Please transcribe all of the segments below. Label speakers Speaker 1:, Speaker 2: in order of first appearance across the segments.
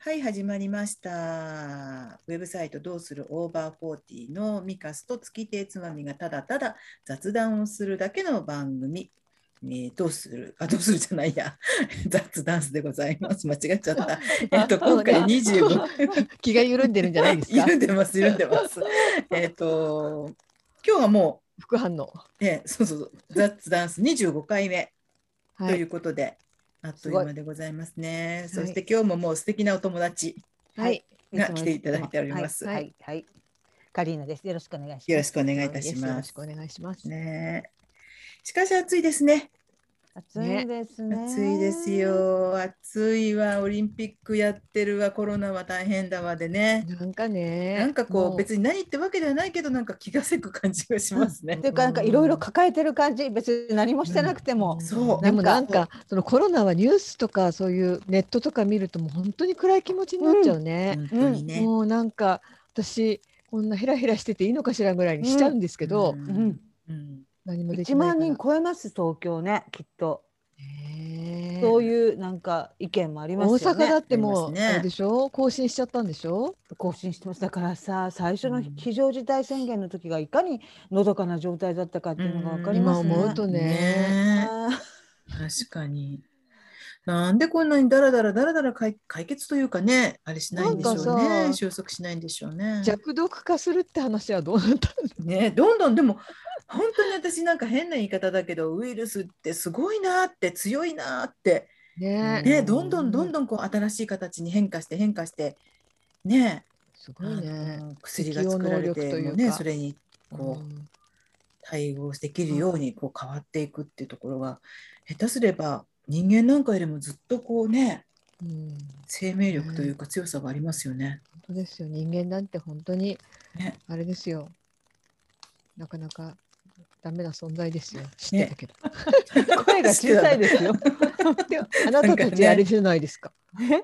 Speaker 1: はい、始まりました。ウェブサイトどうするオーバーフォーティーのミカスと月亭つまみがただただ雑談をするだけの番組。えーどうするあ、どうするじゃないや。 雑ダンスでございます。間違っちゃ った。えっと、今回25。
Speaker 2: 気が緩んでるんじゃないで すか
Speaker 1: 緩んでます、緩んで ます。えっと、今日はも
Speaker 2: 副反応。
Speaker 1: う、ね、そうそうそう、雑ダンス25回目と
Speaker 2: はいい。
Speaker 1: うことで、あっという間でございますね。
Speaker 2: すご
Speaker 1: そ
Speaker 2: い
Speaker 1: して今日ももう素敵なお友達。
Speaker 2: はい。
Speaker 1: が来ていただいております
Speaker 3: はい、はい、はい。カリーナです。よろしくお願いします。
Speaker 1: よろしくお願いいたし
Speaker 2: よろ
Speaker 1: ま
Speaker 2: し
Speaker 1: す
Speaker 2: く。お願いします。
Speaker 1: ねえ。しかし暑いですね。
Speaker 3: 暑いですね。
Speaker 1: 暑いです。よ。暑いわ。オリンピックやってるわ。コロナは大変だわでね。
Speaker 2: なんかね。
Speaker 1: なんかこ
Speaker 2: も
Speaker 1: う別に何ってわけではないけどなんか気がせく感じがしますね
Speaker 3: と。いうか、なんかいろいろ抱えてる感じ、別に何もしてなくても。
Speaker 1: そう
Speaker 2: でもな
Speaker 3: なんん
Speaker 2: かそのコロナはニュースとかそういうネットとか見るともう本当に暗い気持ちになっちゃうね。
Speaker 1: 本当にね。
Speaker 2: もうなんか私こんなヘラヘラしてていいのかしらぐらいにしちゃうんですけど、
Speaker 1: うん
Speaker 3: うん
Speaker 1: うん
Speaker 2: 何もでき
Speaker 3: 1
Speaker 2: ないから。
Speaker 3: 万人超えます東京ねきっと、
Speaker 2: ねえ
Speaker 3: そういうなんか意見もあり
Speaker 2: 大
Speaker 3: ますよ
Speaker 2: 阪
Speaker 3: ね
Speaker 2: だっても
Speaker 1: ありま
Speaker 2: う
Speaker 1: すね
Speaker 2: あれでしょ更新しちゃったんでしょ。
Speaker 3: 更新してますだからさ最初
Speaker 1: う
Speaker 3: の
Speaker 1: ん
Speaker 3: 非常事態宣言の時がいかにのどかな状態だったかっていうのがわかりますね、
Speaker 2: 今思うとね
Speaker 1: ねえ確かに。なんでこんなにダラダラダラダラ解解決というかね、あれしないんでしょう
Speaker 2: な
Speaker 1: ね。
Speaker 2: んかさ
Speaker 1: 収束しないんでしょうね。
Speaker 2: 弱毒化するって話はどうなったん
Speaker 1: ね、どんどんでも本当に私なんか変な言い方だけどウイルスってすごいなって強いなって、
Speaker 2: ね
Speaker 1: ね、
Speaker 3: うん
Speaker 1: どんどんどんどんこう新しい形に変化して変化してね
Speaker 2: すごいね
Speaker 1: あ。の薬が作られ
Speaker 2: 適応能力
Speaker 1: て
Speaker 2: とい
Speaker 1: も
Speaker 2: うか
Speaker 1: ねそれにこう
Speaker 2: う
Speaker 1: ん対応できるようにこう変わっていくっていうところが下手すれば人間なんかよりもずっとこうね
Speaker 2: うん、本
Speaker 1: 生命力というか強さがありますよね。
Speaker 2: 当ですよ人間なんて本当に
Speaker 1: ね
Speaker 2: あれですよなかなかダメな存在ですよ知ってたけど、
Speaker 3: 声が小さい ですよ
Speaker 2: でもあなた
Speaker 1: な
Speaker 2: た
Speaker 1: んかね
Speaker 2: ちあれじゃないですか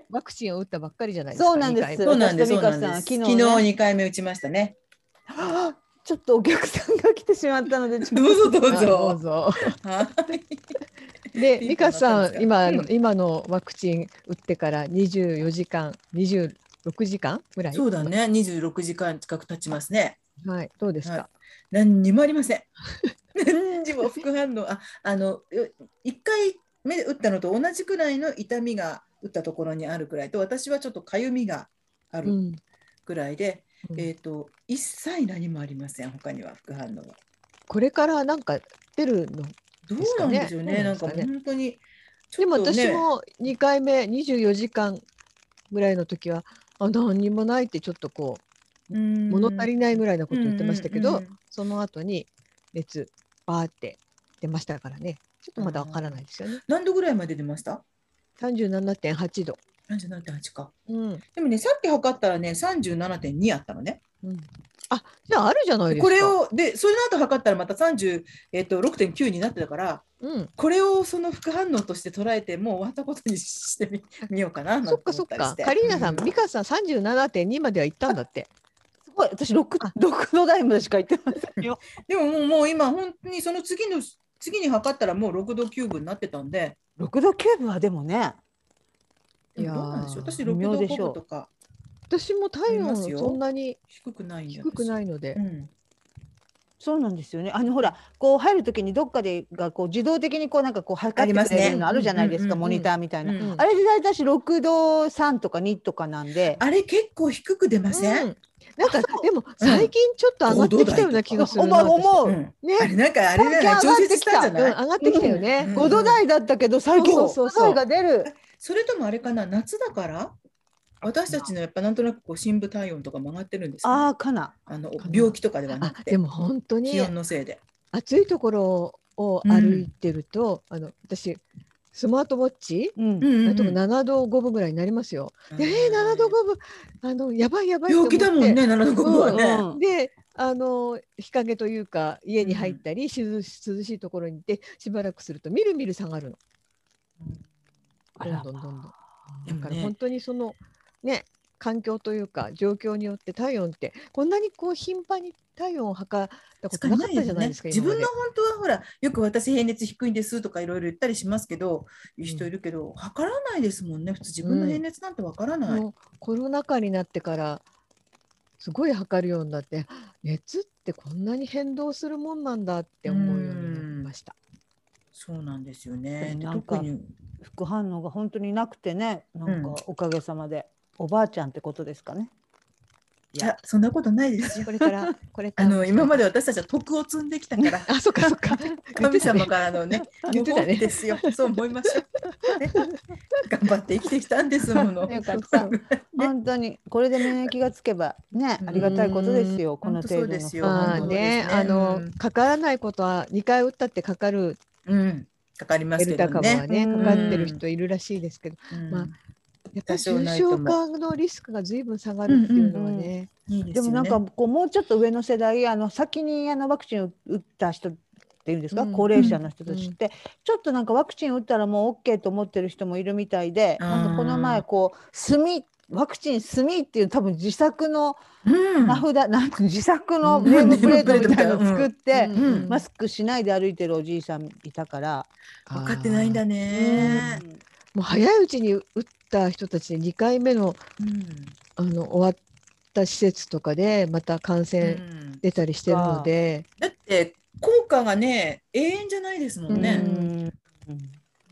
Speaker 2: ワクチンを打ったばっかりじゃないですか
Speaker 3: そうなんです
Speaker 2: 二回
Speaker 1: そ
Speaker 2: も
Speaker 1: うなんです、
Speaker 3: 私
Speaker 1: そう
Speaker 3: と
Speaker 1: な
Speaker 3: 美香
Speaker 1: ん
Speaker 3: さ
Speaker 1: で
Speaker 3: ん
Speaker 1: す。昨日
Speaker 3: 昨日ね
Speaker 1: 2回目打ちましたね。
Speaker 3: ちょっとお客さんが来てしまったの でちょっ
Speaker 1: どうぞ
Speaker 3: と
Speaker 1: どう
Speaker 2: あど
Speaker 1: ぞ。
Speaker 2: うぞ
Speaker 1: はい
Speaker 2: で
Speaker 1: ピー
Speaker 2: 美
Speaker 1: ポン
Speaker 2: 香さ
Speaker 1: 鳴ったんです
Speaker 2: ん
Speaker 1: が
Speaker 2: 今、
Speaker 1: うん
Speaker 2: の今のワクチン打ってから24時間26時間ぐらい
Speaker 1: そうだね、二十六時間近く経ちますね。
Speaker 2: はいどうですか、
Speaker 1: はい何にもありません。何にも副反応、あ、あの、う一回目で打ったのと同じくらいの痛みが打ったところにあるくらいと、私はちょっと痒みがあ
Speaker 2: う
Speaker 1: る
Speaker 2: ん
Speaker 1: くらいで、
Speaker 2: うん
Speaker 1: えっ、と一切何もありません。他には副反応は。
Speaker 2: これからなんか出るの
Speaker 1: どうなんでしょうね。な
Speaker 2: で
Speaker 1: ん
Speaker 2: す
Speaker 1: か
Speaker 2: かね
Speaker 1: もう本当にち
Speaker 2: でも
Speaker 1: ょっとね
Speaker 2: 私も2回目24時間ぐらいの時はあ何にもないってちょっとこう物足りないぐらいのこと言ってましたけど、
Speaker 1: うんうんうんうん
Speaker 2: その後に熱バーって出ましたからねちょっとまだわからないですよね、
Speaker 1: 何度ぐらいまで出ました？
Speaker 2: 37.8度、
Speaker 1: 三十七点八か。
Speaker 2: うん
Speaker 1: でもね、さっき測ったらね、三十七点二あったのね。
Speaker 2: うん、あじゃああるじゃないですか
Speaker 1: これ、をでそれの後測ったらまた36.9、えっと6.9になってたから
Speaker 2: うん、
Speaker 1: これをその副反応として捉えてもう終わったことにしてみみようかななん
Speaker 2: そってか
Speaker 1: 思
Speaker 2: そった
Speaker 1: りし
Speaker 2: か
Speaker 1: て
Speaker 2: カリーナさん、
Speaker 1: う
Speaker 2: 美香さん37.2までは行ったんだって
Speaker 3: すごい私六六度台までしか行ってませんよ。
Speaker 1: でももうもう今本当にその次の次に測ったらもう6度9分になってたんで
Speaker 3: 六度九分はでもね。
Speaker 1: でもどうなんでしょう
Speaker 2: いやー
Speaker 1: 私6度
Speaker 3: 微妙でし
Speaker 1: 5
Speaker 3: ょ
Speaker 1: 分
Speaker 3: う
Speaker 1: とか
Speaker 2: 私も体
Speaker 1: 見ま
Speaker 2: 温
Speaker 1: すよ
Speaker 2: そんなに
Speaker 1: 低くないんだよ
Speaker 2: 低くないので
Speaker 1: 私、うん
Speaker 3: そうなんですよね。あのほらこう入るときにどっかでがこう自動的にこうなんかこう測ってくれ
Speaker 1: あ
Speaker 3: る
Speaker 1: りますね
Speaker 3: のあるじゃないで
Speaker 1: うん
Speaker 3: すか、
Speaker 1: うんうん
Speaker 3: モニターみたいな。
Speaker 1: うん
Speaker 3: あれで大体私六度三とか二とかなんで。
Speaker 1: あれ結構低く出ませ、
Speaker 2: うんんなんかでも最近ちょっと上がってきたような気がするな
Speaker 3: 思う思う。
Speaker 1: うん
Speaker 2: 私ね
Speaker 1: あれなんかあれだよね
Speaker 3: 上
Speaker 1: 調
Speaker 3: がって
Speaker 1: 節
Speaker 3: き
Speaker 1: したん
Speaker 3: た
Speaker 1: じゃ
Speaker 2: うん
Speaker 1: ない、
Speaker 2: 上がってきたよね、
Speaker 1: うん
Speaker 3: 五度台だったけど最近
Speaker 2: そう
Speaker 3: 五
Speaker 2: そう
Speaker 3: 度
Speaker 2: そう
Speaker 3: 台が出る。
Speaker 1: それともあれかな夏だから私たちのやっぱなんとなくこう深部体温とかも上がってるんですかね
Speaker 3: ああかな。
Speaker 1: あの
Speaker 2: かな
Speaker 1: 病気とかではな
Speaker 2: あ
Speaker 1: くて
Speaker 2: でも本当に
Speaker 1: 気温のせいで。
Speaker 2: 暑いところを歩いてると、あの私スマートウォッチ
Speaker 3: うん。
Speaker 2: あとも7度5分ぐらいになりますよ。でえー、7度5分あのやばいやばいと思
Speaker 1: 病
Speaker 2: って
Speaker 1: 気だもんね、7度5分はね。
Speaker 3: うんうん
Speaker 2: であの日陰というか家に入ったり、涼し涼しいところに行ってしばらくするとみるみる下がるのどんどんどんどん。
Speaker 1: で
Speaker 2: だ
Speaker 1: も
Speaker 2: から
Speaker 1: ね
Speaker 2: 本当にそのね環境というか状況によって体温ってこんなにこう頻繁に体温を測ったことなかったじゃないですか。
Speaker 1: 自分の
Speaker 2: 今
Speaker 1: 本当はほらよく私平熱低いんですとかいろいろ言ったりしますけど、いう人いるけど測らないですもんね普通自分の平熱なんてわから
Speaker 2: ま
Speaker 1: な
Speaker 2: で
Speaker 1: い、
Speaker 2: もうコロナ禍になってからすごい測るようになって熱ってこんなに変動するもんなんだって思うようになりました。
Speaker 1: そうなんですよね。
Speaker 3: でも
Speaker 1: で
Speaker 3: なんか
Speaker 1: 特に
Speaker 3: 副反応が本当になくてねなん
Speaker 1: うん
Speaker 3: かおかげさまで、おばあちゃんってことですかね。
Speaker 1: いやそんなことないですよ
Speaker 2: これからこれか
Speaker 1: あ
Speaker 2: ら
Speaker 1: の今まで私たちは徳を積んできたから
Speaker 2: あそっかそっか
Speaker 1: 神様からのね
Speaker 2: 言ってたね
Speaker 1: ご褒美ですよそう思いましょう、ね、頑張って生きてきたんですもの
Speaker 3: ねたくさん本当にこれで免疫がつけばねありがたいことですよこの
Speaker 1: 本
Speaker 3: 程度
Speaker 1: 当そうですよ
Speaker 3: の。
Speaker 2: まあ
Speaker 1: 本当ですね
Speaker 2: ね、あの、
Speaker 1: うん
Speaker 2: かからないことは2回打ったってかかる
Speaker 1: うんかかりま
Speaker 2: デ
Speaker 1: す
Speaker 2: ル
Speaker 1: け
Speaker 2: タ
Speaker 1: ど
Speaker 2: 株は
Speaker 1: ね
Speaker 2: ね
Speaker 3: うん
Speaker 2: かかってる人いるらしいですけど、
Speaker 1: うん
Speaker 2: まあやっぱ
Speaker 1: 多
Speaker 2: り
Speaker 1: 少
Speaker 2: 重
Speaker 1: ないと
Speaker 2: 症
Speaker 1: も
Speaker 2: 化のリスクがずいぶん下がるっていうのはね、
Speaker 1: いいで
Speaker 3: ですも
Speaker 1: よ
Speaker 3: なん
Speaker 1: ね
Speaker 3: かこうもうちょっと上の世代あの先にあのワクチンを打った人っていうんですか、
Speaker 2: うん
Speaker 3: 高齢者の人たちって、ちょっとなんかワクチン打ったらもう OK と思ってる人もいるみたいで、
Speaker 1: あー
Speaker 3: なんかこの前こう墨ワクチン墨っていう多分自作の
Speaker 1: うん
Speaker 3: 名札、なんか自作のネームプレートみたいのを作って、
Speaker 1: んうん
Speaker 3: マスクしないで歩いてるおじいさんいたから。
Speaker 1: 分かってないんだね
Speaker 2: ね
Speaker 3: うん
Speaker 2: もう早いうちに打った人たちで2回目の
Speaker 1: うん
Speaker 2: あの終わった施設とかでまた感染
Speaker 1: うん
Speaker 2: 出たりしてるので、
Speaker 1: だって効果がね永遠じゃないですもんね、
Speaker 3: うん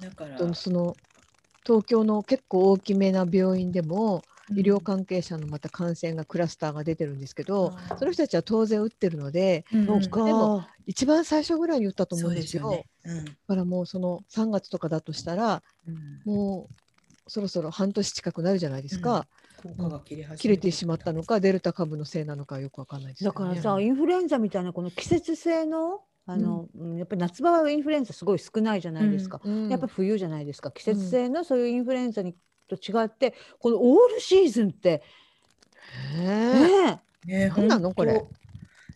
Speaker 1: だから
Speaker 2: とその東京の結構大きめな病院でも医療関係者のまた感染がクラスターが出てるんですけど、その人たちは当然打ってるので
Speaker 1: うん
Speaker 3: そうか。
Speaker 2: でも一番最初ぐらいに打ったと思うんですよ。
Speaker 1: そうですよね。
Speaker 2: だからもうその3月とかだとしたら
Speaker 1: うん
Speaker 2: もうそろそろ半年近くなるじゃないですか、
Speaker 1: うん、効果が切れ始め
Speaker 2: 切れてしまったのかデルタ株のせいなのかよくわかんないですけ
Speaker 3: だ
Speaker 2: ど
Speaker 3: か
Speaker 2: ね、
Speaker 3: らさ、
Speaker 1: うん
Speaker 3: インフルエンザみたいなこの季節性のあの、うんやっぱり夏場はインフルエンザすごい少ないじゃないですか、
Speaker 2: うん
Speaker 3: やっぱり冬じゃないですか季節性のそういうインフルエンザにと違ってこのオールシーズンって、
Speaker 2: ねえ
Speaker 3: ね
Speaker 1: ね
Speaker 2: 何なの
Speaker 1: ほと
Speaker 2: これ
Speaker 3: え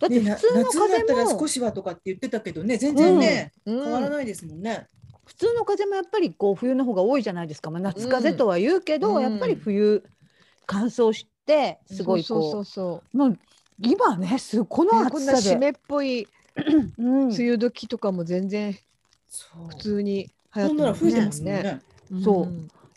Speaker 3: だって
Speaker 1: ね
Speaker 3: 普通
Speaker 1: 夏に
Speaker 3: の
Speaker 1: なった
Speaker 3: 風
Speaker 1: ら
Speaker 3: 邪も、
Speaker 1: 少しはとかって言ってたけどね全然ね、
Speaker 2: うん
Speaker 1: 変わらないですもんね。
Speaker 3: 普通の風邪もやっぱりこう冬の方が多いじゃないですか、まあ、夏風邪とは言うけど、
Speaker 2: うん
Speaker 3: やっぱり冬乾燥してすごいこう,、
Speaker 2: そうそうそう
Speaker 3: もう今ねすこ
Speaker 2: そう、
Speaker 3: の
Speaker 2: ねこ
Speaker 3: 暑
Speaker 2: ん
Speaker 3: さ
Speaker 2: な
Speaker 3: で、
Speaker 2: 湿っぽい
Speaker 3: うん
Speaker 2: 梅雨時とかも全然
Speaker 1: そう
Speaker 2: 普通に流行
Speaker 1: ほ
Speaker 2: っ
Speaker 1: ん
Speaker 2: て
Speaker 1: なら
Speaker 2: ます
Speaker 1: 増えてますもんね。
Speaker 2: うん
Speaker 3: そう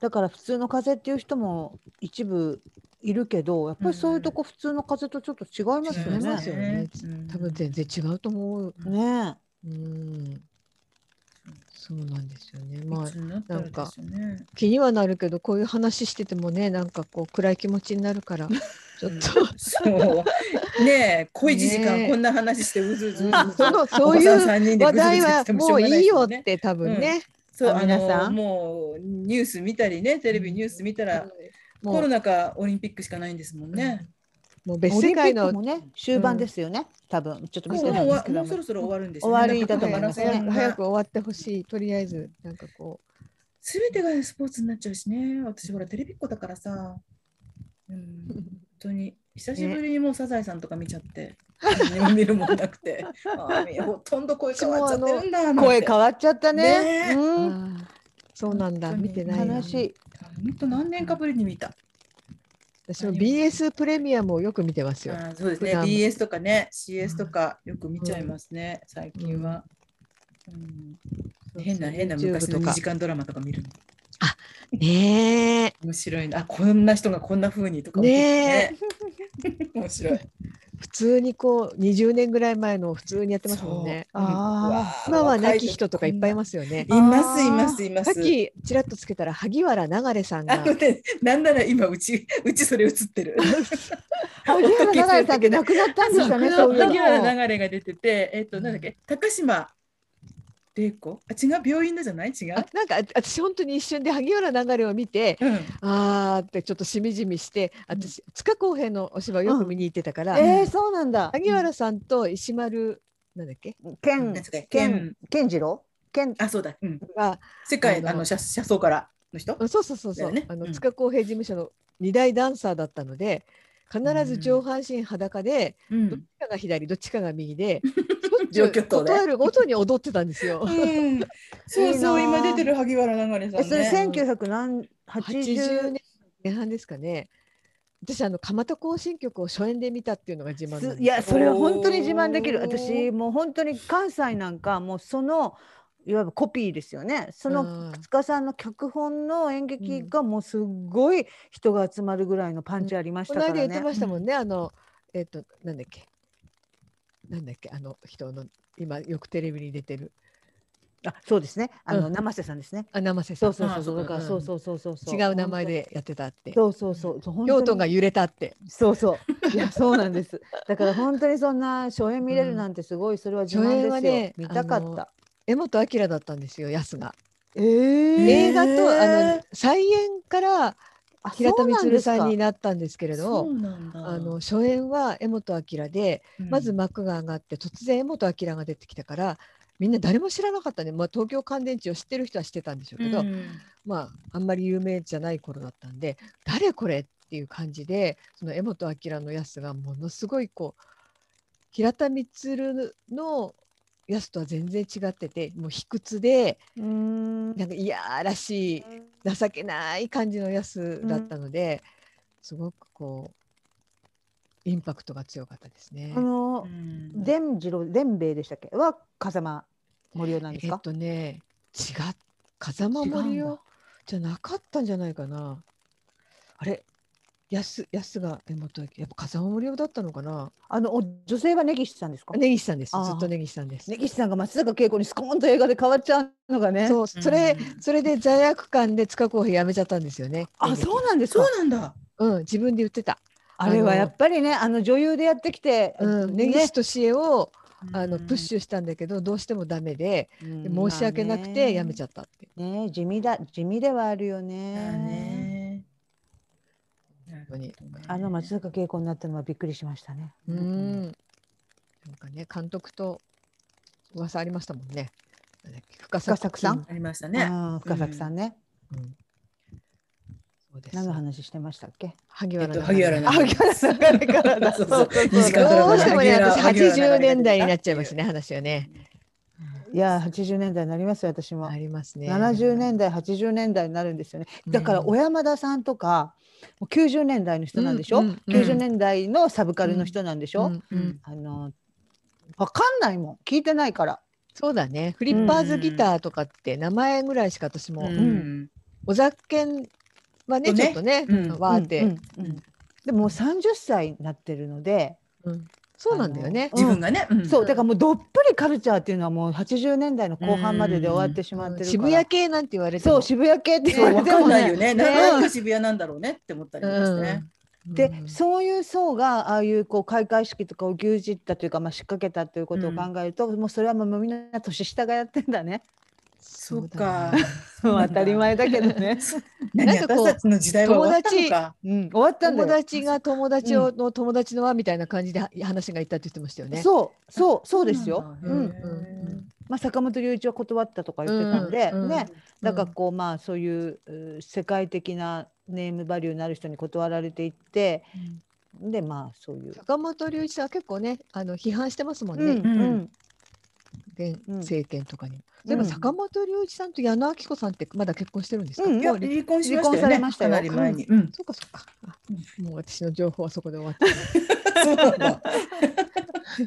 Speaker 3: だから普通の風邪っていう人も一部いるけどやっぱりそういうとこ普通の風邪とちょっと違いますよ
Speaker 2: 違
Speaker 3: ね。
Speaker 2: いますよね多分全然違うと思う、
Speaker 3: ね
Speaker 2: うん、そうなんですよねま
Speaker 1: ま
Speaker 2: あ
Speaker 1: あなんか
Speaker 2: 気にはなるけどこういう話しててもねなんかこう暗い気持ちになるか らちょっと、
Speaker 1: そうねえ恋時時間
Speaker 2: ねえ
Speaker 1: こんな話してうずうずうずうず
Speaker 2: そのそ
Speaker 1: お
Speaker 2: う
Speaker 1: 子
Speaker 2: い
Speaker 1: さん
Speaker 2: う
Speaker 1: 三人でぐずぐ
Speaker 2: 話
Speaker 1: ず
Speaker 2: 題
Speaker 1: し
Speaker 2: は
Speaker 1: てもし
Speaker 2: も
Speaker 1: ょ
Speaker 2: う
Speaker 1: がない
Speaker 2: い
Speaker 1: で
Speaker 2: い
Speaker 1: す
Speaker 2: よ
Speaker 1: よ
Speaker 2: っ
Speaker 1: ね
Speaker 2: て多分ね、
Speaker 1: そうあ
Speaker 3: 皆さ
Speaker 1: の
Speaker 3: ん
Speaker 1: もうニュース見たりねテレビニュース見たら
Speaker 2: もう
Speaker 1: コロナ禍オリンピックしかないんですもんね。
Speaker 2: もう
Speaker 3: え、
Speaker 2: 別世界
Speaker 3: オリ
Speaker 2: の
Speaker 3: ンピックもね終盤ですよね、多分ちょっと
Speaker 1: も
Speaker 3: 見
Speaker 1: う
Speaker 3: て
Speaker 1: も
Speaker 3: な
Speaker 1: う
Speaker 3: いんですけ
Speaker 1: も
Speaker 3: ど
Speaker 1: うそろそろ終わるんですよ、
Speaker 3: 終わりだ
Speaker 2: と思い
Speaker 3: ます
Speaker 1: なんかマラソン
Speaker 2: 早く早
Speaker 1: が
Speaker 2: く終わってほしいとりあえずなんかこ
Speaker 1: すべてがスポーツになっちゃうしね、私ほらテレビっ子だからさ、うん、
Speaker 2: う
Speaker 1: 本当に久しぶりにもうサザエさんとか見ちゃって、何も見るもんなくて、あーほとんど声変わっちゃってるんだなんて
Speaker 3: 声変わっちゃったね。
Speaker 1: ねえ
Speaker 3: うん
Speaker 2: ああそうなんだ
Speaker 1: 本当に
Speaker 2: 見てないな
Speaker 3: 悲しい。
Speaker 1: 本当何年かぶりに見た。
Speaker 2: 私も BS プレミアムをよく見てます
Speaker 1: あ
Speaker 2: よ、
Speaker 1: ーそうですね、
Speaker 2: 普段
Speaker 1: BS とかね、CS とかよく見ちゃいますね、最近は。うん変な変な
Speaker 2: YouTube
Speaker 1: 昔の
Speaker 2: と
Speaker 1: 2
Speaker 2: か
Speaker 1: 時間ドラマとか見るの
Speaker 2: ねえ
Speaker 1: 面白いなあこんな人がこんな風にとか思って
Speaker 2: ね
Speaker 1: ね面白い
Speaker 2: 普通にこう20年ぐらい前のを普通にやってますもんね
Speaker 1: そううん
Speaker 3: あー
Speaker 1: うわー
Speaker 2: 今は
Speaker 1: 若
Speaker 2: 亡
Speaker 1: い
Speaker 2: き
Speaker 1: 時
Speaker 2: 人とかいっぱいいますよね
Speaker 1: いますいますいま
Speaker 2: さ
Speaker 1: す
Speaker 2: っきちらっとつけたら萩原流さん
Speaker 1: あ
Speaker 2: が
Speaker 1: のね、なんなら今うち、 うちそれ映ってる。
Speaker 3: 萩原長屋さんって亡くなったんでしたね。
Speaker 1: そう
Speaker 3: そういうの
Speaker 1: 萩原流れが出てて、えっ、と、なんだっけ、高島玲子あ、違う、病院のじゃない違
Speaker 2: あ
Speaker 1: う。
Speaker 2: なんかあ私本当に一瞬で萩原流れを見て
Speaker 1: うん、
Speaker 2: あーってちょっとしみじみして私塚公平のお芝居よく見に行ってたから、
Speaker 3: えー、そうなんだ。
Speaker 2: 萩原さんと石丸なんだっけ
Speaker 3: 健
Speaker 1: なんつうか
Speaker 3: 健健次郎健
Speaker 1: あ、そうだ、うん、
Speaker 2: が
Speaker 1: 世界の
Speaker 2: あ
Speaker 1: あ
Speaker 2: の
Speaker 1: の車車窓からの人。
Speaker 2: そうそうそう
Speaker 1: だ
Speaker 2: そう、
Speaker 1: よね
Speaker 2: あ
Speaker 1: う
Speaker 2: の
Speaker 1: ん
Speaker 2: 塚公平事務所の二大ダンサーだったので必ず上半身裸で、
Speaker 1: う
Speaker 2: どっ
Speaker 1: ん
Speaker 2: ち、かが左どっちかが右 で
Speaker 1: 状況と
Speaker 2: 断
Speaker 1: ね。
Speaker 2: るごとに踊ってたんですよ。
Speaker 1: うん、そうそう、
Speaker 3: いいな
Speaker 1: 今出てる萩原流れさ
Speaker 3: え
Speaker 1: ん
Speaker 3: それ
Speaker 1: ね。
Speaker 3: 千九百何八十
Speaker 2: 80年前半ですかね。私あの蒲田行進曲を初演で見たっていうのが自慢なんです
Speaker 3: いやそれは本当に自慢できる
Speaker 1: おー
Speaker 3: 私もう本当に関西なんかもうそのいわゆるコピーですよねそ
Speaker 2: うん
Speaker 3: の塚さんの脚本の演劇がもうすっごい人が集まるぐらいのパンチありまし
Speaker 2: こ
Speaker 3: た
Speaker 2: の
Speaker 3: から
Speaker 2: 間
Speaker 3: ね。
Speaker 2: 言ってましたもんね、あのえっ、となんだっけなんだっけあの人の今よくテレビに出てる
Speaker 3: あそうですねあの、
Speaker 2: うん
Speaker 3: 生瀬さんですね。
Speaker 2: あ生瀬さ
Speaker 3: そ
Speaker 2: ん
Speaker 3: うそう
Speaker 1: あ
Speaker 3: そうそうだから
Speaker 2: うん
Speaker 3: そうそうそうそうそう
Speaker 2: 違う名前でやってたって
Speaker 3: そうそうそうそう本当に
Speaker 2: 京都が揺れたって
Speaker 3: そうそういやそうなんですだから本当にそんな初演見れるなんてすごいそれは自慢で
Speaker 2: 初演
Speaker 3: すよ、
Speaker 2: はね
Speaker 3: 見たかった
Speaker 2: 江本明だったんですよ安が、
Speaker 3: えー
Speaker 2: 映画とあの再演から
Speaker 3: あ
Speaker 2: 平田
Speaker 3: そうなん
Speaker 2: 充
Speaker 3: ですか
Speaker 2: さんになったんですけれ
Speaker 1: そ
Speaker 2: ど
Speaker 1: うなんだ
Speaker 2: あの初演は江本明で、
Speaker 1: うん
Speaker 2: まず幕が上がって突然江本明が出てきたからみんな誰も知らなかったね、まあ、東京乾電池を知ってる人は知ってたんでしょうけど、
Speaker 1: うん
Speaker 2: まあ、あんまり有名じゃない頃だったんで誰これっていう感じでその江本明のやすがものすごいこう平田充のやすとは全然違っててもう卑屈で
Speaker 3: うーん
Speaker 2: なんかいやらしい情けない感じのやすだったので、すごくこうインパクトが強かったですね
Speaker 3: あ。の
Speaker 1: うん
Speaker 3: 伝次郎伝兵衛でしたっけは風間森夫なんです
Speaker 2: えっ
Speaker 3: か、
Speaker 2: とね違っ風間
Speaker 3: 違
Speaker 2: 森
Speaker 3: うん
Speaker 2: 夫
Speaker 3: だ
Speaker 2: じゃなかったんじゃないかなあれやすやすがえ元やっぱ風間森夫だったのかな
Speaker 3: あのお女性は根岸さんですか
Speaker 2: 根岸さんです
Speaker 3: あー
Speaker 2: ずっと根岸さんです、
Speaker 3: 根岸さんが松坂慶子にスコーンと映画で変わっちゃうのがね
Speaker 2: そうそれ、
Speaker 1: うん
Speaker 2: それで罪悪感で塚候補辞めちゃったんですよね
Speaker 3: あそうなんです
Speaker 1: そう
Speaker 3: か
Speaker 1: なんだ
Speaker 2: うん自分で言ってた
Speaker 3: あれはやっぱりねあの女優でやってきて、
Speaker 2: うん
Speaker 3: ね
Speaker 2: 根岸敏恵をあの
Speaker 1: うん
Speaker 2: プッシュしたんだけどどうしてもダメでで
Speaker 3: うん
Speaker 2: 申し訳なくて辞めちゃったって
Speaker 3: まあねね地味だ地味ではあるよね
Speaker 1: だね
Speaker 2: 本当に
Speaker 3: あの松坂慶子になったのはびっくりしましたね
Speaker 2: う
Speaker 1: うん
Speaker 2: ん。なんかね、監督と噂ありましたもんね。なんだっけ深
Speaker 3: 深作さん
Speaker 2: 金
Speaker 1: ありました
Speaker 3: ね
Speaker 1: ね
Speaker 3: 深作さんね、
Speaker 2: うんそうです。
Speaker 3: 何の話してましたっけ
Speaker 2: 萩原
Speaker 1: えっと
Speaker 2: の話
Speaker 1: 萩原の
Speaker 3: あ萩原さんがねから だ
Speaker 1: そうそう二時間ドラ
Speaker 2: ど
Speaker 1: マ
Speaker 2: う
Speaker 1: で
Speaker 2: しても
Speaker 1: 萩
Speaker 2: ね、
Speaker 1: 原
Speaker 2: 私
Speaker 1: 萩原の流れで
Speaker 2: 80年代になっちゃいますね、話はね。
Speaker 3: いやー80年代になりますよ私も、
Speaker 2: ありますね。
Speaker 3: 70年代80年代になるんですよねだから小
Speaker 2: 親
Speaker 3: 山田さんとかもう90年代の人なんでしょ、
Speaker 1: うん
Speaker 3: 90年代のサブカルの人なんでしょ、
Speaker 1: うん
Speaker 3: あのわかんないもん聞いてないから
Speaker 2: そうだね。フリッパーズギターとかって名前ぐらいしか私も、
Speaker 1: うん
Speaker 2: おざけんはね、
Speaker 1: そう
Speaker 2: ち
Speaker 1: ね
Speaker 2: ょっとね
Speaker 1: うん、
Speaker 2: わーっ
Speaker 3: うん
Speaker 2: て。
Speaker 3: うんうんでももう30歳になってるので、
Speaker 2: うんそうなんだよね
Speaker 3: あ。
Speaker 1: 自分がねん
Speaker 3: そうだからもうどっぷりカルチャーっていうのはもう80年代の後半までで終わってしまってるから、
Speaker 2: 渋谷系なんて言われても。
Speaker 3: そう渋谷系って
Speaker 1: そうわ
Speaker 3: わ
Speaker 1: かんないよ
Speaker 3: ね
Speaker 1: ね
Speaker 2: でもね
Speaker 1: なんか渋谷なんだろうねって思ったりもしてね
Speaker 2: うん
Speaker 3: で、
Speaker 2: うん
Speaker 3: そういう層がああいうこう開会式とかを牛耳ったというか、まあ、仕掛けたということを考えると、もうそれはもうみんな年下がやってんだね
Speaker 1: そう
Speaker 2: だ
Speaker 1: か
Speaker 2: ね
Speaker 1: うなんだ
Speaker 3: 当たり前だけどね、
Speaker 1: 何
Speaker 2: なんかこう
Speaker 1: 私たちの時代は終わったのか
Speaker 3: うん、終わったんだ
Speaker 2: 友
Speaker 3: よ
Speaker 2: 達が友達をの友達の輪みたいな感じでは話がいったって言ってましたよね。
Speaker 3: そうそうそうですよ、
Speaker 1: そうなんだ
Speaker 2: うんうんうん
Speaker 3: まあ、坂本龍一は断ったとか言ってたんで、
Speaker 2: うんうん
Speaker 3: ねだからこうまあそういうう世界的なネームバリューのある人に断られていってでまあそういう。
Speaker 2: 坂本龍一さんは結構ねあの批判してますもんね、
Speaker 1: んうん
Speaker 2: 現
Speaker 3: うん
Speaker 2: 政権とかに。
Speaker 3: うん
Speaker 2: 例えば坂本龍一さんと矢野明子さんってまだ結婚してるんですか、
Speaker 3: うん
Speaker 1: いや
Speaker 2: もう離
Speaker 1: 離婚しましたよね
Speaker 3: 離婚されました
Speaker 1: か
Speaker 3: よ
Speaker 1: なり前にうん
Speaker 2: そうかそうかあもう私の情報はそこで終わって
Speaker 1: そうなんだ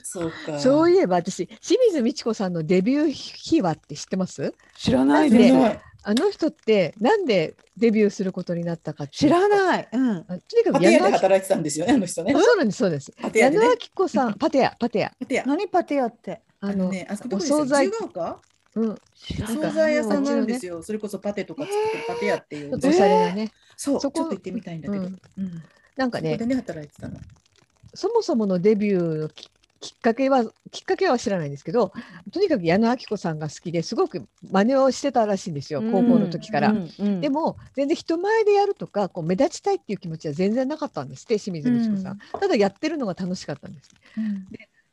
Speaker 1: そうか
Speaker 2: そう
Speaker 1: う
Speaker 2: いえば私清水美智子さんのデビュー秘話って知ってます
Speaker 3: 知らない
Speaker 2: で
Speaker 3: ですす。
Speaker 2: あの人ってなんでデビューすることになったかってい
Speaker 3: 知
Speaker 2: う
Speaker 3: らない。うん。
Speaker 2: あとにかく
Speaker 1: パテ
Speaker 2: 矢
Speaker 1: 屋で
Speaker 2: 野明子
Speaker 1: 働いてたんですよねあの人ね
Speaker 2: あそうなんですそうです
Speaker 1: パテ
Speaker 2: 矢
Speaker 1: 屋で
Speaker 2: 野
Speaker 1: ね
Speaker 2: 明子さんパテヤパテヤ
Speaker 1: パテ屋
Speaker 3: 何パティアって。
Speaker 2: あ
Speaker 1: あの
Speaker 2: の
Speaker 1: ねあそこど
Speaker 2: お
Speaker 1: こでした
Speaker 2: 惣菜
Speaker 1: 自由が丘
Speaker 2: うん
Speaker 1: お
Speaker 3: 知らない
Speaker 1: 惣菜屋さんなんですよ、それこそパテとか作ってるパテ屋ってい
Speaker 2: ちょ
Speaker 1: うね、
Speaker 2: っとおしゃれなね、
Speaker 1: そうちょ
Speaker 2: そ
Speaker 1: っ
Speaker 2: こと
Speaker 1: 行ってみたいんだけど、
Speaker 2: う
Speaker 1: うんん
Speaker 2: なんか
Speaker 1: そこ
Speaker 2: ね
Speaker 1: でね働いてたの
Speaker 2: そもそものデビューのききっかけはきっかけは知らないんですけどとにかく矢野顕子さんが好きですごく真似をしてたらしいんですよ高校の時から。
Speaker 3: うんうん
Speaker 2: でも全然人前でやるとかこう目立ちたいっていう気持ちは全然なかったんですって清水美智子さん、
Speaker 1: うん
Speaker 2: ただやってるのが楽しかったんです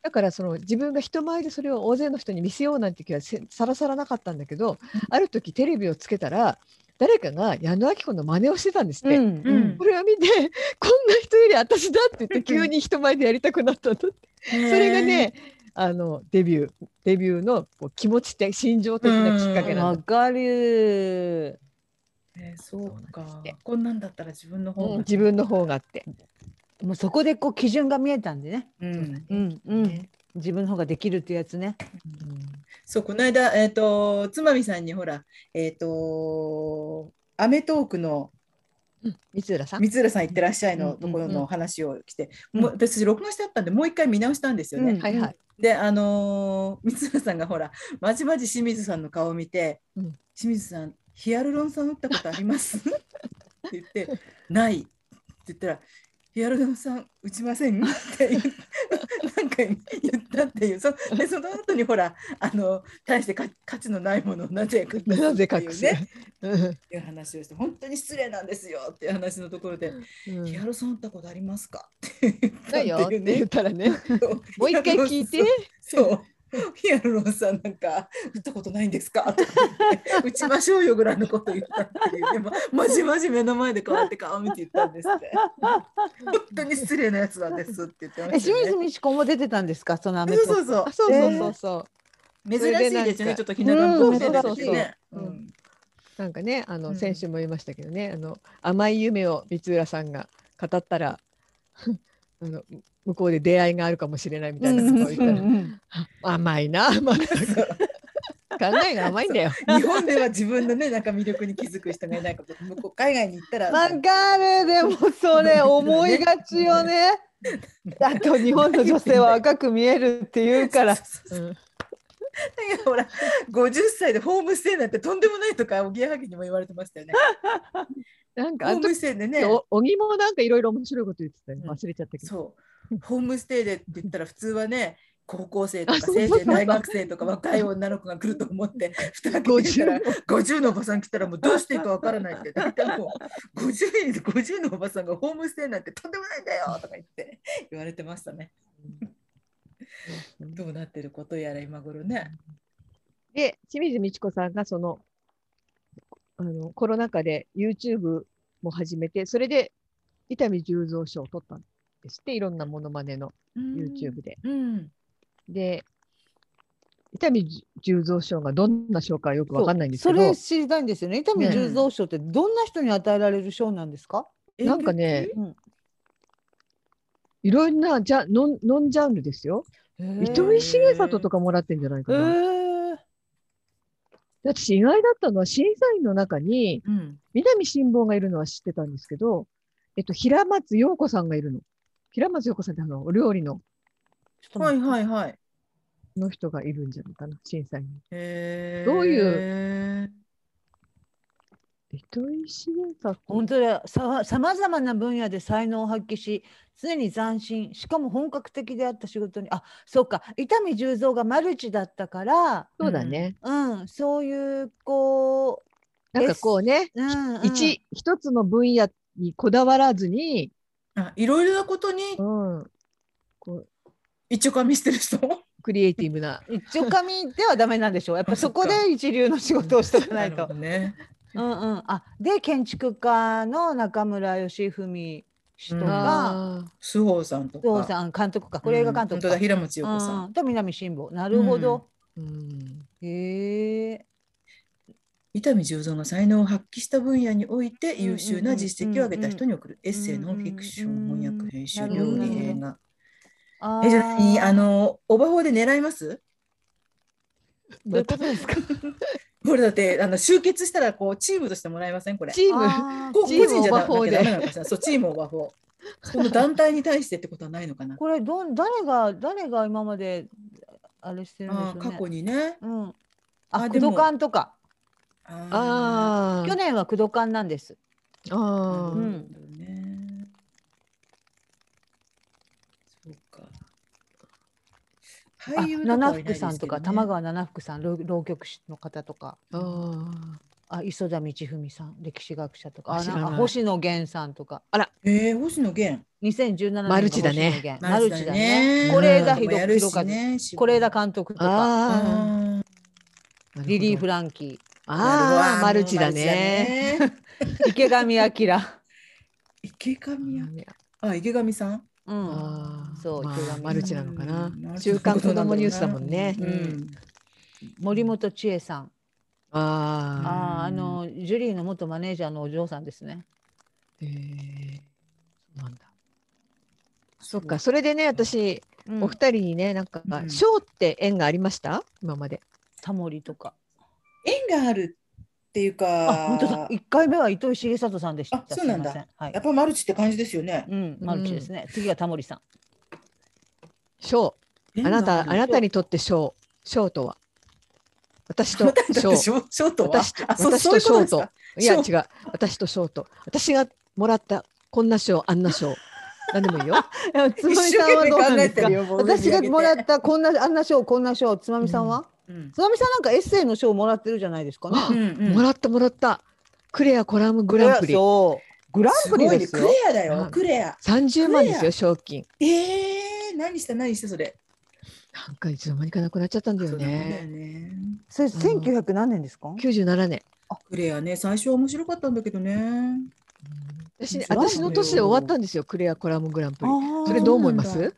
Speaker 2: だからその自分が人前でそれを大勢の人に見せようなんて気はせさらさらなかったんだけど、ある時テレビをつけたら誰かが矢野顕子の真似をしてたんですって、
Speaker 3: うん
Speaker 1: う
Speaker 3: うん
Speaker 1: ん
Speaker 2: これを見て こんな人より私だって言って急に人前でやりたくなったんだって
Speaker 1: そ
Speaker 2: それがねあのデビューデビューのこう気持ちって心情的なきっかけなん
Speaker 3: わ
Speaker 2: だ
Speaker 3: かる。
Speaker 1: えーそう
Speaker 2: そうなんです
Speaker 1: か
Speaker 2: って
Speaker 1: こんなんだったら自分の
Speaker 2: うん
Speaker 1: 方が
Speaker 2: 自分の方がって。
Speaker 3: もうそこでこう基準が見えたんでね。
Speaker 1: う
Speaker 2: そうだ
Speaker 1: ん
Speaker 2: ね
Speaker 3: うんうん自分の方ができるってやつね。
Speaker 1: そうこの間えっ、とつまみさんにほらえっ、とアメトーークの
Speaker 2: うん三浦さん。
Speaker 1: 三浦さん行ってらっしゃいのところ
Speaker 2: うんうんうん
Speaker 1: の話を来て、
Speaker 3: うん
Speaker 1: もう私録画してあったんでもう一回見直したんですよね。
Speaker 3: うん
Speaker 2: はいはい。
Speaker 1: であのー、三浦さんがほらまじまじ清水さんの顔を見て「
Speaker 2: うん
Speaker 1: 清水さんヒアルロン酸打ったことあります? 」って言って「ない」って言ったら「ヒアルロン酸打ちません?」って言ってなんか言ったっていうそでその後にほらあの大してか価値のないものをなぜ隠すっていう
Speaker 2: なぜ隠す。
Speaker 1: ね
Speaker 2: うん
Speaker 1: っていう話をして本当に失礼なんですよっていう話のところで「ヒアルロン酸打ったことありますか?」って言った
Speaker 2: ないよ
Speaker 1: っ
Speaker 2: って
Speaker 1: いう
Speaker 2: て言
Speaker 1: ね
Speaker 2: っ。たらね。 もう一回聞いて。
Speaker 1: そう。ヒアルロンさんなんか打ったことないんですかとか言って打ちましょうよぐらいのこと言ったっていうでもまじまじ目の前でこうやって顔見て言ったんですって本当に失礼なやつなんですって言ってま
Speaker 3: え
Speaker 1: した
Speaker 3: 清
Speaker 1: よね
Speaker 3: 水。美智子も出てたんですかそのアメ
Speaker 1: そう
Speaker 3: トーク
Speaker 1: そうそう
Speaker 2: あそうそうそうそう。
Speaker 1: 珍しいですよねちょっとひな壇
Speaker 3: うん
Speaker 1: の出てきてね。
Speaker 2: そううそうんなんかねあの、
Speaker 1: うん
Speaker 2: 先週も言いましたけどねあの甘い夢を光浦さんが語ったら あの向こうで出会いがあるかもしれないみたいなことを言ったら、
Speaker 3: うんうん
Speaker 2: 甘いな、 まあ、考えが甘いんだよ。
Speaker 1: 日本では自分のねなんか魅力に気づく人がいないか向こう海外に行ったら
Speaker 3: わかるでもそれ思いがちよね。だと日本の女性は若く見えるって言うから
Speaker 1: そうそうそう
Speaker 2: うん
Speaker 1: だけどほら50歳でホームステイなんてとんでもないとかおぎやはぎにも言われてましたよね。
Speaker 2: なん
Speaker 1: ホ
Speaker 2: かあ
Speaker 1: ー
Speaker 2: の時
Speaker 1: ムステイでね
Speaker 2: お小木もなんかいろいろ面白いこと言ってたよね
Speaker 1: うん
Speaker 2: 忘れちゃったけど、
Speaker 1: そうホームステイでって言ったら普通はね高校生とか
Speaker 2: あそう
Speaker 1: 生
Speaker 2: そ
Speaker 1: 前
Speaker 2: うそう
Speaker 1: 大学生とか若い女の子が来ると思って蓋開けてみたら
Speaker 2: 50
Speaker 1: 50のおばさん来たらもうどうしていいかわからないって大体もう 50, 人50のおばさんがホームステイなんてとんでもないんだよとか言って言われてましたね。どうなってることやら今頃ね。
Speaker 2: で清水美智子さんがそのあのコロナ禍で YouTube も始めてそれで伊丹十三賞を取ったんですっていろんなものまねの YouTube で。
Speaker 1: うん。
Speaker 2: で、伊丹十三賞がどんな賞かよくわかんないんです
Speaker 3: そ
Speaker 2: け
Speaker 3: れ
Speaker 2: ど、
Speaker 3: 知りたいんですよね。伊丹十三賞ってどんな人に与えられる賞なんですか？
Speaker 2: なんかね
Speaker 3: うん
Speaker 2: いろんなじゃノンノンジャンルですよ。糸井重里とかもらってんじゃないか
Speaker 3: え
Speaker 2: な。
Speaker 3: ー
Speaker 2: 私意外だったのは審査員の中に
Speaker 1: うん。うん
Speaker 2: 南新坊がいるのは知ってたんですけど、えっと平松陽子さんがいるの。平松陽子さんってあのお料理の
Speaker 3: ちょっと
Speaker 1: は
Speaker 3: 待っ
Speaker 1: い
Speaker 3: て
Speaker 1: はいはい。
Speaker 2: の人がいるんじゃないかな審査員に。
Speaker 1: へー
Speaker 2: どういう糸井重里。
Speaker 3: 本当ださまざまな分野で才能を発揮し常に斬新しかも本格的であった仕事にあそうか伊丹十三がマルチだったから、
Speaker 2: そうだね。
Speaker 3: うん、そういうこ
Speaker 2: なんかこうね、
Speaker 3: う、うんうん、
Speaker 2: 一一つの分野にこだわらずに、
Speaker 1: あいろいろなことに
Speaker 2: うん、こう
Speaker 1: 一応加味してる人
Speaker 2: クリエイティブな。
Speaker 3: 一応紙ではダメなんでしょうやっぱそこで一流の仕事をしとかない
Speaker 1: なる
Speaker 3: と
Speaker 1: ほ。どね。
Speaker 3: うんうん、あで建築家の中村義文氏とか
Speaker 2: あ
Speaker 1: 須保さんとか。
Speaker 3: 郷さん監督かこれ映画監
Speaker 1: うん本
Speaker 3: 督
Speaker 1: 当
Speaker 3: か
Speaker 1: だ、、平松洋子さ。
Speaker 3: うんん、と南辛坊なるほど。
Speaker 2: ーうん
Speaker 3: へえ。
Speaker 1: 伊丹十三が才能を発揮した分野において
Speaker 3: ん
Speaker 1: 優秀な実績を上げた人に送るエッセイ、ノンフィクション、
Speaker 3: うん
Speaker 1: 翻訳、編集、
Speaker 3: な
Speaker 2: るほ
Speaker 1: 料
Speaker 2: ど
Speaker 1: 理、映画。
Speaker 3: あ
Speaker 1: え、じゃ
Speaker 3: ー
Speaker 1: あ、あの、オバホーで狙います
Speaker 3: どういうことですか。
Speaker 1: これだって、あの、集結したら、こう、チームとしてもらえませんこれ。
Speaker 2: チーム
Speaker 3: あー
Speaker 1: こ個
Speaker 2: チーム
Speaker 1: 人じゃな
Speaker 2: オバホ
Speaker 1: な
Speaker 2: ー
Speaker 1: き
Speaker 2: で
Speaker 1: ゃダメなのかしら。そう、チームオバホー。この団体に対してってことはないのかな。
Speaker 3: これどん誰が誰が今まであれしてるんでしょ
Speaker 1: あ
Speaker 3: う
Speaker 1: ー
Speaker 3: ね。
Speaker 1: 過去にね。
Speaker 3: うん。あ、
Speaker 1: あで
Speaker 3: ク
Speaker 1: も
Speaker 3: ドカンとか。
Speaker 1: あ
Speaker 2: あ
Speaker 3: 去年はクドカンなんです。
Speaker 2: あ
Speaker 1: ー、
Speaker 2: あ
Speaker 3: う
Speaker 2: ー
Speaker 3: ん
Speaker 1: なるほどね。そうか。
Speaker 3: あ
Speaker 1: 俳優とか
Speaker 3: 七
Speaker 1: はいないで
Speaker 3: 福
Speaker 1: すけど
Speaker 3: さんとか
Speaker 1: ね
Speaker 3: 玉川七福さん浪浪曲師の方とか。
Speaker 2: あー
Speaker 3: あ磯田道文さん歴史学者とか
Speaker 2: あ
Speaker 3: あ
Speaker 2: 知らない
Speaker 3: なんか星野源さんとか
Speaker 1: ええ星野源。
Speaker 3: 2017年
Speaker 2: マルチだね
Speaker 3: が星野源マルチだね
Speaker 2: ね
Speaker 3: 是枝
Speaker 1: ひ
Speaker 3: 裕
Speaker 1: ど
Speaker 3: 和
Speaker 1: る
Speaker 3: 弘和
Speaker 1: しね。
Speaker 3: 是枝監督とか
Speaker 2: あ
Speaker 1: あ
Speaker 2: ー
Speaker 3: リリー・フ
Speaker 2: ラ
Speaker 3: ランキ
Speaker 2: ああマルチだね。
Speaker 1: ね。
Speaker 3: ー池上彰、
Speaker 1: 池上や。
Speaker 2: うん
Speaker 1: あ、池上さん。
Speaker 3: うん、
Speaker 2: あー
Speaker 3: そう
Speaker 2: まあ
Speaker 3: 池上
Speaker 2: マルチなのかな
Speaker 1: うん
Speaker 2: 週刊子どもニュースだもんね
Speaker 1: うん。
Speaker 3: 森本千恵さん
Speaker 2: ああ
Speaker 3: あああ
Speaker 1: うん
Speaker 3: のジュリーの元マネージャーのお嬢さんですね。
Speaker 2: へえそうなんだそっかそれでね私、
Speaker 3: うん
Speaker 2: お二人にねなんか
Speaker 1: うん
Speaker 2: 賞、って縁がありました今まで
Speaker 3: タモリとか。
Speaker 1: 縁があるっていう
Speaker 3: あ本当だ
Speaker 1: か。
Speaker 3: 一回目は糸井重里さんでした。
Speaker 1: あそうなんだ
Speaker 3: すいませはい
Speaker 1: やっ。ぱマルチって感じですよね。
Speaker 3: うんマルチですね。次はタモリさん。
Speaker 2: 賞あ なたあなた
Speaker 1: に
Speaker 2: にとって賞賞とは私
Speaker 1: と
Speaker 2: と
Speaker 1: ってシ
Speaker 2: 賞
Speaker 1: ョショートは
Speaker 2: 私と
Speaker 1: あそう
Speaker 2: 私
Speaker 1: そうい
Speaker 2: と
Speaker 1: うことで
Speaker 2: 賞
Speaker 1: す
Speaker 2: と
Speaker 1: か
Speaker 2: いや違
Speaker 1: 賞
Speaker 2: う私と賞と私がもらったこんな賞あんな賞何でもいいよ
Speaker 3: つ
Speaker 1: 一生懸命考えてるよ。僕に
Speaker 3: 私がもら
Speaker 1: 向
Speaker 3: っ
Speaker 1: けて
Speaker 3: たこんなあんな賞こんな賞つまみさんは、
Speaker 1: うん
Speaker 3: つまみさんなんかエッセイの賞もらってるじゃないですかね。
Speaker 2: あ
Speaker 1: うんうん
Speaker 2: もらったもらったクレアコラムグランプリ
Speaker 3: そうグラン
Speaker 1: す
Speaker 3: プリ
Speaker 1: ごい
Speaker 3: で
Speaker 1: ね
Speaker 3: す
Speaker 1: ク
Speaker 3: よ
Speaker 1: レ。アだよ
Speaker 2: うん
Speaker 1: クレア。
Speaker 2: 30万で
Speaker 1: ク
Speaker 2: す
Speaker 1: レ
Speaker 2: よ
Speaker 1: ア
Speaker 2: 賞金
Speaker 1: えー、何した何したそれ。
Speaker 2: なんかいつの間にかなくなっちゃったんだよね
Speaker 1: ね。
Speaker 3: それ1900何年ですか？
Speaker 2: 97年
Speaker 1: クレアね最初は面白かったんだけどね。
Speaker 2: 私ね
Speaker 1: そうなのよ
Speaker 2: 私の年で終わったんですよクレアコラムグランプリ
Speaker 3: あー
Speaker 2: それどう思いま
Speaker 1: そう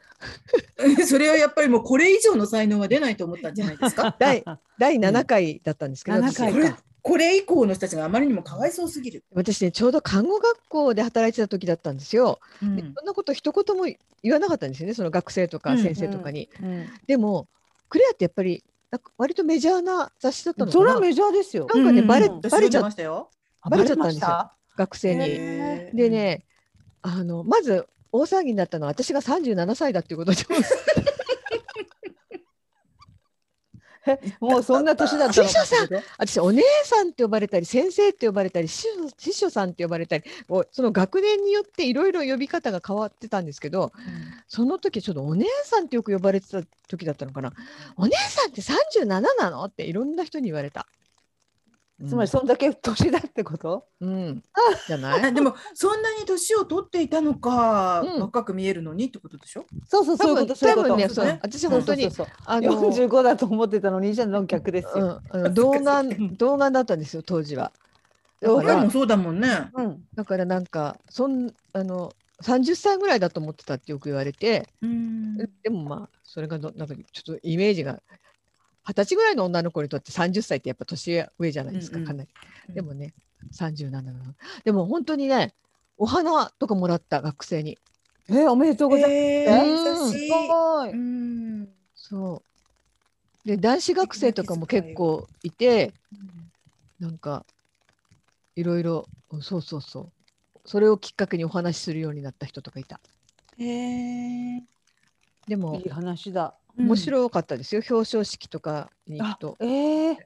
Speaker 1: なん
Speaker 2: す。
Speaker 1: それはやっぱりもうこれ以上の才能は出ないと思ったんじゃないですか
Speaker 2: 第第7回だったんですけど、
Speaker 3: うん
Speaker 2: 私
Speaker 3: 七
Speaker 1: こ
Speaker 3: 回
Speaker 1: れこれ以降の人たちがあまりにもかわいそうすぎる。
Speaker 2: 私ねちょうど看護学校で働いてた時だったんですよ、でそんなこと一言も言わなかったんですよねその学生とか先生とかに、
Speaker 3: うん
Speaker 2: でもクレアってやっぱりなんか割とメジャーな雑誌だったの
Speaker 3: そ
Speaker 2: か
Speaker 3: れは
Speaker 2: な
Speaker 3: メジャーですよ。
Speaker 2: なんかねバレ
Speaker 1: 私
Speaker 2: バレち
Speaker 1: 読んで
Speaker 2: ゃ
Speaker 1: ましたよ。
Speaker 2: バレちゃったんですよ
Speaker 3: バ
Speaker 2: 学生に、
Speaker 1: へー
Speaker 2: で、ねあのまず大騒ぎになったのは私が37歳だっていうことで
Speaker 3: レました。 もうそんな年だったのか
Speaker 2: 師匠私お姉さんって呼ばれたり先生って呼ばれたり師匠師匠さんって呼ばれたりおその学年によっていろいろ呼び方が変わってたんですけどその時ちょっとお姉さんってよく呼ばれてた時だったのかなお姉さんって37なのっていろんな人に言われた。
Speaker 3: つまりそんだけ年だってこと？
Speaker 2: うん、じゃな
Speaker 1: あ
Speaker 2: い
Speaker 1: でもそんなに年を取っていたのか、
Speaker 2: うん
Speaker 1: 若く見えるのにってことでしょ。
Speaker 3: そうそうそういうことそうい
Speaker 2: 多
Speaker 3: うこと。
Speaker 2: 分ね
Speaker 1: そういうこ
Speaker 2: そう私本当に
Speaker 3: そうそうそう
Speaker 2: あの、
Speaker 3: 四十五だと思ってたのにじゃの逆です
Speaker 2: う
Speaker 3: よ。
Speaker 2: ん、あの童顔童顔だったんですよ当時は。だか
Speaker 1: 僕
Speaker 2: ら
Speaker 1: もそうだもんね。
Speaker 3: うん。
Speaker 2: だからなんかそんあの30歳ぐらいだと思ってたってよく言われて、
Speaker 1: うん
Speaker 2: でもまあそれがどなんかちょっとイメージが二十歳ぐらいの女の子にとって30歳ってやっぱ年上じゃないですか、
Speaker 1: うんうん
Speaker 2: かなり
Speaker 1: うん
Speaker 2: でもね37なのでも本当にねお花とかもらった学生に
Speaker 3: えーおめでとうござい
Speaker 1: え
Speaker 2: う
Speaker 1: ー、
Speaker 2: ん
Speaker 1: 優し
Speaker 3: ます。
Speaker 1: い。
Speaker 3: すごい。
Speaker 1: うん
Speaker 2: そうで男子学生とかも結構いてなんかいろいろうんそうそうそうそれをきっかけにお話しするようになった人とかいた
Speaker 1: へえ
Speaker 2: でも
Speaker 3: いい話だ。
Speaker 1: ー。
Speaker 2: 面
Speaker 1: い。
Speaker 2: 白かったですよ、表彰式とかに行くと
Speaker 3: ええー。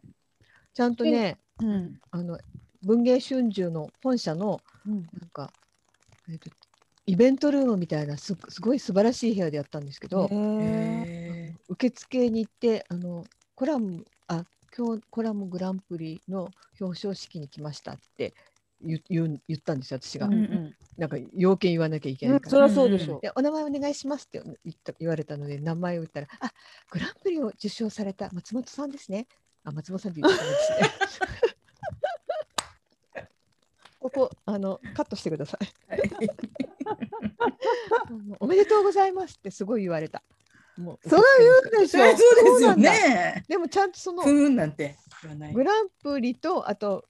Speaker 2: ちゃんとね
Speaker 3: うん。
Speaker 2: あの文藝春秋の本社の
Speaker 3: うん
Speaker 2: なんか、えーとイベントルームみたいなすすごい素晴らしい部屋でやったんですけど、
Speaker 3: え
Speaker 1: へー
Speaker 2: 受付に行ってあのコラムあ今日コラムグランプリの表彰式に来ましたって言う言う言ったんですよ私が、
Speaker 3: うんうん
Speaker 2: なんか要件言わなきゃいけ
Speaker 3: う
Speaker 2: なんい。から。
Speaker 3: そりゃそうでしょう。
Speaker 2: でお名前お願いしますって言った言われたので名前を言ったら「あグランプリを受賞された松本さんですね」あ松本さんって言ってたんですね。ここあのカットしてください。あの おめでとうございますってすごい言われた。もう
Speaker 3: それは言うでし
Speaker 1: そ
Speaker 3: ょ
Speaker 1: りゃそうですよ
Speaker 3: そうなんだ
Speaker 1: ね。
Speaker 2: でもちゃんとその
Speaker 1: ふーんなんて言わない。
Speaker 2: グランプリとあと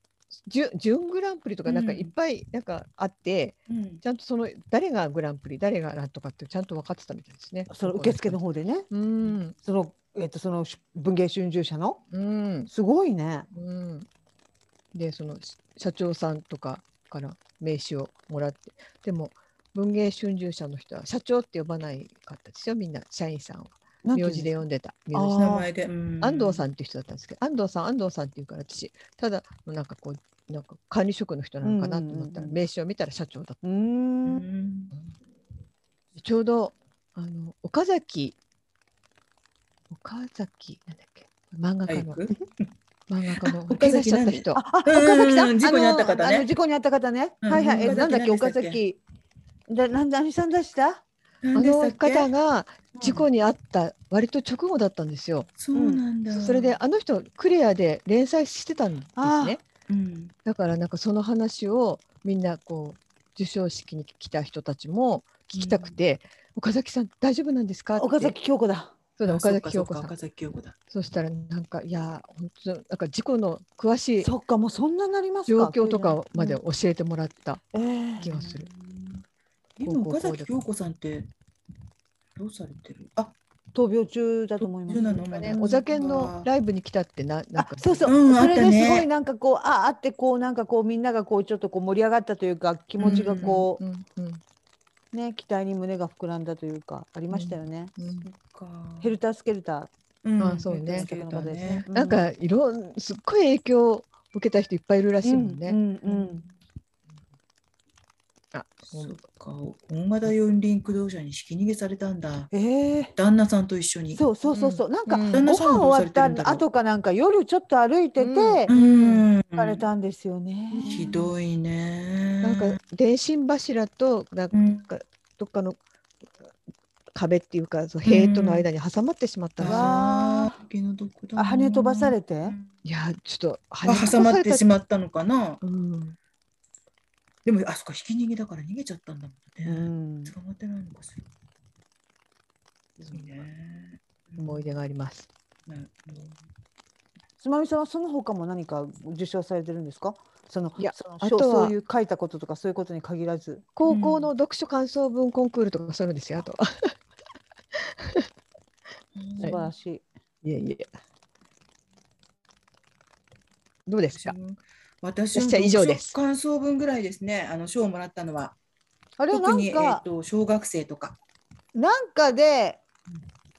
Speaker 2: 準準グランプリとかなんか
Speaker 1: うん
Speaker 2: いっぱいなんかあって、
Speaker 1: うん
Speaker 2: ちゃんとその誰がグランプリ誰がなんとかってちゃんと分かってたみたいですね。
Speaker 3: その受付の方でね。
Speaker 2: うん
Speaker 3: そのえっとそのし文芸春秋社の
Speaker 2: うん
Speaker 3: すごいね。
Speaker 2: うん、でそのし社長さんとかから名刺をもらってでも文藝春秋社の人は社長って呼ばないかったですよみんな社員さんを
Speaker 3: なんてい
Speaker 2: 名
Speaker 3: うん
Speaker 2: 字
Speaker 3: す
Speaker 2: で
Speaker 3: か
Speaker 2: 呼んでた名
Speaker 3: あ
Speaker 2: 字
Speaker 3: ー
Speaker 1: 名前で。うん
Speaker 2: 安藤さんっていう人だったんですけど安藤さん安藤さんっていうから私ただなんかこうなんか管理職の人なのかなと思った
Speaker 3: うんうんうん
Speaker 2: ら
Speaker 3: うん
Speaker 2: 名刺を見たら社長だった
Speaker 3: うー。
Speaker 1: うんん。
Speaker 2: ちょうどあの岡崎岡崎なんだっけ漫画家の
Speaker 1: 俳句
Speaker 2: 漫画家の
Speaker 1: あ
Speaker 2: 怪我しちゃった
Speaker 1: 岡崎なんで
Speaker 2: 人
Speaker 3: あ、あ、岡崎さ、
Speaker 1: うんん事故に遭った方
Speaker 3: あの
Speaker 1: ね
Speaker 3: あの事故にあった方ね。
Speaker 1: うん
Speaker 3: はいはい、え、
Speaker 1: 岡崎
Speaker 3: なんだっ
Speaker 1: 何
Speaker 3: け、
Speaker 1: で
Speaker 3: 岡
Speaker 1: したっけ
Speaker 3: 崎。で、なん、何さんでした。
Speaker 2: あ
Speaker 1: 何でした
Speaker 2: の
Speaker 1: っけ
Speaker 2: 方が事故に遭った割と直後だったんですよ。
Speaker 1: そうなんだ。
Speaker 2: それであの人クレアで連載してたんですね。
Speaker 1: うん。
Speaker 2: だからなんかその話をみんなこう受賞式に来た人たちも聞きたくて「岡崎さん大丈夫なんですか?」って
Speaker 3: 岡崎京子だ。
Speaker 2: そうだ岡崎京子
Speaker 1: そ
Speaker 2: さ
Speaker 1: っかそっか岡
Speaker 2: ん
Speaker 1: 崎京子だ。
Speaker 2: そしたらなんかいや本当なんか事故の詳しい
Speaker 3: そっかもうそんななりますか
Speaker 2: 状況とかまで教えてもらった
Speaker 3: 急にうんええ
Speaker 2: 気がする。
Speaker 1: 今
Speaker 2: こうこうこ
Speaker 1: 岡
Speaker 2: うで
Speaker 1: 崎京子さんってどうされてる？あ、
Speaker 3: 闘病中だと思います
Speaker 1: そうなのまだ
Speaker 2: ねお酒のライブに来たってななん
Speaker 3: あ
Speaker 2: か
Speaker 3: そうそう、
Speaker 1: うん
Speaker 3: それ
Speaker 1: あった
Speaker 3: で
Speaker 1: ね
Speaker 3: すごいなんかこうああってこうなんかこうみんながこうちょっとこう盛り上がったというか気持ちがこう、
Speaker 2: うんうん
Speaker 3: ね期待に胸が膨らんだというかありましたよね、
Speaker 2: うん
Speaker 1: か。
Speaker 3: ヘルタースケルタ
Speaker 1: うん
Speaker 2: あそうね
Speaker 1: ヘルター
Speaker 3: ー作の
Speaker 1: だ
Speaker 3: 方ですね、う
Speaker 2: なんかいろんすっごい影響を受けた人いっぱいいるらしいもんね。
Speaker 3: うんうんうん
Speaker 2: あ
Speaker 1: そっか。大和田四輪駆動車にひき逃げされたんだ。
Speaker 3: ええ
Speaker 1: 旦那さんと一緒に。
Speaker 3: そうそうそうそう、なんか、
Speaker 2: うん
Speaker 3: ご
Speaker 1: 旦那
Speaker 3: 飯
Speaker 1: さんはどうさ
Speaker 3: 終
Speaker 1: れ
Speaker 3: わって
Speaker 1: るんだろう
Speaker 3: た後かなんか夜ちょっと歩いてて、
Speaker 2: う
Speaker 1: うん。
Speaker 3: 行かれたんですよね。
Speaker 1: ひどいね。
Speaker 2: なんか電信柱となんか
Speaker 1: うん
Speaker 2: どっかの壁っていうかその塀との間に挟まってしまったらしい、
Speaker 3: うんわ
Speaker 1: あー気の毒だな
Speaker 3: あ跳ね飛ばされて、
Speaker 1: うん
Speaker 2: いやーちょっと
Speaker 1: あ挟まってし
Speaker 2: ま
Speaker 1: まったのかな。
Speaker 2: う、うん、
Speaker 1: でもあそっかひき逃げだから逃げちゃったんだも
Speaker 3: うん
Speaker 1: ね。
Speaker 3: ん
Speaker 1: 捕まってないのかしら。そうね。
Speaker 2: 思い出があります。
Speaker 1: なるほど
Speaker 3: つまみさんはその他も何か受賞されてるんですかその
Speaker 2: いや
Speaker 3: その
Speaker 2: あとは
Speaker 3: そういう書いたこととかそういうことに限らず
Speaker 2: 高校の読書感想文コンクールとかそういうのですよあと。
Speaker 3: 素晴らしい、
Speaker 2: いえいえ。どうですか。
Speaker 1: 私
Speaker 2: よっしゃ以上
Speaker 1: は
Speaker 2: です
Speaker 1: 感想文ぐらいですね。あの賞をもらったのは
Speaker 3: あれな
Speaker 1: 特に
Speaker 3: ん
Speaker 1: えっ
Speaker 3: か、
Speaker 1: と小学生とか。
Speaker 3: なんかで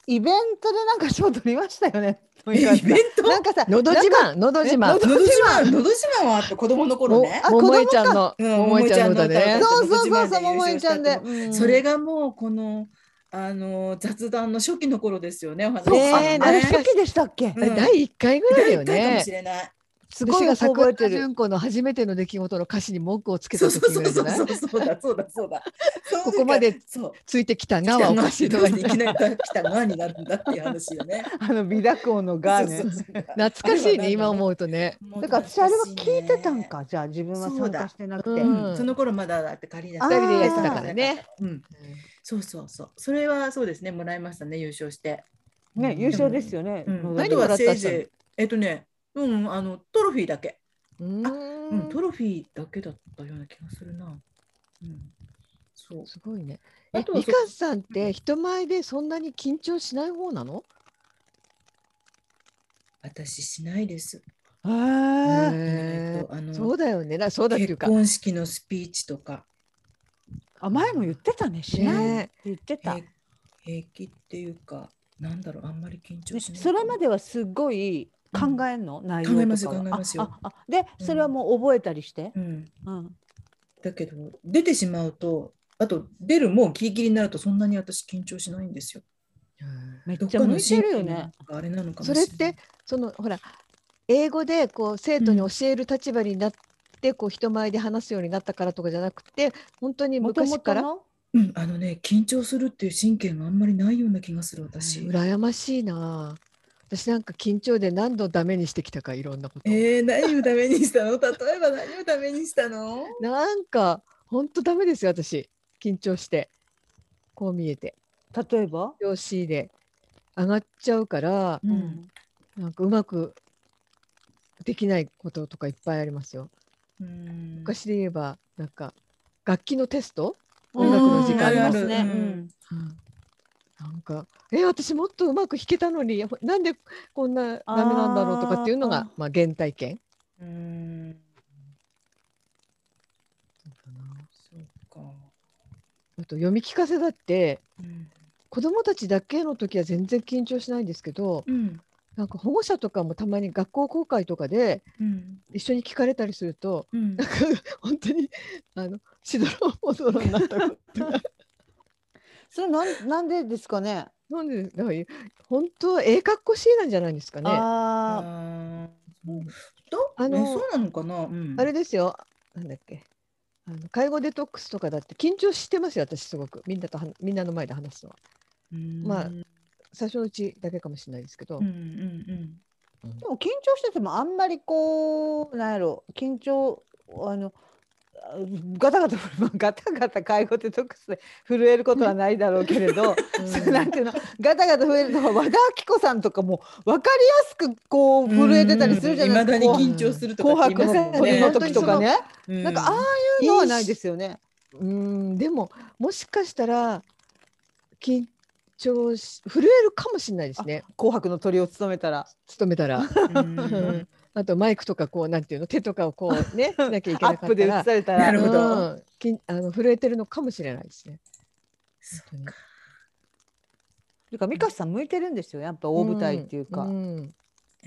Speaker 3: イベントでなんか賞取りましたよね。富川さんなんかさ
Speaker 2: のど自慢、のど自
Speaker 3: えの
Speaker 2: 慢。
Speaker 1: のど自慢、のど自慢はあって子供の頃ね。
Speaker 3: あ
Speaker 2: ももえ
Speaker 3: 子供か
Speaker 2: ちゃんの、
Speaker 1: うん
Speaker 2: ももえちゃんの歌
Speaker 1: も
Speaker 2: ね
Speaker 1: もえちゃんの。歌
Speaker 3: そうそうそうそう
Speaker 1: のど
Speaker 3: 桃
Speaker 1: 自慢で優
Speaker 3: 井
Speaker 1: 勝した
Speaker 3: ちゃ
Speaker 1: と
Speaker 3: ん
Speaker 1: 思
Speaker 3: で
Speaker 1: う、
Speaker 3: うん
Speaker 1: それがもうこのあの雑談の初期の頃ですよね。お話し
Speaker 3: そう
Speaker 1: したの
Speaker 2: ねえ
Speaker 3: ああれ初期でしたっけ、
Speaker 1: うん
Speaker 2: 第一回ぐらいだよ
Speaker 1: 第一回かも
Speaker 2: ね
Speaker 1: し。れない。
Speaker 3: すご
Speaker 2: 私
Speaker 3: い
Speaker 2: が
Speaker 3: 覚
Speaker 2: 桜
Speaker 3: えて
Speaker 2: 田
Speaker 3: る
Speaker 2: 淳子の初めての出来事の歌詞に文句をつけ
Speaker 1: そ
Speaker 2: た
Speaker 1: う
Speaker 2: 時
Speaker 1: そう
Speaker 2: ぐ
Speaker 1: そう
Speaker 2: らいじ
Speaker 1: そ
Speaker 2: ゃ
Speaker 1: う
Speaker 2: ない
Speaker 1: そう。そうだそうだそうだ。
Speaker 2: ここまで
Speaker 1: そう。
Speaker 2: ついてきた
Speaker 1: 来
Speaker 2: な
Speaker 1: た
Speaker 2: はお
Speaker 1: な
Speaker 2: か
Speaker 1: っ
Speaker 2: しい
Speaker 1: て
Speaker 2: と
Speaker 1: ど
Speaker 2: か
Speaker 1: うに
Speaker 2: ね。
Speaker 1: いきなり来たなになるんだっていう話よね。
Speaker 3: あの美濁音のガーね
Speaker 1: そうそうそう
Speaker 2: 懐かし いね、今思うとね。
Speaker 3: だから私あれは聞いてたん。かじゃあ自分は
Speaker 1: そう
Speaker 3: 参
Speaker 1: だ
Speaker 3: 加してなく
Speaker 2: う
Speaker 3: て、
Speaker 2: ん
Speaker 1: うんその頃まだだって仮だ
Speaker 3: あ
Speaker 2: 二
Speaker 3: ー
Speaker 2: 人でやってたからね。
Speaker 1: うん、そうそうそう。それはそうですね、もらいましたね、優勝して。
Speaker 3: ね優勝ですよね、
Speaker 1: うん、
Speaker 3: 野
Speaker 1: あ
Speaker 3: 田
Speaker 1: と
Speaker 2: 何もら
Speaker 1: は
Speaker 2: った
Speaker 1: せいぜい、えっとね、うん、あの、トロフィーだけ。
Speaker 2: うん
Speaker 1: あう
Speaker 2: うん
Speaker 1: ん、トロフィーだけだったような気がするな。うん、そう。
Speaker 2: すごいね。
Speaker 1: あ
Speaker 2: え
Speaker 1: と、は
Speaker 2: ミ
Speaker 1: そ
Speaker 2: カさんって人前でそんなに緊張しない方なの？
Speaker 1: 私しないです。
Speaker 3: へ
Speaker 1: え
Speaker 3: ー
Speaker 2: へ
Speaker 1: っとあ
Speaker 2: ーそ
Speaker 1: の
Speaker 2: うだよね。なそうだってい
Speaker 1: 結
Speaker 2: うか。
Speaker 1: 婚式のスピーチとか
Speaker 3: あ前も言ってたねしない、
Speaker 2: ね
Speaker 3: 言ってた、
Speaker 1: 平平気っていうか、なんだろう、あんまり緊張
Speaker 3: ね
Speaker 1: しない。
Speaker 3: それまではすごい考えんの、内容とか
Speaker 1: 考
Speaker 3: は
Speaker 1: えます考えますよ
Speaker 3: あああでそれはもう覚えたりして、
Speaker 1: うん。
Speaker 3: うん
Speaker 1: だけど出てしまうとあと出るもうキリキリになるとそんなに私緊張しないんですよ。
Speaker 2: うん
Speaker 3: めっちゃ向いてるよね。
Speaker 1: あれなのかもし
Speaker 2: そ
Speaker 1: れな
Speaker 2: れ
Speaker 1: い。
Speaker 2: ってそのほら英語でこう生徒に教える立場になって、こう人前で話すようになったからとかじゃなくて本当に
Speaker 3: 元々
Speaker 2: 昔から
Speaker 3: の
Speaker 1: うん、あのね緊張するっていう神経があんまりないような気がする私。
Speaker 2: 羨ましいなあ。私なんか緊張で何度ダメにしてきたかいろんなこと。
Speaker 1: えー、何をダメにしたの 例えば何をダメにしたの
Speaker 2: なんか本当ダメですよ私緊張してこう見えて
Speaker 3: 例えば、
Speaker 2: 調子で上がっちゃうから
Speaker 1: う、
Speaker 3: うん
Speaker 2: なんかうまくできないこととかいっぱいありますよ。
Speaker 1: うん、
Speaker 2: 昔で言えばなんか楽器のテスト、
Speaker 1: 音楽の時間
Speaker 3: ありま
Speaker 1: う
Speaker 3: す
Speaker 1: ん
Speaker 3: ね、
Speaker 1: う
Speaker 3: うんん
Speaker 2: なんかえ私もっとうまく弾けたのにほなんでこんなダメなんだろうとかっていうのが
Speaker 3: あー
Speaker 2: まあ、原体験
Speaker 1: うんそうか、
Speaker 2: あと読み聞かせだって
Speaker 1: うん
Speaker 2: 子どもたちだけの時は全然緊張しないんですけど
Speaker 1: うん
Speaker 2: なんか保護者とかもたまに学校公開とかで
Speaker 1: うん
Speaker 2: 一緒に聞かれたりすると
Speaker 1: うん
Speaker 2: なん、か本当にあのしどろもどろ になったことが
Speaker 3: それなんなんでですかね
Speaker 2: なんでだから本当はええかっこしいなんじゃないんですかね。
Speaker 1: あ
Speaker 3: あ
Speaker 1: ーそうだ
Speaker 2: あの
Speaker 1: ねそうなのかな、うん、
Speaker 2: あれですよ、なんだっけ、あの介護デトックスとかだって緊張してますよ、私すごく、みんなとはみんなの前で話すのは。まあ
Speaker 1: うん
Speaker 2: 最初のうちだけかもしれないですけど、
Speaker 1: うんうんうん
Speaker 3: ーでも緊張しててもあんまりこうなんやろ緊張あのガタガ タ震えガタガタ介護テトックスで震えることはないだろうけれど、そうなんていうのガタガタ震えるのは和田アキ子さんとかも分かりやすくこう震えてたりするじゃないですか。
Speaker 1: 未
Speaker 3: こ
Speaker 1: だ
Speaker 3: う
Speaker 1: に緊張するとか
Speaker 3: 紅
Speaker 1: 言い
Speaker 3: 白
Speaker 1: ます
Speaker 3: の
Speaker 1: よ
Speaker 3: 子
Speaker 1: ね
Speaker 3: の時とかね、
Speaker 1: うん
Speaker 3: なんかああいうのはないですよね。
Speaker 2: うんでももしかしたら緊張し震えるかもしれないですね
Speaker 3: 紅白の鳥を務めたら、
Speaker 2: 勤めた ら。
Speaker 1: うん
Speaker 2: うんあとマイクとかこうなんていうの手とかを こうねなきゃいけ
Speaker 3: ア
Speaker 2: な
Speaker 3: ッ
Speaker 2: かっ
Speaker 3: プで
Speaker 2: た
Speaker 3: 映
Speaker 2: ら
Speaker 3: されたら、
Speaker 1: なるほど
Speaker 2: うんきんあの震えてるのかもしれないですね。
Speaker 1: そ
Speaker 2: 本当に
Speaker 3: てか美香さん向いてるんですよ、やっぱ大舞台っていうか。
Speaker 2: う
Speaker 3: うん
Speaker 2: ん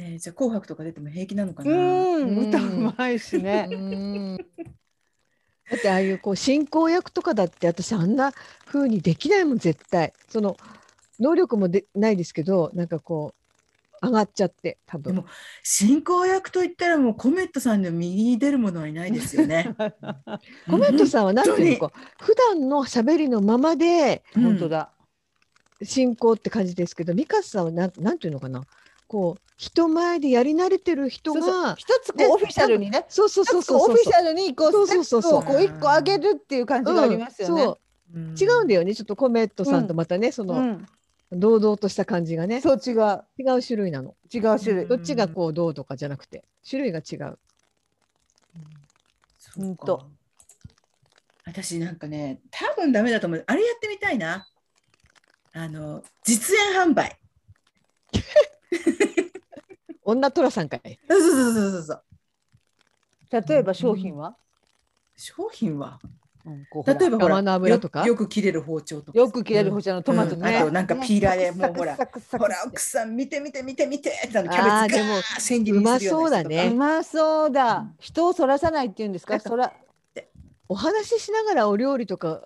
Speaker 1: えーじゃあ紅白とか出ても平気なのかな。
Speaker 2: うん
Speaker 3: 歌うまいしね。
Speaker 2: うんだってああいうこう進行役とかだって私あんな風にできないもん絶対その能力もでないですけどなんかこう上がっちゃって多
Speaker 1: で
Speaker 2: 分
Speaker 1: も進行役といったらもうコメットさんの右に出るものはいないですよ ね。
Speaker 2: コメントさんはなんていうの
Speaker 1: 本
Speaker 2: か普段の喋りのままで
Speaker 1: うん
Speaker 3: 本当だ。
Speaker 2: 進行って感じですけど美香さんはなんなんていうのかなこう人前でやり慣れてる人
Speaker 3: そうそう
Speaker 2: が
Speaker 3: 一つこ
Speaker 2: ね
Speaker 3: うオフィシャルにね。
Speaker 2: そうそうそう
Speaker 3: そ
Speaker 2: う
Speaker 3: そう
Speaker 2: そうそ
Speaker 3: オ
Speaker 2: う
Speaker 3: フィシャルにこう
Speaker 2: そう
Speaker 3: ステ
Speaker 2: そうそう
Speaker 3: ップをこう一個上げるっていう感じがありますよね。
Speaker 2: うん
Speaker 1: うん
Speaker 2: そう違うんだよねちょっとコメットさんとまたね、その、
Speaker 3: うん
Speaker 2: 堂々とした感じがね
Speaker 3: そう違う
Speaker 2: 違う種類なの
Speaker 3: 違う種類
Speaker 1: ん
Speaker 2: ど。っちがこうどうとかじゃなくて種類が違う
Speaker 1: うんそうか
Speaker 3: ほんと
Speaker 1: 私なんかね多分ダメだと思うあれやってみたいなあの実演販売
Speaker 2: 女トラさんかい
Speaker 1: そうそうそうそうそう
Speaker 3: 例えば商品は、
Speaker 1: 商品は
Speaker 3: うんこう
Speaker 1: 例えばほら
Speaker 2: ガマの油とか
Speaker 1: よよく切れる包丁とか
Speaker 3: よく切れるこちらのトマト
Speaker 1: う
Speaker 3: ね、
Speaker 1: んあとなんかピーラーでもうほら
Speaker 3: サクサクサクサク
Speaker 1: ほら奥さん見て見て見て見てってあのキ
Speaker 2: あ
Speaker 1: ャ
Speaker 2: ー
Speaker 1: ベツ
Speaker 2: で
Speaker 1: が
Speaker 2: も
Speaker 1: 千切りにするようなやつとか
Speaker 2: うまそうだね
Speaker 3: うまそうだ、
Speaker 1: うん
Speaker 3: 人をそらさないっていうんですか
Speaker 1: なんか
Speaker 3: そら
Speaker 2: お話ししながらお料理とか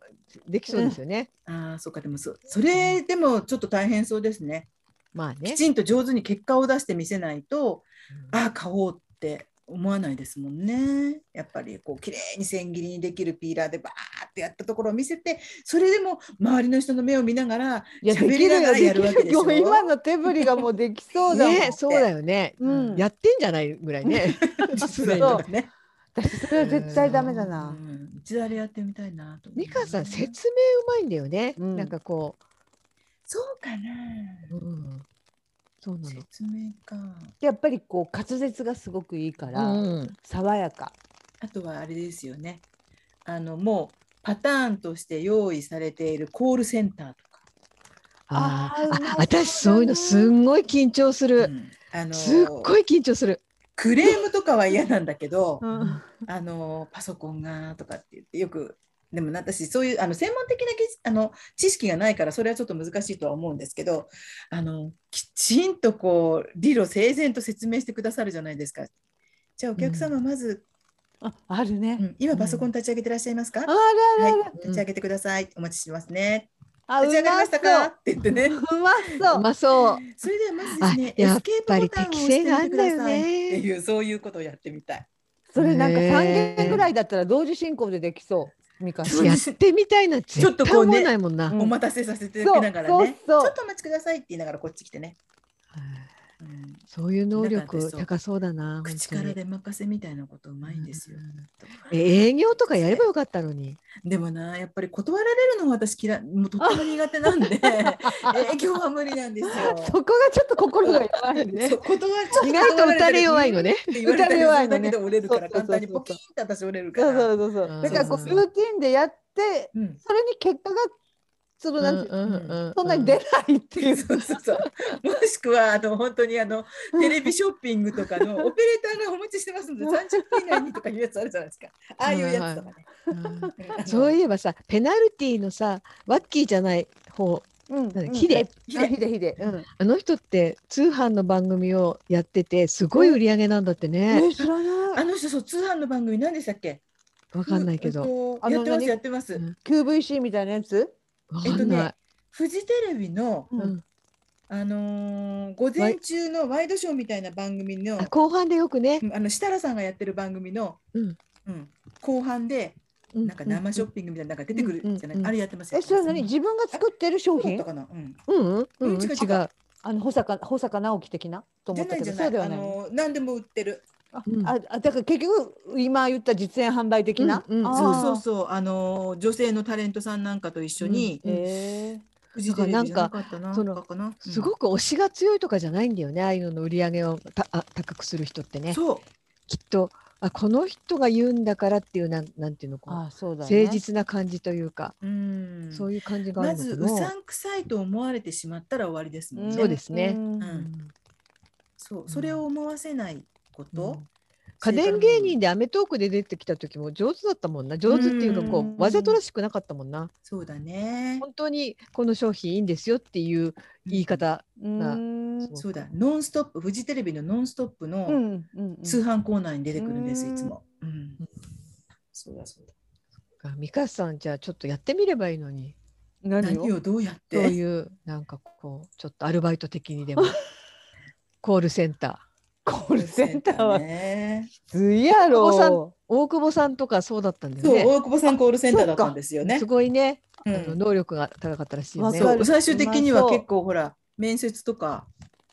Speaker 2: できそうですよね、
Speaker 1: ああそうかでもそそれでもちょっと大変そうですね
Speaker 2: まあ
Speaker 1: き
Speaker 2: ね
Speaker 1: ちんと上手に結果を出して見せないとああ買おうって思わないですもんねやっぱりこう綺麗に千切りにできるピーラーでバーってやったところを見せてそれでも周りの人の目を見ながら
Speaker 3: いやで
Speaker 1: 喋
Speaker 3: き
Speaker 1: り
Speaker 3: る
Speaker 1: なが
Speaker 3: よ
Speaker 1: らやるわけ
Speaker 3: で
Speaker 1: で
Speaker 3: きる
Speaker 1: しょ
Speaker 3: よ今の手振りがもうできそうだもん、
Speaker 2: ねそうだよね、
Speaker 3: うん、
Speaker 2: やってんじゃないぐらい ね
Speaker 1: 実
Speaker 2: 実
Speaker 1: は
Speaker 2: は
Speaker 1: なんかね
Speaker 3: 私それは絶対ダメだな、
Speaker 1: うん一度あれやってみたいなと思う
Speaker 2: 美香さん説明うまいんだよね、
Speaker 3: うん
Speaker 2: なんかこ
Speaker 1: そうかな
Speaker 2: う、うん、そうなの
Speaker 1: 説明か
Speaker 3: やっぱりこう滑舌がすごくいいから、
Speaker 2: うん
Speaker 3: 爽やか
Speaker 1: あとはあれですよねあのもうパターンとして用意されているコールセンターとか
Speaker 2: あー
Speaker 3: あーうまそうだ
Speaker 2: あ
Speaker 3: な
Speaker 2: 私そういうのすんごい緊張する、
Speaker 1: うんあの
Speaker 2: すっごい緊張する
Speaker 1: クレームとかは嫌なんだけど、
Speaker 3: うん
Speaker 1: あのパソコンがとかって言ってよくでも私そういうあの専門的な技術あの知識がないからそれはちょっと難しいとは思うんですけどあのきちんとこう理路整然と説明してくださるじゃないですか。じゃあお客様まず、
Speaker 3: ああるね、
Speaker 1: うん今パソコン立ち上げてらっしゃいますか、
Speaker 3: あ
Speaker 1: は
Speaker 3: ららら、
Speaker 1: い、立ち上げてください、お待ちしてますね
Speaker 3: あ
Speaker 1: 立ち上がりましたかって言ってね
Speaker 3: うまそううまそう
Speaker 2: うまそう
Speaker 1: それではまずですね
Speaker 2: あや
Speaker 1: エ
Speaker 2: っ
Speaker 1: スケープ
Speaker 2: ぱ
Speaker 1: ボ
Speaker 2: り
Speaker 1: タンを押してみてくだ
Speaker 2: 適性があん
Speaker 1: さ
Speaker 2: だ
Speaker 1: い
Speaker 2: よ
Speaker 1: っ
Speaker 2: ね
Speaker 1: ていうそういうことをやってみたい。
Speaker 3: それなんか
Speaker 2: ねえ
Speaker 3: 3件ぐらいだったら同時進行でできそう。みかん
Speaker 1: そう
Speaker 2: や
Speaker 1: で
Speaker 2: っ
Speaker 1: す
Speaker 2: てみたいな
Speaker 1: ちょっ
Speaker 2: 絶
Speaker 1: と
Speaker 2: 対
Speaker 1: こう
Speaker 2: 思
Speaker 1: ね
Speaker 2: わないもんな。
Speaker 1: お待たせさせていただきながらね、
Speaker 3: そうそうそう
Speaker 1: ちょっとお待ちくださいって言いながらこっち来てね。うん
Speaker 2: そういう能
Speaker 1: なん
Speaker 2: 力
Speaker 1: か私
Speaker 2: 高そうだな。
Speaker 1: 口
Speaker 2: 本
Speaker 1: か
Speaker 2: 当
Speaker 1: ら
Speaker 2: に
Speaker 1: 出任せみたいなことうまいんですよ。
Speaker 2: え営業とかやればよかったのに。
Speaker 1: でもな、やっぱり断られるのは私嫌い、もうとっても苦手なんで、営業は無理なんですよ。
Speaker 3: そこがちょっと心が弱いね
Speaker 1: そ。う断ちょっ
Speaker 2: 意外と打たれ弱い
Speaker 1: の。
Speaker 2: のね。
Speaker 1: って言われたりするだけで折れるから、
Speaker 3: 打たれ弱
Speaker 1: 簡
Speaker 3: いのね
Speaker 1: 単にポキンって私折れるか
Speaker 3: そ
Speaker 1: ら。
Speaker 3: うそうそうそう。だからこう
Speaker 1: そう
Speaker 3: ル
Speaker 1: そうそう
Speaker 3: ーティンでやって
Speaker 1: うん
Speaker 3: それに結果がそのなんていう
Speaker 1: う
Speaker 3: の
Speaker 1: んう
Speaker 3: そんなに出
Speaker 2: る。
Speaker 3: ないってい う。
Speaker 1: そうそうそうもしくはあの本当にあのテレビショッピングとかのオペレーターがお持ちしてますので30分以内にとかいうやつあるじゃないですかああいうやつとかね
Speaker 2: うんそういえばさペナルティのさワッキーじゃない方
Speaker 3: うん
Speaker 2: なんだヒデ
Speaker 1: ヒデ
Speaker 3: あヒデヒデ。うん。
Speaker 2: あの人って通販の番組をやっててすごい売り上げなんだってね。
Speaker 3: 知らな
Speaker 1: あ
Speaker 3: い。
Speaker 1: の人そう通販の番組何でしたっけ
Speaker 2: わかんないけ
Speaker 1: うん
Speaker 2: ど。
Speaker 1: と
Speaker 3: あ
Speaker 1: や
Speaker 3: の
Speaker 1: ってます
Speaker 3: 何
Speaker 1: やってます。
Speaker 2: うん
Speaker 3: QVC みたいなやつ。
Speaker 2: わ
Speaker 1: えっ
Speaker 2: か
Speaker 1: と
Speaker 2: んない
Speaker 1: ね。フジテレビの
Speaker 3: う
Speaker 2: うんん
Speaker 1: あのー午前中のワイドショーみたいな番組の
Speaker 2: あ後半でよくね。
Speaker 1: あの設楽さんがやってる番組の、
Speaker 2: うん
Speaker 1: うん後半で
Speaker 2: うん
Speaker 1: なんか生ショッピングみたいなのが出てくるじゃない、
Speaker 2: うんうんうん
Speaker 1: あれやってます
Speaker 3: えそれは何
Speaker 1: やって
Speaker 3: 自分が作ってる商
Speaker 1: ますそうだ
Speaker 3: 品
Speaker 1: った？かな。うん。
Speaker 2: うんうん
Speaker 1: うん違
Speaker 2: 違
Speaker 1: う違う
Speaker 2: う。
Speaker 3: あの保坂保坂直樹的なと
Speaker 1: じ
Speaker 3: 思
Speaker 1: ゃ
Speaker 3: った
Speaker 1: ない
Speaker 3: け
Speaker 1: じ
Speaker 3: ど
Speaker 1: ゃない。
Speaker 3: そうで
Speaker 1: あ
Speaker 3: はない。
Speaker 1: のー何でも売ってる。
Speaker 2: うん
Speaker 3: ああだから結局今言った実演販売的な、
Speaker 2: うんうん
Speaker 3: あー
Speaker 1: そうそうそうあの女性のタレントさんなんかと一緒に、
Speaker 2: うん
Speaker 3: へ
Speaker 1: フジテレビじゃなかったな
Speaker 2: なんか
Speaker 1: とかな
Speaker 2: すごく推しが強いとかじゃないんだよね、ああいうのの売り上げをたあ高くする人って
Speaker 1: うん
Speaker 2: ね
Speaker 1: そう
Speaker 2: きっとあこの人が言うんだからっていうなんなんていうの
Speaker 3: ー
Speaker 2: こう
Speaker 3: あーそうだ、ね、
Speaker 2: 誠実な感じというか、
Speaker 1: うん
Speaker 2: そういう感じがあ
Speaker 1: ま
Speaker 2: る
Speaker 1: ず
Speaker 2: の
Speaker 1: う
Speaker 2: かな、
Speaker 1: さんくさいと思われてしまったら終わりですもんね。
Speaker 2: そうですね
Speaker 3: ん
Speaker 1: うんそうそれを思わせないこ
Speaker 2: う
Speaker 1: と
Speaker 2: ん。家電芸人で『アメトーーク』で出てきた時も上手だったもんな上手っていうかこ
Speaker 1: うん
Speaker 2: うわざとらしくなかったもんな
Speaker 1: そうだね。
Speaker 2: 本当にこの商品いいんですよっていう言い方、な
Speaker 3: うん
Speaker 2: すごく
Speaker 1: そうだ。ノンストップフジテレビのノンストップ
Speaker 3: う
Speaker 1: の
Speaker 3: んうん
Speaker 1: 通販コーナーに出てくるんです
Speaker 3: うん
Speaker 1: いつも。うん。そうだそうだ。
Speaker 2: ミカさんじゃあちょっとやってみればいいのに
Speaker 3: 何
Speaker 1: 何
Speaker 3: を
Speaker 1: をどうやっ
Speaker 2: そう
Speaker 1: て
Speaker 2: いうなんかこうちょっとアルバイト的にでも コールセンター
Speaker 3: コールセンターは
Speaker 1: ね。
Speaker 3: きついや
Speaker 2: お子さん
Speaker 3: ろ
Speaker 2: 大久保さんとかそうだったんだ
Speaker 1: そ
Speaker 2: よ
Speaker 1: う
Speaker 2: ね。
Speaker 1: 大久保さんコールセンターだったんですよね
Speaker 2: す。ごいね、
Speaker 1: うん
Speaker 2: あの能力が高かったらしいよね。
Speaker 3: わ
Speaker 1: そ
Speaker 3: か
Speaker 1: う
Speaker 3: る
Speaker 1: 最終的には
Speaker 3: うまそう
Speaker 1: 結構ほら面接とか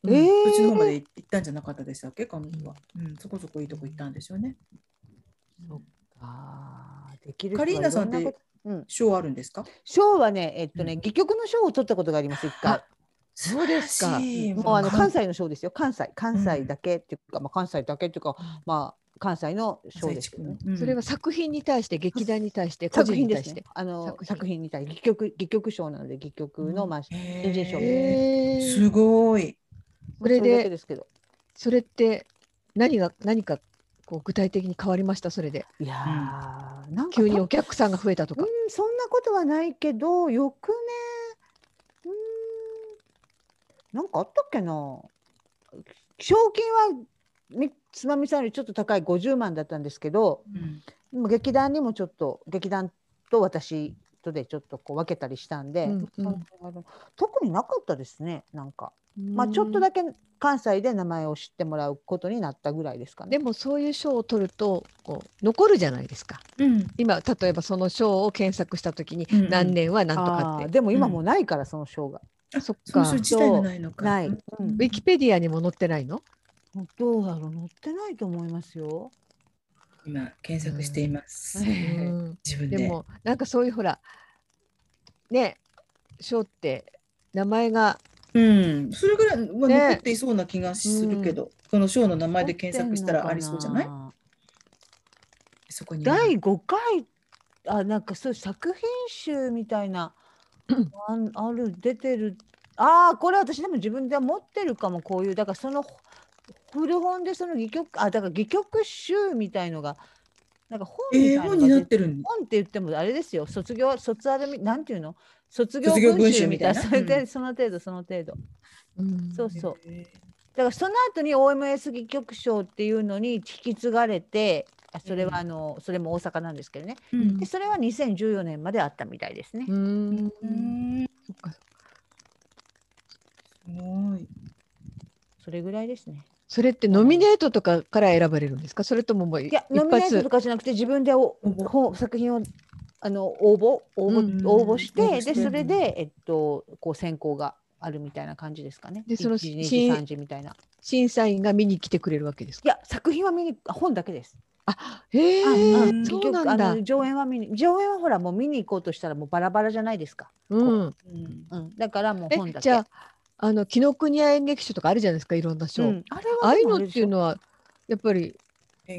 Speaker 2: うん
Speaker 3: え
Speaker 1: そっちの
Speaker 3: ー
Speaker 1: 方まで行ったんじゃなかったでしたっけ彼女は。うんそこそこいいとこ行ったんでしょうね。
Speaker 2: そっ
Speaker 3: あーできる人
Speaker 1: カ
Speaker 3: は
Speaker 1: リーナさんっ
Speaker 3: いろ
Speaker 1: て
Speaker 3: なことうん
Speaker 1: 賞あるんですか
Speaker 3: 賞はねえっとね、
Speaker 1: うん
Speaker 3: 戯曲の賞を取ったことがあります一回
Speaker 2: あそうです
Speaker 1: 素
Speaker 2: か
Speaker 1: 晴らしい
Speaker 3: もうあの
Speaker 2: か
Speaker 3: 関西の賞ですよ関西関西だけっていうか、まあ関西だけっていうかまあ関西の賞ですけどね
Speaker 1: うん
Speaker 2: それは作品に対して劇団に対して個
Speaker 3: 作
Speaker 2: 人に
Speaker 3: 品で
Speaker 2: 対
Speaker 3: す
Speaker 2: し
Speaker 3: ね
Speaker 2: て。
Speaker 3: あの
Speaker 2: 作
Speaker 3: 作
Speaker 2: 品
Speaker 3: 品に対戯曲戯曲賞なので戯曲のまあ新人賞
Speaker 1: へー
Speaker 2: へー
Speaker 1: すごい。
Speaker 2: それ
Speaker 3: だけ
Speaker 2: で
Speaker 3: ですけど
Speaker 2: それって何が何かこう具体的に変わりましたそれで
Speaker 3: いやー、なんか
Speaker 2: 急にお客さんが増えたとか。
Speaker 3: うん、そんなことはないけど、翌年、うん、なんかあったっけな。賞金はみつまみさんよりちょっと高い50万だったんですけど、
Speaker 1: うん
Speaker 3: でも劇団にもちょっと劇団と私とでちょっとこう分けたりしたんで、
Speaker 2: うんうん
Speaker 3: あの特になかったですね。なんか、まあちょっとだけ関西で名前を知ってもらうことになったぐらいですかね。
Speaker 2: でもそういう賞を取るとこう残るじゃないですか。
Speaker 1: うん
Speaker 2: 今例えばその賞を検索した時に
Speaker 1: うんうん
Speaker 2: 何年は何とかって、
Speaker 3: あーでも今もうないから、その賞が
Speaker 1: あ
Speaker 2: そっ
Speaker 1: そ
Speaker 2: か
Speaker 1: の賞自体がないのか。
Speaker 3: ない。
Speaker 1: うん
Speaker 3: うん
Speaker 2: ウィキペディアにも載ってないの
Speaker 3: どうだろう載ってないと思いますよ。
Speaker 1: 今検索しています。
Speaker 3: うん
Speaker 1: うん自分で。
Speaker 2: でもなんかそういうほらね賞って名前が
Speaker 1: うん、それぐらいは
Speaker 2: ね
Speaker 1: 残っていそうな気がするけど、この賞の名前で検索したらありそうじゃないそこには。
Speaker 3: 第5回あなんかそういう作品集みたいなあんある出てるああこれ私でも自分では持ってるかもこういうだからその古本でその戯曲あだから戯曲集みたいのがなんか本みたい
Speaker 1: え
Speaker 3: な
Speaker 1: ー、
Speaker 3: のが
Speaker 1: 本になっ
Speaker 3: 出
Speaker 1: てるん
Speaker 3: 本って言ってもあれですよ卒業卒アルみなんていうの卒業
Speaker 1: 卒業文
Speaker 3: 文
Speaker 1: 集
Speaker 3: 集
Speaker 1: み
Speaker 3: み
Speaker 1: た
Speaker 3: た
Speaker 1: いな
Speaker 3: いなそれ
Speaker 1: う
Speaker 3: でその程度その程度そう
Speaker 2: す
Speaker 3: そう
Speaker 1: へ
Speaker 3: だからその後に OMS 戯曲賞っていうのに引き継がれてあそれはあの、それも大阪なんですけどね
Speaker 1: ーう
Speaker 2: うん
Speaker 1: ん
Speaker 3: でそれは2014年まであったみたいですね。
Speaker 2: うーん
Speaker 1: うん
Speaker 2: そっか
Speaker 1: すごい。
Speaker 3: それぐらいですね。
Speaker 2: それってノミネートとかから選ばれるんですかそれとももう
Speaker 3: い
Speaker 2: 一
Speaker 3: やノミネート
Speaker 2: 発
Speaker 3: とかじゃなくて自分でお
Speaker 1: 応募
Speaker 3: 本作品をあの応募応募,、
Speaker 2: うん
Speaker 3: 応募して
Speaker 1: 応募して
Speaker 3: でそれで、えっと、こう選考があるみたいな感じですかね。
Speaker 2: でその
Speaker 3: 1時2時
Speaker 2: し
Speaker 3: 3時みたいな。
Speaker 2: 審査員が見に来てくれるわけです
Speaker 3: い
Speaker 2: か
Speaker 3: や作品は見にあ本だけです。
Speaker 2: へえ
Speaker 1: あ
Speaker 3: うん
Speaker 1: 結
Speaker 2: そう
Speaker 3: 結
Speaker 2: な
Speaker 3: 局
Speaker 2: んだ
Speaker 3: あの上演は見に上演はほらもう見に行こうとしたらもうバラバラじゃないですか。
Speaker 2: うん
Speaker 1: うん
Speaker 3: うん、だからもう
Speaker 2: え
Speaker 3: 本だけ。
Speaker 2: じゃああの紀ノ国屋演劇賞とかあるじゃないですかいろんな賞、
Speaker 3: うん、あれ
Speaker 2: ああい
Speaker 3: で
Speaker 2: う
Speaker 3: も
Speaker 2: のっていうのはやっぱり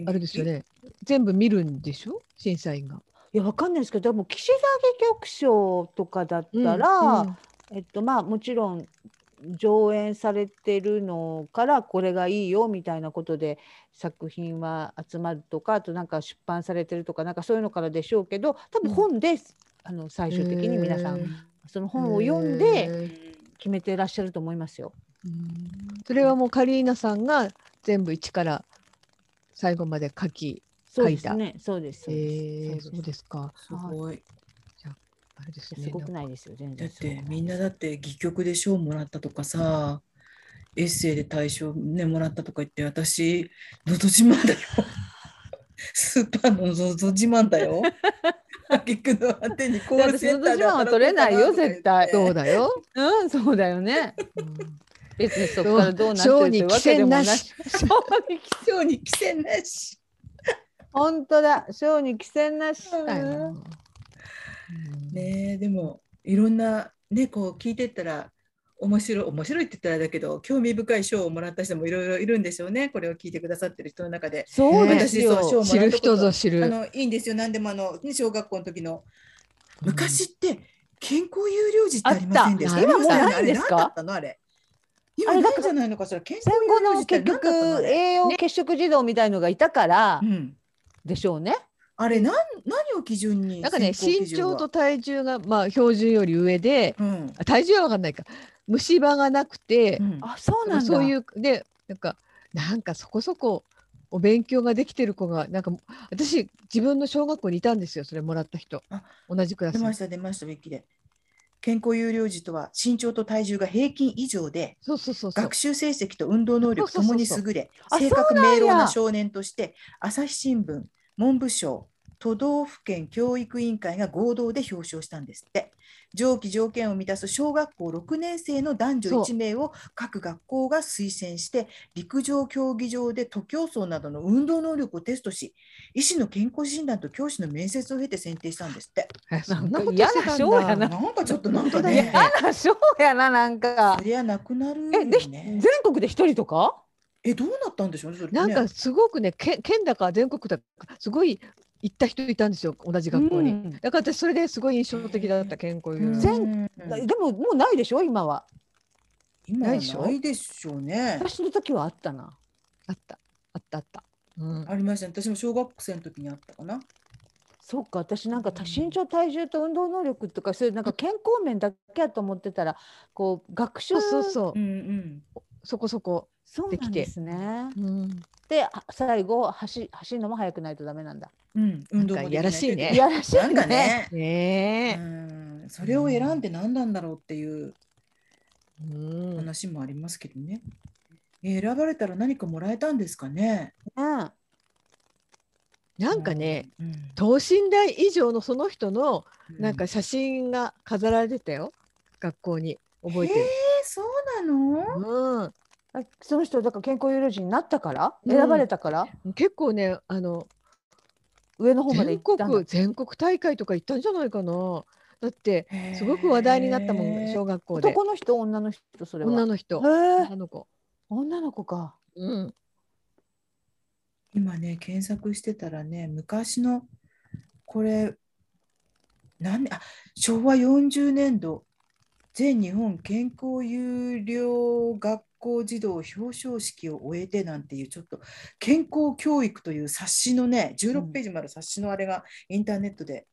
Speaker 2: あれですよ。ね全部見るんでしょ審査員が。
Speaker 3: いやわかんないですけどでも岸田劇局賞とかだったら、
Speaker 2: うん
Speaker 3: えっとまあもちろん上演されてるのからこれがいいよみたいなことで作品は集まるとかあとなんか出版されてるとかなんかそういうのからでしょうけど多分本です、あの最終的に皆さ
Speaker 2: へ
Speaker 3: ん
Speaker 2: ー
Speaker 3: その本を読ん
Speaker 2: へ
Speaker 3: で
Speaker 1: うん
Speaker 2: ー
Speaker 3: 決めてらっしゃると思いますよ。
Speaker 2: それはもうカリーナさんが全部一から最後まで書き、
Speaker 3: そうですね。そうです。そう
Speaker 2: えー
Speaker 3: です。
Speaker 2: そ
Speaker 3: そう
Speaker 2: う
Speaker 3: です
Speaker 2: ですか。
Speaker 1: すごい。
Speaker 2: あれです
Speaker 3: いやす
Speaker 2: ね。
Speaker 3: ごくないですよ。全
Speaker 1: だっ
Speaker 3: 然すごく
Speaker 1: て
Speaker 3: ない。
Speaker 1: みんなだって戯曲で賞もらったとかさ、エッセイで大賞ねもらったとか言って私のど自慢だよ。スーパーののど自慢だ よ。挙句の果てにコールセンターで
Speaker 3: だってのど自慢は取れないよ絶対
Speaker 1: 働
Speaker 2: そ
Speaker 1: こ
Speaker 2: う
Speaker 1: うかなとか言って
Speaker 2: だよ。
Speaker 3: うん、そうだよね。
Speaker 2: うん
Speaker 3: 別にそこからどうなってる
Speaker 2: 小
Speaker 3: とい
Speaker 2: に
Speaker 3: う
Speaker 2: 寄
Speaker 3: わけで
Speaker 2: せ
Speaker 3: もな。
Speaker 2: ないし。
Speaker 1: 賞に着せなし。
Speaker 3: 本当だ。小に寄せなし。
Speaker 1: うん
Speaker 2: だよな
Speaker 1: ねえでもいろんなねこう聞いてったら面白い面白いって言ったらあれだけど興味深い賞をもらった人もいろいろいるんでしょうねこれを聞いてくださってる人の中で。
Speaker 3: そう
Speaker 2: ね
Speaker 3: ですよ。
Speaker 1: 私そう小
Speaker 2: 知る人ぞ知
Speaker 1: あ
Speaker 2: る。
Speaker 1: のいいんですよ何でもあのね小学校の時の昔って健康有料児ってありませんでし
Speaker 2: あ
Speaker 1: た
Speaker 2: った
Speaker 1: ありましたよね
Speaker 3: 今もうないんです
Speaker 1: あれ
Speaker 3: か
Speaker 1: 何だったのあれ今
Speaker 3: あれ
Speaker 1: な
Speaker 3: だ
Speaker 1: い
Speaker 3: か
Speaker 1: んじゃないのかしら健康
Speaker 3: 戦後
Speaker 1: 有料児
Speaker 3: の
Speaker 1: って
Speaker 3: 結
Speaker 1: 何だっ
Speaker 3: 局
Speaker 1: たのあれ
Speaker 3: 栄養欠食児童みたいのがいたから
Speaker 1: うん、
Speaker 3: でしょうね。
Speaker 1: あれ何何を基準に
Speaker 2: なんかね
Speaker 1: 選考
Speaker 2: 身
Speaker 1: 基準
Speaker 2: 長
Speaker 1: は
Speaker 2: と体重がまあ標準より上で
Speaker 1: うん
Speaker 2: あ体重は分かんないか虫歯がなくて、
Speaker 1: うん
Speaker 3: あ、そうなんだ。
Speaker 2: そういうでなんかなんかそこそこお勉強ができてる子がなんか私自分の小学校にいたんですよそれもらった人
Speaker 1: あ
Speaker 2: 同じクラス
Speaker 1: 出
Speaker 2: に
Speaker 1: ました出ましたウィッキで健康有料児とは身長と体重が平均以上で
Speaker 2: そうそうそうそう
Speaker 1: 学習成績と運動能力ともに優れ
Speaker 3: そうそうそうあ
Speaker 1: 性格明
Speaker 3: そう
Speaker 1: 朗
Speaker 3: なんや
Speaker 1: な少年として朝日新聞文部省都道府県教育委員会が合同で表彰したんですって上記条件を満たす小学校6年生の男女
Speaker 2: そ
Speaker 1: 1名を各学校が推薦して陸上競技場で徒競走などの運動能力をテストし医師の健康診断と教師の面接を経て選定したんですって
Speaker 2: えそんな
Speaker 3: な
Speaker 2: んこ
Speaker 3: か
Speaker 2: と
Speaker 3: 嫌な
Speaker 2: してたんだ
Speaker 3: 賞やな
Speaker 1: なんかちょっとなんか
Speaker 2: 本
Speaker 1: ね
Speaker 2: 当だよ
Speaker 3: あ、そうやな、なんか
Speaker 1: そ。りゃなくなるよ、ね、
Speaker 3: え、で、全国で一人とか。
Speaker 1: えどうなったんでしょうねそれね
Speaker 2: なんかすごくねけ県だか全国だかすごい行った人いたんですよ同じ学校に、
Speaker 3: うん
Speaker 2: だから私それですごい印象的だった健康有
Speaker 1: うん
Speaker 2: 料
Speaker 3: 全
Speaker 1: うん
Speaker 3: でも、もうないでしょ今は。
Speaker 1: 今
Speaker 2: な
Speaker 1: はい
Speaker 2: でしょ
Speaker 1: ないでしょうね。
Speaker 3: 私の時はあったな。
Speaker 2: あったあったあった、うん、
Speaker 1: ありました、ね、私も小学生の時にあったかな。
Speaker 3: そうか、私なんか、た身長、体重と運動能力とか、そういうなんか健康面だけやと思ってたら。こう、学習。
Speaker 2: そうそうそう、
Speaker 1: うんうん。
Speaker 2: そこそこ、
Speaker 3: そうなんですね。
Speaker 2: うん、
Speaker 3: で、あ最後、走、走るのも早くないとダメなんだ。
Speaker 1: うん、運動もできな
Speaker 2: やらしいね
Speaker 3: いやらしい
Speaker 1: な
Speaker 3: ね。
Speaker 1: んかね。う
Speaker 2: ね
Speaker 1: ん、それを選んで何なんだろうっていう
Speaker 2: え、うん、
Speaker 1: 話もありますけどね。えー選ばれたら何かもらえたんですかね。
Speaker 3: うん。
Speaker 2: なんかね、
Speaker 1: うん、
Speaker 2: 等身大以上のその人の
Speaker 1: う
Speaker 2: なんか
Speaker 1: え
Speaker 2: 写真が飾られてたよ、学校に覚えてる、
Speaker 1: ーそうなの？
Speaker 2: うん
Speaker 3: あその人だから健康有料児になったから
Speaker 2: うん
Speaker 3: 選ばれたから、
Speaker 2: 結構ねあの
Speaker 3: 上の方まで
Speaker 2: 全
Speaker 3: 行ったん
Speaker 2: 国
Speaker 3: だ
Speaker 2: 全国大会とか行ったんじゃないかなだって
Speaker 1: へー
Speaker 2: すごく話題になったもん小学校で
Speaker 3: 男の人女の人それは
Speaker 2: 女の人
Speaker 3: へえ
Speaker 2: 女の子、
Speaker 3: 女の子か
Speaker 2: うん、
Speaker 1: 今ね検索してたらね昔のこれなんあ昭和40年度全日本健康有料学校児童表彰式を終えてなんていうちょっと健康教育という冊子のね
Speaker 3: う
Speaker 1: 16
Speaker 3: ん
Speaker 1: ページもある冊子のあれがインターネットで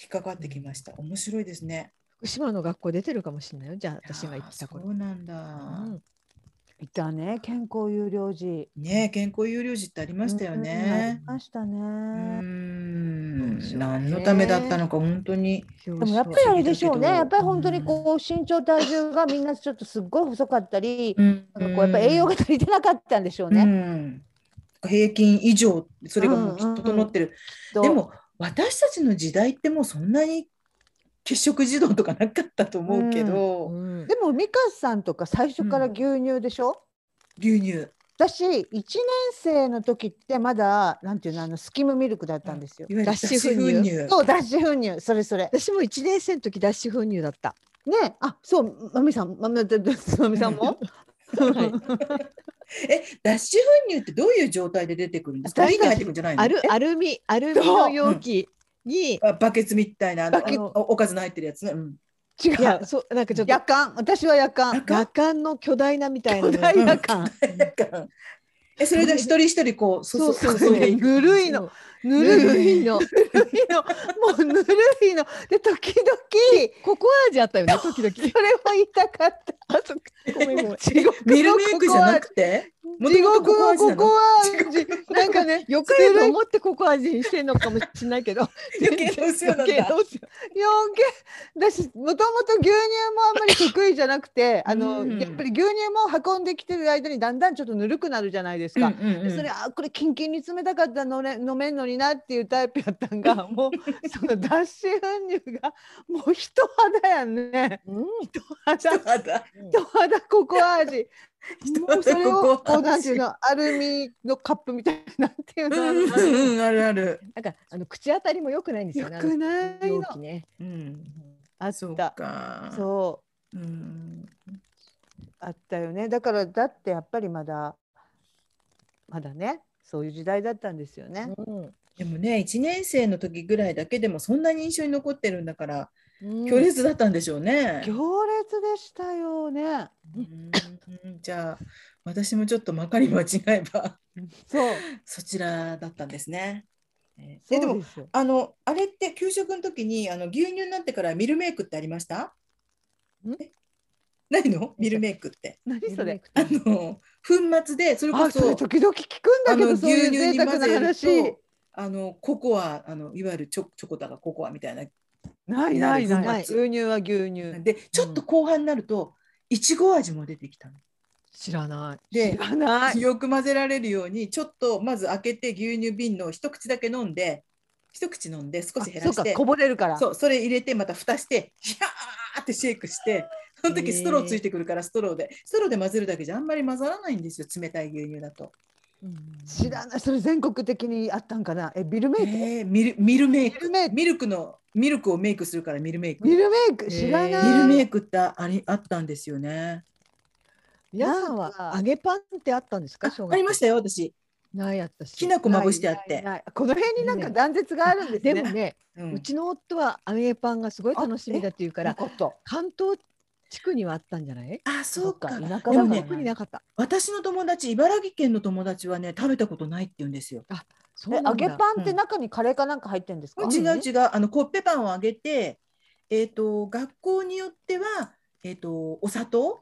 Speaker 1: 引っかかってきました面白いですね
Speaker 2: 福島の学校出てるかもしれないよじゃあ私が行ってた
Speaker 1: いやーそ
Speaker 2: 頃
Speaker 1: うなんだ、
Speaker 2: うん
Speaker 3: いたね健康有料児
Speaker 1: ね健康有料児ってありましたよね、
Speaker 3: うんありましたね、
Speaker 1: うー
Speaker 2: そうんでしょうね
Speaker 1: 何のためだったのか本当に。
Speaker 3: でもやっぱりあれでしょうね
Speaker 1: そう
Speaker 3: やっぱり本当にこう身長体重がみんなちょっとすっごい細かったり、
Speaker 1: なん
Speaker 3: なんかこうやっぱ栄養が
Speaker 1: ね、
Speaker 3: 足りてなかったんでしょう
Speaker 1: う
Speaker 3: ね、
Speaker 1: ん平均以上それがもう
Speaker 3: うんうんうん
Speaker 1: 整ってる、
Speaker 3: と
Speaker 1: でも私たちの時代ってもうそんなに欠食児童とかなかったと思うけど、
Speaker 2: うん
Speaker 3: でも美香さんとか最初から
Speaker 1: うん
Speaker 3: 牛乳でしょ、
Speaker 1: 牛乳
Speaker 3: 私1年生の時ってまだなんていうのあのスキムミルクだったんですよ。
Speaker 1: いわゆる
Speaker 2: 脱
Speaker 1: 脱
Speaker 2: 脂粉
Speaker 1: 脂
Speaker 2: 乳
Speaker 1: 粉乳
Speaker 3: そう脱脂粉乳それそれ。
Speaker 2: 私も1年生の時脱脂粉乳だった。
Speaker 3: ねあそうまみさんまみまみさんも
Speaker 2: はい
Speaker 1: え脱脂粉乳ってどういう状態で出てくるんですか
Speaker 2: 私
Speaker 1: 瓶
Speaker 2: たち
Speaker 1: に入ってくるんじゃないの
Speaker 2: アルアルミアルミの容器に
Speaker 1: あバケツみたいなあの
Speaker 2: バケ
Speaker 1: あのおおかずの入ってるやつね、うん、
Speaker 3: 違
Speaker 2: いや
Speaker 3: う。
Speaker 2: そうなんかちょっと
Speaker 3: 夜間私は夜間。
Speaker 2: 羅漢の巨大なみたいな
Speaker 3: 巨
Speaker 2: の
Speaker 3: 大
Speaker 1: な
Speaker 3: 夜間。
Speaker 1: えそれで一人一人こう
Speaker 2: そうそう
Speaker 1: 注
Speaker 2: そう
Speaker 1: いでいく
Speaker 2: ぬるいのぬるいの
Speaker 3: ぬるいのもうぬるいので時々
Speaker 2: ココア味あったよね時々
Speaker 3: それを言いたかった。
Speaker 2: ごめんご めん
Speaker 3: 地獄
Speaker 1: ミルメイクじゃなくてもと
Speaker 3: 地
Speaker 1: もと
Speaker 3: 獄
Speaker 1: ココア
Speaker 3: の
Speaker 1: 味なの
Speaker 3: ここは
Speaker 1: 地獄
Speaker 2: なんかねよくやと思ってココア味にしてんのかもしれないけど
Speaker 1: 余計なお世話なん
Speaker 2: 余計
Speaker 1: だ
Speaker 2: なお世話
Speaker 3: 余計だ私もともと牛乳もあんまり得意じゃな くてあの、
Speaker 1: うん
Speaker 3: やっぱり牛乳も運んできてる間にだんだんちょっとぬるくなるじゃないですか。でそれあこれキンキンに冷たかったら飲れ飲めんのになっていうタイプやったんが もうその脱脂粉乳がもう人肌やんね
Speaker 2: うん
Speaker 3: 人肌
Speaker 1: ただ
Speaker 3: 人肌ココア 味
Speaker 1: 人
Speaker 3: もうそれ
Speaker 1: 肌
Speaker 3: を
Speaker 1: ココア味
Speaker 3: こうなんていうのアルミのカップみたいななんていう
Speaker 1: う
Speaker 3: の、
Speaker 1: んうんうんあるある。
Speaker 2: なんかあの口当たりも良くないんですよね。
Speaker 3: よくない
Speaker 2: あの
Speaker 3: の
Speaker 2: 容器ね。
Speaker 1: うん。
Speaker 3: あっ
Speaker 1: そう
Speaker 3: た
Speaker 1: か。う。。
Speaker 3: そうんあったよねだからだってやっぱりまだまだねそういう時代だったんですよね。
Speaker 1: でもね、一年生の時ぐらいだけでもそんなに印象に残ってるんだから、
Speaker 2: うん
Speaker 1: 強烈だったんでしょうね。
Speaker 3: 行列でしたよね。
Speaker 1: うんじゃあ私もちょっとまかり間違えば
Speaker 3: そう。
Speaker 1: そちらだったんですね。え
Speaker 3: そう
Speaker 1: でも
Speaker 3: すよ
Speaker 1: あのあれって給食の時にあの牛乳になってからミルメイクってありました？
Speaker 3: ん
Speaker 1: えないの？ミルメイクって
Speaker 3: 何それ。
Speaker 1: あの粉末でそれこ
Speaker 3: あ、それ
Speaker 1: そ
Speaker 3: 時々聞くんだけ
Speaker 1: あの
Speaker 3: ど、そういう
Speaker 1: 牛乳
Speaker 3: 贅
Speaker 1: に
Speaker 3: 沢な
Speaker 1: 混
Speaker 3: 話
Speaker 1: ぜ。るとあのココアあのいわゆるチョチョコだがココアみたいな
Speaker 3: ないないない
Speaker 1: な
Speaker 3: ないい。牛乳は牛乳。
Speaker 1: でちょっと後半になるといちご味も出てきたの。
Speaker 2: 知らない。
Speaker 1: で
Speaker 3: 知らない。
Speaker 1: よく混ぜられるようにちょっとまず開けて牛乳瓶の一口だけ飲んで一口飲んで少
Speaker 3: あ
Speaker 1: し減
Speaker 3: そ
Speaker 1: ら
Speaker 3: うか
Speaker 1: し、て
Speaker 3: こぼれるから。
Speaker 1: そうそれ入れてまた蓋してヒャーってシェイクしてその時ストローついてくるからストローでストローで混ぜるだけじゃあんまり混ざらないんですよ冷たい牛乳だと。
Speaker 3: 知らない。それ全国的にあったんかな。え、ビルメイク。
Speaker 1: えーミルミルメイ
Speaker 3: ビ
Speaker 1: ク
Speaker 3: ルメイク。
Speaker 1: ミルクのミルクをメイクするからミルメイク。
Speaker 3: ビ
Speaker 1: ミ
Speaker 3: ルメイク。知らない。
Speaker 1: ルメイクってありあったんですよね。
Speaker 2: 皆さん
Speaker 3: なんか
Speaker 2: は揚げパンってあったんですか？
Speaker 1: あ
Speaker 2: 小学校
Speaker 1: ありましたよ私。
Speaker 2: ないやったし。
Speaker 1: きな粉まぶしてあっ
Speaker 3: ない
Speaker 1: て。
Speaker 3: ないないこの辺になんか断絶があるんですね。
Speaker 2: でもね、
Speaker 1: うん
Speaker 2: うちの夫は揚げパンがすごい楽しみだっていうか
Speaker 3: な
Speaker 2: ら、
Speaker 3: かった。
Speaker 2: 関東地区にはあったんじゃない？
Speaker 1: あそうか
Speaker 3: 田舎だか
Speaker 2: で
Speaker 3: ら
Speaker 2: も
Speaker 1: ね
Speaker 2: ね、特になかった。
Speaker 1: 私の友達茨城県の友達はね食べたことないって言うんですよ。
Speaker 2: そう
Speaker 3: え
Speaker 2: なんだ
Speaker 3: 揚げパンって中にカレーかなんか入ってんですか。
Speaker 1: 違う違うあのコッペパンをあげて、えっと学校によっては、えっとお砂糖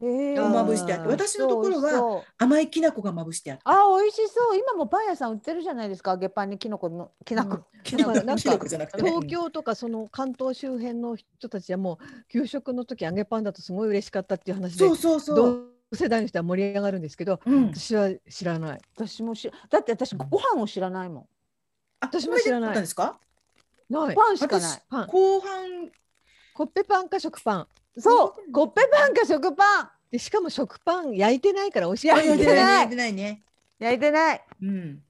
Speaker 3: え
Speaker 1: を
Speaker 3: ー
Speaker 1: まぶしてあって
Speaker 2: あー
Speaker 1: 私のところ。
Speaker 3: 美味し
Speaker 1: は
Speaker 3: そう
Speaker 1: 甘いきな粉がまぶしてあって
Speaker 3: あー、美味しそう。今もパン屋さん売ってるじゃないですか。揚げパンにきのこの、きなこ。
Speaker 1: きな粉
Speaker 2: なんか
Speaker 1: きな粉じゃなくてね
Speaker 2: 東京とかその関東周辺の人たちはもう給食の時揚げパンだとすごい嬉しかったっていう話で
Speaker 1: そうそうそう、
Speaker 2: 同世代の人は盛り上がるんですけど
Speaker 1: うん、
Speaker 2: 私は知らない
Speaker 3: 私もし、だって私ご飯を知らないも。
Speaker 2: 私も知らない
Speaker 1: あこれで作ったんですか
Speaker 2: なんい
Speaker 3: パンしかない。
Speaker 2: パン
Speaker 1: 後半
Speaker 2: コッペパンか食パン
Speaker 3: そう、コッペパンか食パン。
Speaker 2: でしかも食パン焼いてないから美味しい
Speaker 1: あ
Speaker 3: 焼い
Speaker 1: 出
Speaker 3: て
Speaker 1: ないね
Speaker 3: ない
Speaker 1: 出ないね
Speaker 3: 焼いてない。
Speaker 1: うん
Speaker 2: うん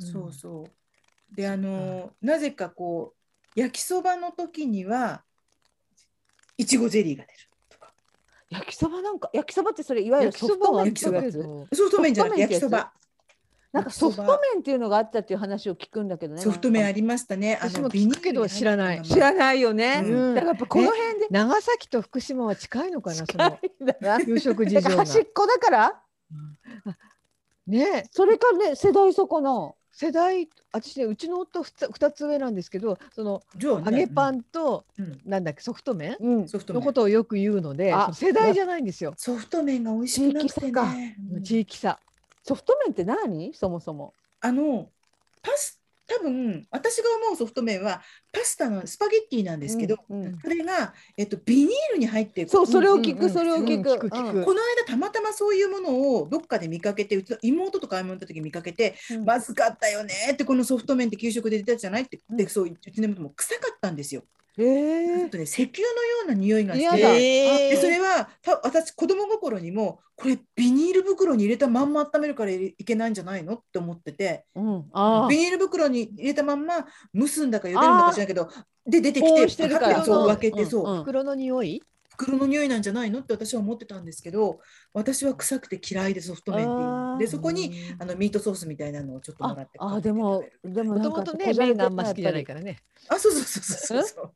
Speaker 1: そうそうであのーなぜかこう焼きそばの時にはいちごゼリーが出る
Speaker 3: 焼きそばなんか、焼きそばってそれいわゆる
Speaker 2: 焼き
Speaker 3: ソ
Speaker 2: そ
Speaker 3: フ
Speaker 2: ば
Speaker 3: ト
Speaker 2: はあ
Speaker 3: 麺
Speaker 2: っ
Speaker 3: ってい
Speaker 2: た
Speaker 3: うや
Speaker 2: け
Speaker 3: つ。
Speaker 1: ソフ
Speaker 2: ど
Speaker 1: ト麺じゃなくて焼
Speaker 3: ソフト麺ってや
Speaker 1: き
Speaker 3: つ
Speaker 1: そば
Speaker 3: なんかソフト麺っていうのがあったっていう話を聞くんだけどね。
Speaker 1: ソフト麺あ
Speaker 3: なんか
Speaker 1: りましたねあ
Speaker 2: 私も
Speaker 1: ビニール
Speaker 2: 聞くけど知らない
Speaker 1: に入
Speaker 3: 知
Speaker 1: ったま
Speaker 3: らないよね。
Speaker 1: うん
Speaker 3: だからやっぱこの辺で。
Speaker 2: 長崎と福島は近いのかなその
Speaker 3: だな
Speaker 2: 給食事
Speaker 3: だ
Speaker 2: 情
Speaker 3: から
Speaker 2: が
Speaker 3: 端っこだから。
Speaker 2: ね
Speaker 3: それかね、世代そこの。
Speaker 2: 世代私ねうちの夫ふた二つ上なんですけどその
Speaker 1: じゃあ
Speaker 2: 揚
Speaker 1: ね
Speaker 2: げパンと
Speaker 1: うん
Speaker 2: なんだっけソフト麺
Speaker 3: うん。
Speaker 1: ソフト
Speaker 2: の
Speaker 1: 麺
Speaker 2: ことをよく言うので
Speaker 3: あ
Speaker 2: その世代じゃないんですよ
Speaker 1: ソフト麺が美味しくなくて
Speaker 3: 地域差か
Speaker 1: ねうん
Speaker 2: 地域差
Speaker 3: ソフト麺って何そもそも。
Speaker 1: あのパス多分私が思うソフト麺はパスタのスパゲッティなんですけど、
Speaker 3: うんうん
Speaker 1: これが、えっと、ビニールに入ってる
Speaker 3: そう、
Speaker 1: こ
Speaker 3: それを聞
Speaker 2: うんうんう
Speaker 3: く、
Speaker 2: ん
Speaker 3: それを聞
Speaker 2: うん聞
Speaker 3: く。
Speaker 2: く聞
Speaker 3: うん
Speaker 2: く
Speaker 1: の間たまたまそういうものをどっかで見かけてうちの妹と買い物行った時見かけて、
Speaker 3: うん
Speaker 1: まずかったよねってこのソフト麺って給食で出たじゃないって、でそううちの妹も臭かったんですよ。ちょ
Speaker 3: え
Speaker 1: っとね石油のような匂いがし
Speaker 3: 嫌
Speaker 1: て
Speaker 3: だ
Speaker 1: で
Speaker 3: え
Speaker 1: それはた私子供心にもこれビニール袋に入れたまんま温めるからいけないんじゃないのって思ってて
Speaker 3: うん、ああ
Speaker 1: ビニール袋に入れたまんま蒸すんだか茹でるんだか知らんけどで出てき
Speaker 3: 保
Speaker 1: て
Speaker 3: 温してるから
Speaker 1: パカッてそう分け
Speaker 3: うん
Speaker 1: て
Speaker 3: うん
Speaker 1: そう、
Speaker 3: うん
Speaker 2: 袋の匂い
Speaker 1: 袋の匂いなんじゃないのって私は思ってたんですけど私は臭くて嫌いでソフト麺っていう
Speaker 3: あー
Speaker 1: でそこに
Speaker 2: うん
Speaker 1: あのミートソースみたいなのをちょっともら
Speaker 3: あ
Speaker 1: って
Speaker 3: あでもでも
Speaker 2: も
Speaker 3: な
Speaker 2: と
Speaker 3: んか
Speaker 2: もとね
Speaker 3: こじれ
Speaker 2: 麺
Speaker 3: て
Speaker 2: が
Speaker 3: た
Speaker 2: あんま好きじゃない
Speaker 3: やっ
Speaker 2: からね
Speaker 1: あそうそうそうそう そう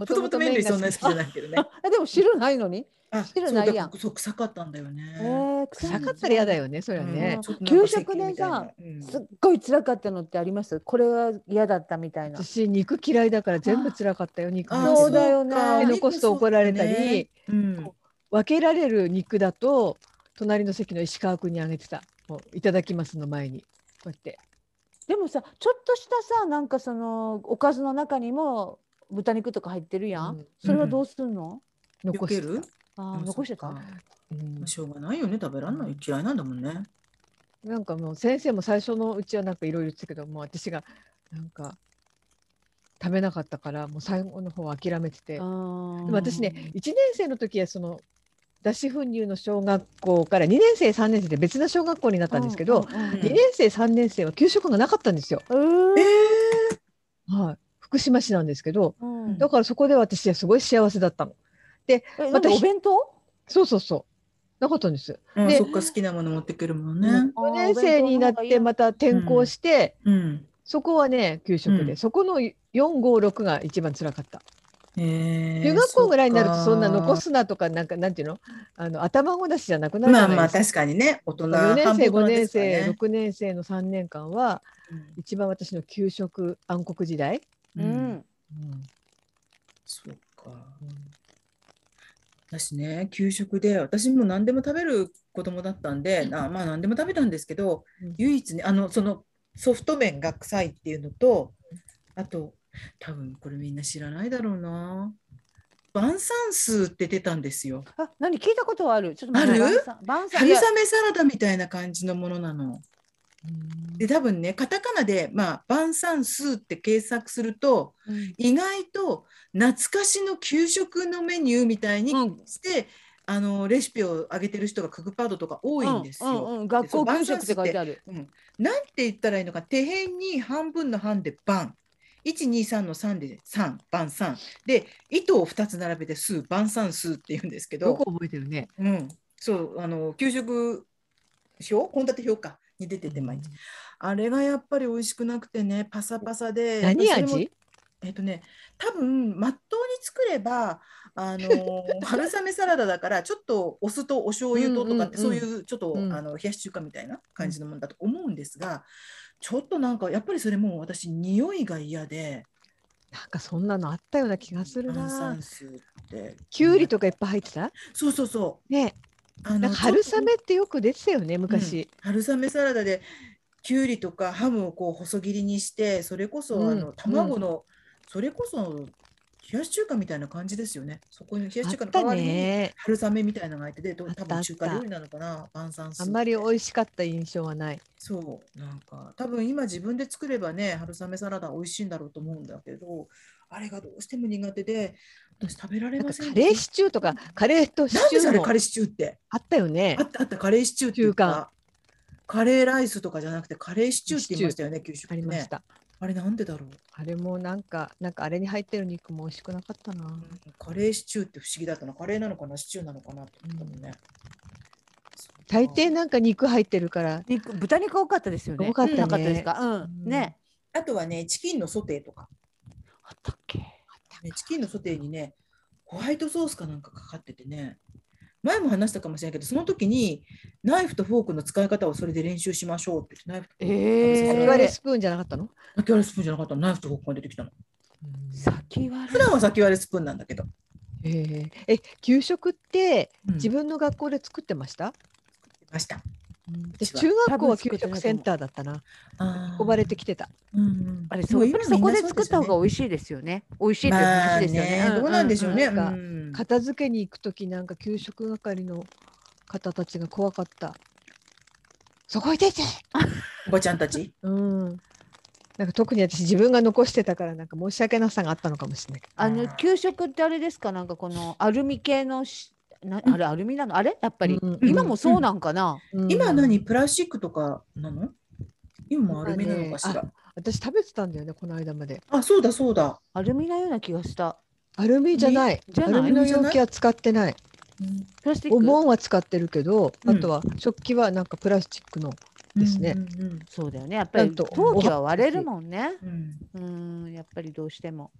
Speaker 1: もともと麺類そんなに好きじゃないけどね
Speaker 3: ぱりあでも汁ないのに
Speaker 1: あ
Speaker 3: 汁ないやん
Speaker 1: そうだからそう臭かったんだよ
Speaker 3: え
Speaker 1: ね、
Speaker 3: ー
Speaker 2: 臭
Speaker 3: 臭
Speaker 2: かったら嫌だ
Speaker 3: よ
Speaker 2: よねそれは
Speaker 1: う
Speaker 2: ね
Speaker 1: ん、ちょっとなんか
Speaker 3: 給食でさ
Speaker 1: 石油みたいな
Speaker 3: すっごい辛かったのってありますこれは嫌だったみたいな
Speaker 2: 私肉嫌いだから全部辛かったよ肉
Speaker 1: あ
Speaker 2: も
Speaker 1: ー
Speaker 3: そうだよね
Speaker 1: か
Speaker 3: で
Speaker 2: 残すと怒られたり
Speaker 1: 肉そうだねうん
Speaker 2: 分けられる肉だと隣の席の石川君にあげてたもういただきますの前にこうやって
Speaker 3: でもさちょっとしたさなんかそのおかずの中にも豚肉とか入ってるやん、
Speaker 2: うん
Speaker 3: それはどうすんの、
Speaker 1: 避
Speaker 2: 残
Speaker 1: け
Speaker 2: して
Speaker 1: る
Speaker 3: あー残してた
Speaker 1: あそっか
Speaker 2: うん
Speaker 1: まあしょうがないよね食べらんない嫌いなんだもんね。
Speaker 2: なんかもう先生も最初のうちはなんかいろいろ言ってたけどもう私がなんか食べなかったからもう最後の方は諦めてて
Speaker 3: あ
Speaker 2: でも
Speaker 3: ー
Speaker 2: 私ね1年生の時はその脱脂粉乳の小学校から2年生3年生で別の小学校になったんですけど、
Speaker 3: うんうんうん
Speaker 2: 2年生3年生は給食がなかったんですよ、
Speaker 3: うーん
Speaker 1: え
Speaker 2: はい、福島市なんですけど
Speaker 3: うん
Speaker 2: だからそこで私はすごい幸せだったの
Speaker 3: え
Speaker 2: また
Speaker 3: なんかお弁当
Speaker 2: そうそうそうなかったんです
Speaker 1: えー。
Speaker 2: で
Speaker 1: そっか好きなもの持ってくるもん
Speaker 3: う
Speaker 1: ね
Speaker 3: ん。
Speaker 2: 4年生になってまた転校して、
Speaker 1: うん。
Speaker 2: そこはね給食で、
Speaker 1: うん
Speaker 2: そこの456が一番辛かった
Speaker 1: えー
Speaker 2: 中学校ぐらいになるとそんな残。
Speaker 1: っか
Speaker 2: すなとかなんかなんていうのあの頭ごなしじゃなくなるじ
Speaker 1: ま
Speaker 2: ゃ
Speaker 1: あま
Speaker 2: ない
Speaker 1: あ
Speaker 2: ですか。
Speaker 1: 確かにね大人
Speaker 2: 4年生
Speaker 1: 半分大
Speaker 2: 5
Speaker 1: 人で
Speaker 2: 年
Speaker 1: すから
Speaker 2: 生、
Speaker 1: ね
Speaker 2: 6年生の3年間は一番私の給食暗黒時代、
Speaker 1: う
Speaker 3: うんん
Speaker 1: そうか。私ね、給食で私も何でも食べる子供だったんで、なまあ何でも食べたんですけど
Speaker 2: うん、
Speaker 1: 唯一ね、あの、そのソフト麺が臭いっていうのと、あと、多分これみんな知らないだろうな。晩餐数って出たんですよ。
Speaker 3: あ何聞いたことはあるちょっと待って
Speaker 1: ある
Speaker 3: 晩餐晩餐
Speaker 1: 春
Speaker 3: いや
Speaker 1: 雨サラダみたいな感じのものなの。で、多分ね、カタカナで、まあ、晩餐数って検索すると、意外と懐かしの給食のメニューみたいに
Speaker 3: うん
Speaker 1: して、あのレシピを上げてる人がクックパードとか多いんですよ。
Speaker 3: うんうんうん、学校給食って書いてある。
Speaker 1: うんなんて言ったらいいのか底辺に半分の半で番123の3で3番3で糸を2つ並べて数番3数って言うんですけど、
Speaker 2: 覚えてるね。
Speaker 1: うん、そうあの給食表献立表かに出てて毎日あれがやっぱり美味しくなくてねパサパサで
Speaker 2: 何
Speaker 1: やっぱりそれも
Speaker 2: 味？
Speaker 1: えっとね、多分まっとうに作れば、あの ー春雨サラダだからちょっとお酢とお醤油ととかって、
Speaker 2: うんうんうん
Speaker 1: そういうちょっと、
Speaker 2: うん
Speaker 1: あの冷やし中華みたいな感じのものだと思うんですが、ちょっとなんかやっぱりそれもう私匂いが嫌で
Speaker 2: なんかそんなのあったような気がする
Speaker 1: 炭
Speaker 2: な
Speaker 1: 酸。水って
Speaker 2: きゅうりとかいっぱい入ってた？
Speaker 1: そうそうそ
Speaker 2: ね、
Speaker 1: うあ
Speaker 2: なんか
Speaker 1: ちょ
Speaker 2: 春
Speaker 1: っと
Speaker 2: 雨ってよく出てたよね昔。
Speaker 1: 春雨サラダできゅうりとかハムをこう細切りにしてそれこそあ
Speaker 2: う
Speaker 1: の
Speaker 2: ん
Speaker 1: 卵の、それこそ冷やし中華みたいな感じですよねそこに冷やし
Speaker 2: あ
Speaker 1: 中華
Speaker 2: っ
Speaker 1: の
Speaker 2: た
Speaker 1: 代わりに、
Speaker 2: ね。
Speaker 1: 春雨みたいなのが入ってて、ど
Speaker 2: あった
Speaker 1: 多分中華
Speaker 2: あった
Speaker 1: 料理なのかな、晩餐スー
Speaker 2: あ
Speaker 1: プ
Speaker 2: んまり美味しかった印象はない。
Speaker 1: そう、なんか、多分今自分で作ればね、春雨サラダ美味しいんだろうと思うんだけど、あれがどうしても苦手で、私食べられ
Speaker 2: なん
Speaker 1: ま
Speaker 2: か
Speaker 1: せん。
Speaker 2: カレーシチューとかカレーとシ
Speaker 1: なんで
Speaker 2: チュ
Speaker 1: あ
Speaker 2: ー
Speaker 1: れ
Speaker 2: も
Speaker 1: カレーシチューって。
Speaker 2: あったよね
Speaker 1: あ。ったあった、カレーシチューって言っ
Speaker 2: 中
Speaker 1: た。カレーライスとかじゃなくて、カレーシチューって言いましたよね、給食
Speaker 2: あ
Speaker 1: ね。
Speaker 2: りました。
Speaker 1: あれなんでだろう、
Speaker 2: あれもなんかなんかあれに入ってる肉も美味しくなかったな。
Speaker 1: うんカレーシチューって不思議だったな。カレーなのかな、シチューなのかなって思ったもんね。そうか
Speaker 2: 大抵なんか肉入ってるから
Speaker 3: 肉豚肉多かったですよね。
Speaker 2: 多かったね
Speaker 3: なかったですか？う
Speaker 2: うん
Speaker 3: ん。ね。
Speaker 1: あとはね、チキンのソテーとか。
Speaker 3: あったっけ？
Speaker 1: ね、チキンのソテーにねホワイトソースかなんかかかっててね前も話したかもしれないけどその時にナイフとフォークの使い方をそれで練習しましょうって言ってナイフとフォー
Speaker 3: え
Speaker 1: ー
Speaker 2: 先割れスプーンじゃなかったの？
Speaker 1: ク先割れスプーンじゃなかったのナイフとフォークが出てきたの
Speaker 3: 先割
Speaker 1: 普段は先割れスプーンなんだけど、
Speaker 2: えーえ給食って自
Speaker 1: 自分
Speaker 2: 分の学校で作ってました、
Speaker 1: でました
Speaker 2: 私
Speaker 1: うち
Speaker 2: 中学校は
Speaker 3: 多分作
Speaker 2: 給
Speaker 3: ってたと思
Speaker 2: 食
Speaker 3: う
Speaker 2: センターだったな
Speaker 1: あー
Speaker 2: 運ばれてきてた
Speaker 1: うんうん
Speaker 3: あれ
Speaker 1: も
Speaker 3: そう。やっぱりそこで作った方が
Speaker 1: 多
Speaker 3: 美味しいですよね。美味しい
Speaker 1: い
Speaker 3: っていう話ですよ
Speaker 1: ね
Speaker 3: ね。
Speaker 1: まあねどうなんでしょうね、
Speaker 2: うんうん
Speaker 1: うん
Speaker 2: 片付けに行く時なんか給食係の方たちが怖かったそこ行ってて
Speaker 1: おばちゃんたち
Speaker 2: うんなんか特に私自分が残してたからなんか申し訳なさがあったのかもしれないけ
Speaker 3: あの給食ってあれですか？なんかこのアルミ系のしなあれアルミなのあれやっぱり
Speaker 2: うん。
Speaker 3: 今もそうなんかな。
Speaker 2: ど、うん
Speaker 1: 今何プラスチックとかなの今もアルミなのかし
Speaker 2: 今
Speaker 1: ら、
Speaker 2: ね私食べてたんだよねこの間まで
Speaker 1: あそうだそうだ
Speaker 3: アルミなような気がした。
Speaker 2: アルミじゃない
Speaker 3: じゃ
Speaker 2: ア
Speaker 3: ない
Speaker 2: ルミの容器は使ってない
Speaker 3: プラスチック。
Speaker 2: お盆は使ってるけど、
Speaker 1: うん
Speaker 2: あとは食器はなんかプラスチックのですね
Speaker 1: うんうんうん
Speaker 3: そうだよね。やっぱり
Speaker 2: なんと
Speaker 3: 陶器は割れるもんね。
Speaker 1: うん
Speaker 3: うーん、やっぱりどうしても。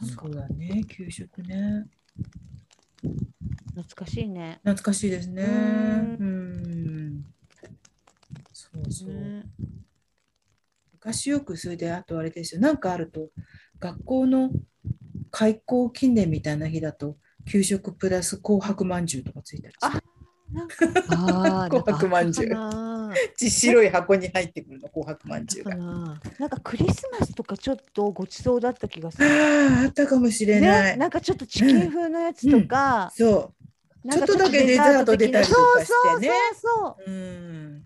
Speaker 3: なんか
Speaker 1: そうだね、給食ね。
Speaker 3: 懐かしいね。
Speaker 1: 懐かしいですね。う
Speaker 3: うーん
Speaker 1: ん。そうそう。
Speaker 3: ね
Speaker 1: 昔よくそれで、あとあれですよ、なんかあると、学校の開校記念みたいな日だと、給食プラス紅白まんじゅうとかついたりして
Speaker 3: あ
Speaker 2: あー
Speaker 3: 紅
Speaker 1: 白饅頭
Speaker 2: なんかあっ
Speaker 1: ち白い箱に入ってくるの紅白まんじゅう
Speaker 2: たか
Speaker 1: が。
Speaker 2: な
Speaker 3: なんかクリスマスとかちょっとごちそうだった気がす
Speaker 1: あ
Speaker 3: る。
Speaker 1: ーあったかもしれな
Speaker 3: ね、
Speaker 1: い。
Speaker 3: なんかちょっとチキン風のやつとか、
Speaker 1: そ
Speaker 3: なんか
Speaker 1: ちょっとだけデザート出たりとかしてね
Speaker 3: そうそうそ
Speaker 1: う。
Speaker 3: う
Speaker 1: うん。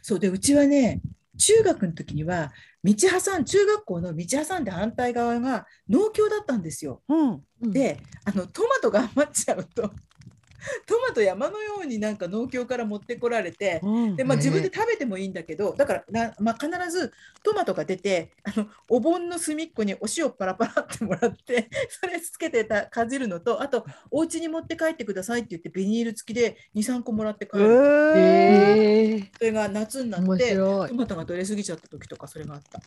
Speaker 1: そうでうちはね中学の時には道挟ん中学校の道挟んで反対側が農協だったんですよ。
Speaker 3: そう。うん。
Speaker 2: うん
Speaker 1: であのトマトが余っちゃうとト マト山のようになんか農協から持ってこられて
Speaker 3: うん
Speaker 1: で、まあ、
Speaker 2: ね
Speaker 1: 自分で食べてもいいんだけどだからな、まあ、必ずトマトが出てあのお盆の隅っこにお塩パラパラってもらって それつけてたかじるのとあとお家に持って帰ってくださいって言ってビニール付きで23個もらって帰
Speaker 3: え
Speaker 1: る
Speaker 3: ー、
Speaker 2: えー
Speaker 1: それが夏になっ
Speaker 2: 面
Speaker 1: て
Speaker 2: 白い
Speaker 1: トマトが取れすぎちゃった時とかそれがあった。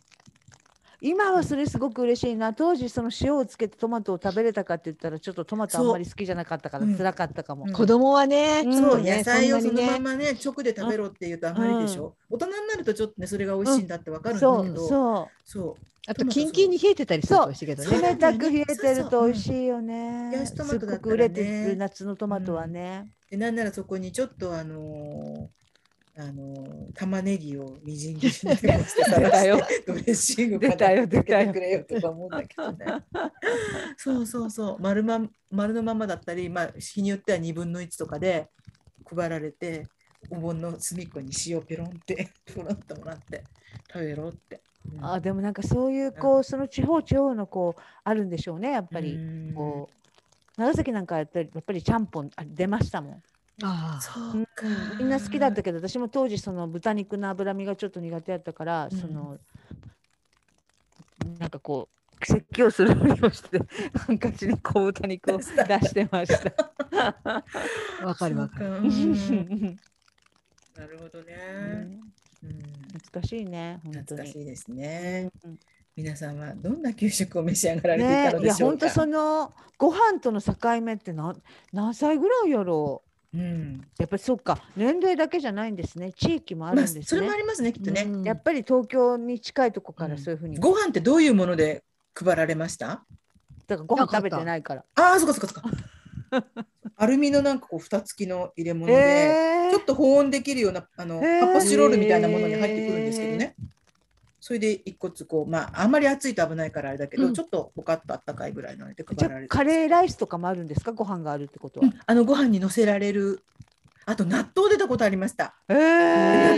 Speaker 3: 今はそれすごく嬉しいな当時その塩をつけてトマトを食べれたかって言ったらちょっとトマトあんまり好きじゃなかったから
Speaker 1: そううん
Speaker 3: 辛かったかも、
Speaker 1: うん
Speaker 2: 子供はね、
Speaker 3: うん
Speaker 2: ちょっ
Speaker 1: そ
Speaker 2: と
Speaker 1: う
Speaker 2: ね
Speaker 1: 野菜をそのま
Speaker 2: んなにね
Speaker 1: まね直で食べろって言うとあまりでしょ、大人になるとちょっとねそれが美味しいんだってわかるんだ
Speaker 3: そ
Speaker 1: け
Speaker 3: う
Speaker 1: ど、
Speaker 3: そ
Speaker 1: そう
Speaker 2: あとキンキンに冷えてたりするかもしれないけど
Speaker 3: う
Speaker 1: そ
Speaker 2: ね
Speaker 1: う
Speaker 3: 冷たく冷えてると美味しいよね、
Speaker 1: 冷やしトマトだ
Speaker 3: すっご
Speaker 1: った
Speaker 3: く
Speaker 1: ら
Speaker 3: 売
Speaker 1: ね
Speaker 3: れてる夏のトマトはね、
Speaker 1: でなんならそこにちょっとあのーあのー玉ねぎをみじん切りにでもしてさら
Speaker 3: たよ
Speaker 1: してドレッシング
Speaker 3: 出たよ
Speaker 1: かけて
Speaker 3: 出たよ
Speaker 1: くれよとか思うんだけどねそうそうそう丸,、ま、丸のままだったり、まあ、日によっては2分の1とかで配られてお盆の隅っこに塩ペロンって ペロンともらって食べろって。うん
Speaker 3: あでもなんかそういうこうその地方地方のこうあるんでしょうねやっぱり、
Speaker 1: うん
Speaker 3: こう長崎なんかやっぱりやっぱりちゃんぽんあ出ましたもん
Speaker 2: ああ
Speaker 1: そうか
Speaker 3: みんな好きだったけど私も当時その豚肉の脂身がちょっと苦手だったから、
Speaker 1: うん
Speaker 3: そのなんかこう咳をするふりをして ハンカチに小豚 肉を出してました。
Speaker 2: わかるわかる
Speaker 1: そうう
Speaker 3: う
Speaker 1: ん
Speaker 3: ん
Speaker 1: なるほどね。うん
Speaker 3: 懐かしいね本当
Speaker 1: 懐かし
Speaker 3: に。
Speaker 1: いですね。
Speaker 3: うん
Speaker 1: 皆さんはどんな給食を召し上がられていた
Speaker 3: ね
Speaker 1: の
Speaker 3: い
Speaker 1: で
Speaker 3: や
Speaker 1: しょう
Speaker 3: 本
Speaker 1: か。
Speaker 3: 当そのご飯との境目って何何歳ぐらいやろ
Speaker 1: う
Speaker 3: う
Speaker 1: ん、
Speaker 3: やっぱりそうか年齢だけじゃないんですね地域もあ
Speaker 1: ま
Speaker 3: る
Speaker 1: あ
Speaker 3: んです
Speaker 1: それ
Speaker 3: ね
Speaker 1: もあ。りますねきっとね。
Speaker 3: やっぱり東京に近いとこか
Speaker 1: う
Speaker 3: ら
Speaker 1: ん
Speaker 3: そういうふうに、だか
Speaker 1: ご飯ってどういうもので配られました？
Speaker 3: らご
Speaker 2: な
Speaker 3: 飯
Speaker 2: かっ
Speaker 3: 食
Speaker 2: た
Speaker 3: べてないから。
Speaker 1: ああそっかそっかそっか。 アルミのなんかこう蓋付きの入れ物で、
Speaker 3: えー
Speaker 1: ちょっと保温できるようなあの、
Speaker 3: へー
Speaker 1: 発泡スチロールみたいなものに入ってくるんですけどね。それで一個ずつこうまああんまり熱いと危ないからあれだけど、
Speaker 2: うん
Speaker 1: ちょっとポカッとあったかいぐらいなので
Speaker 3: じ
Speaker 1: 配
Speaker 3: ゃ
Speaker 1: られる。
Speaker 3: カレーライスとかもあるんですかご飯があるってこと
Speaker 1: う
Speaker 3: は。
Speaker 1: ん、あのご飯に乗せられる。あと納豆出たことありました。
Speaker 3: え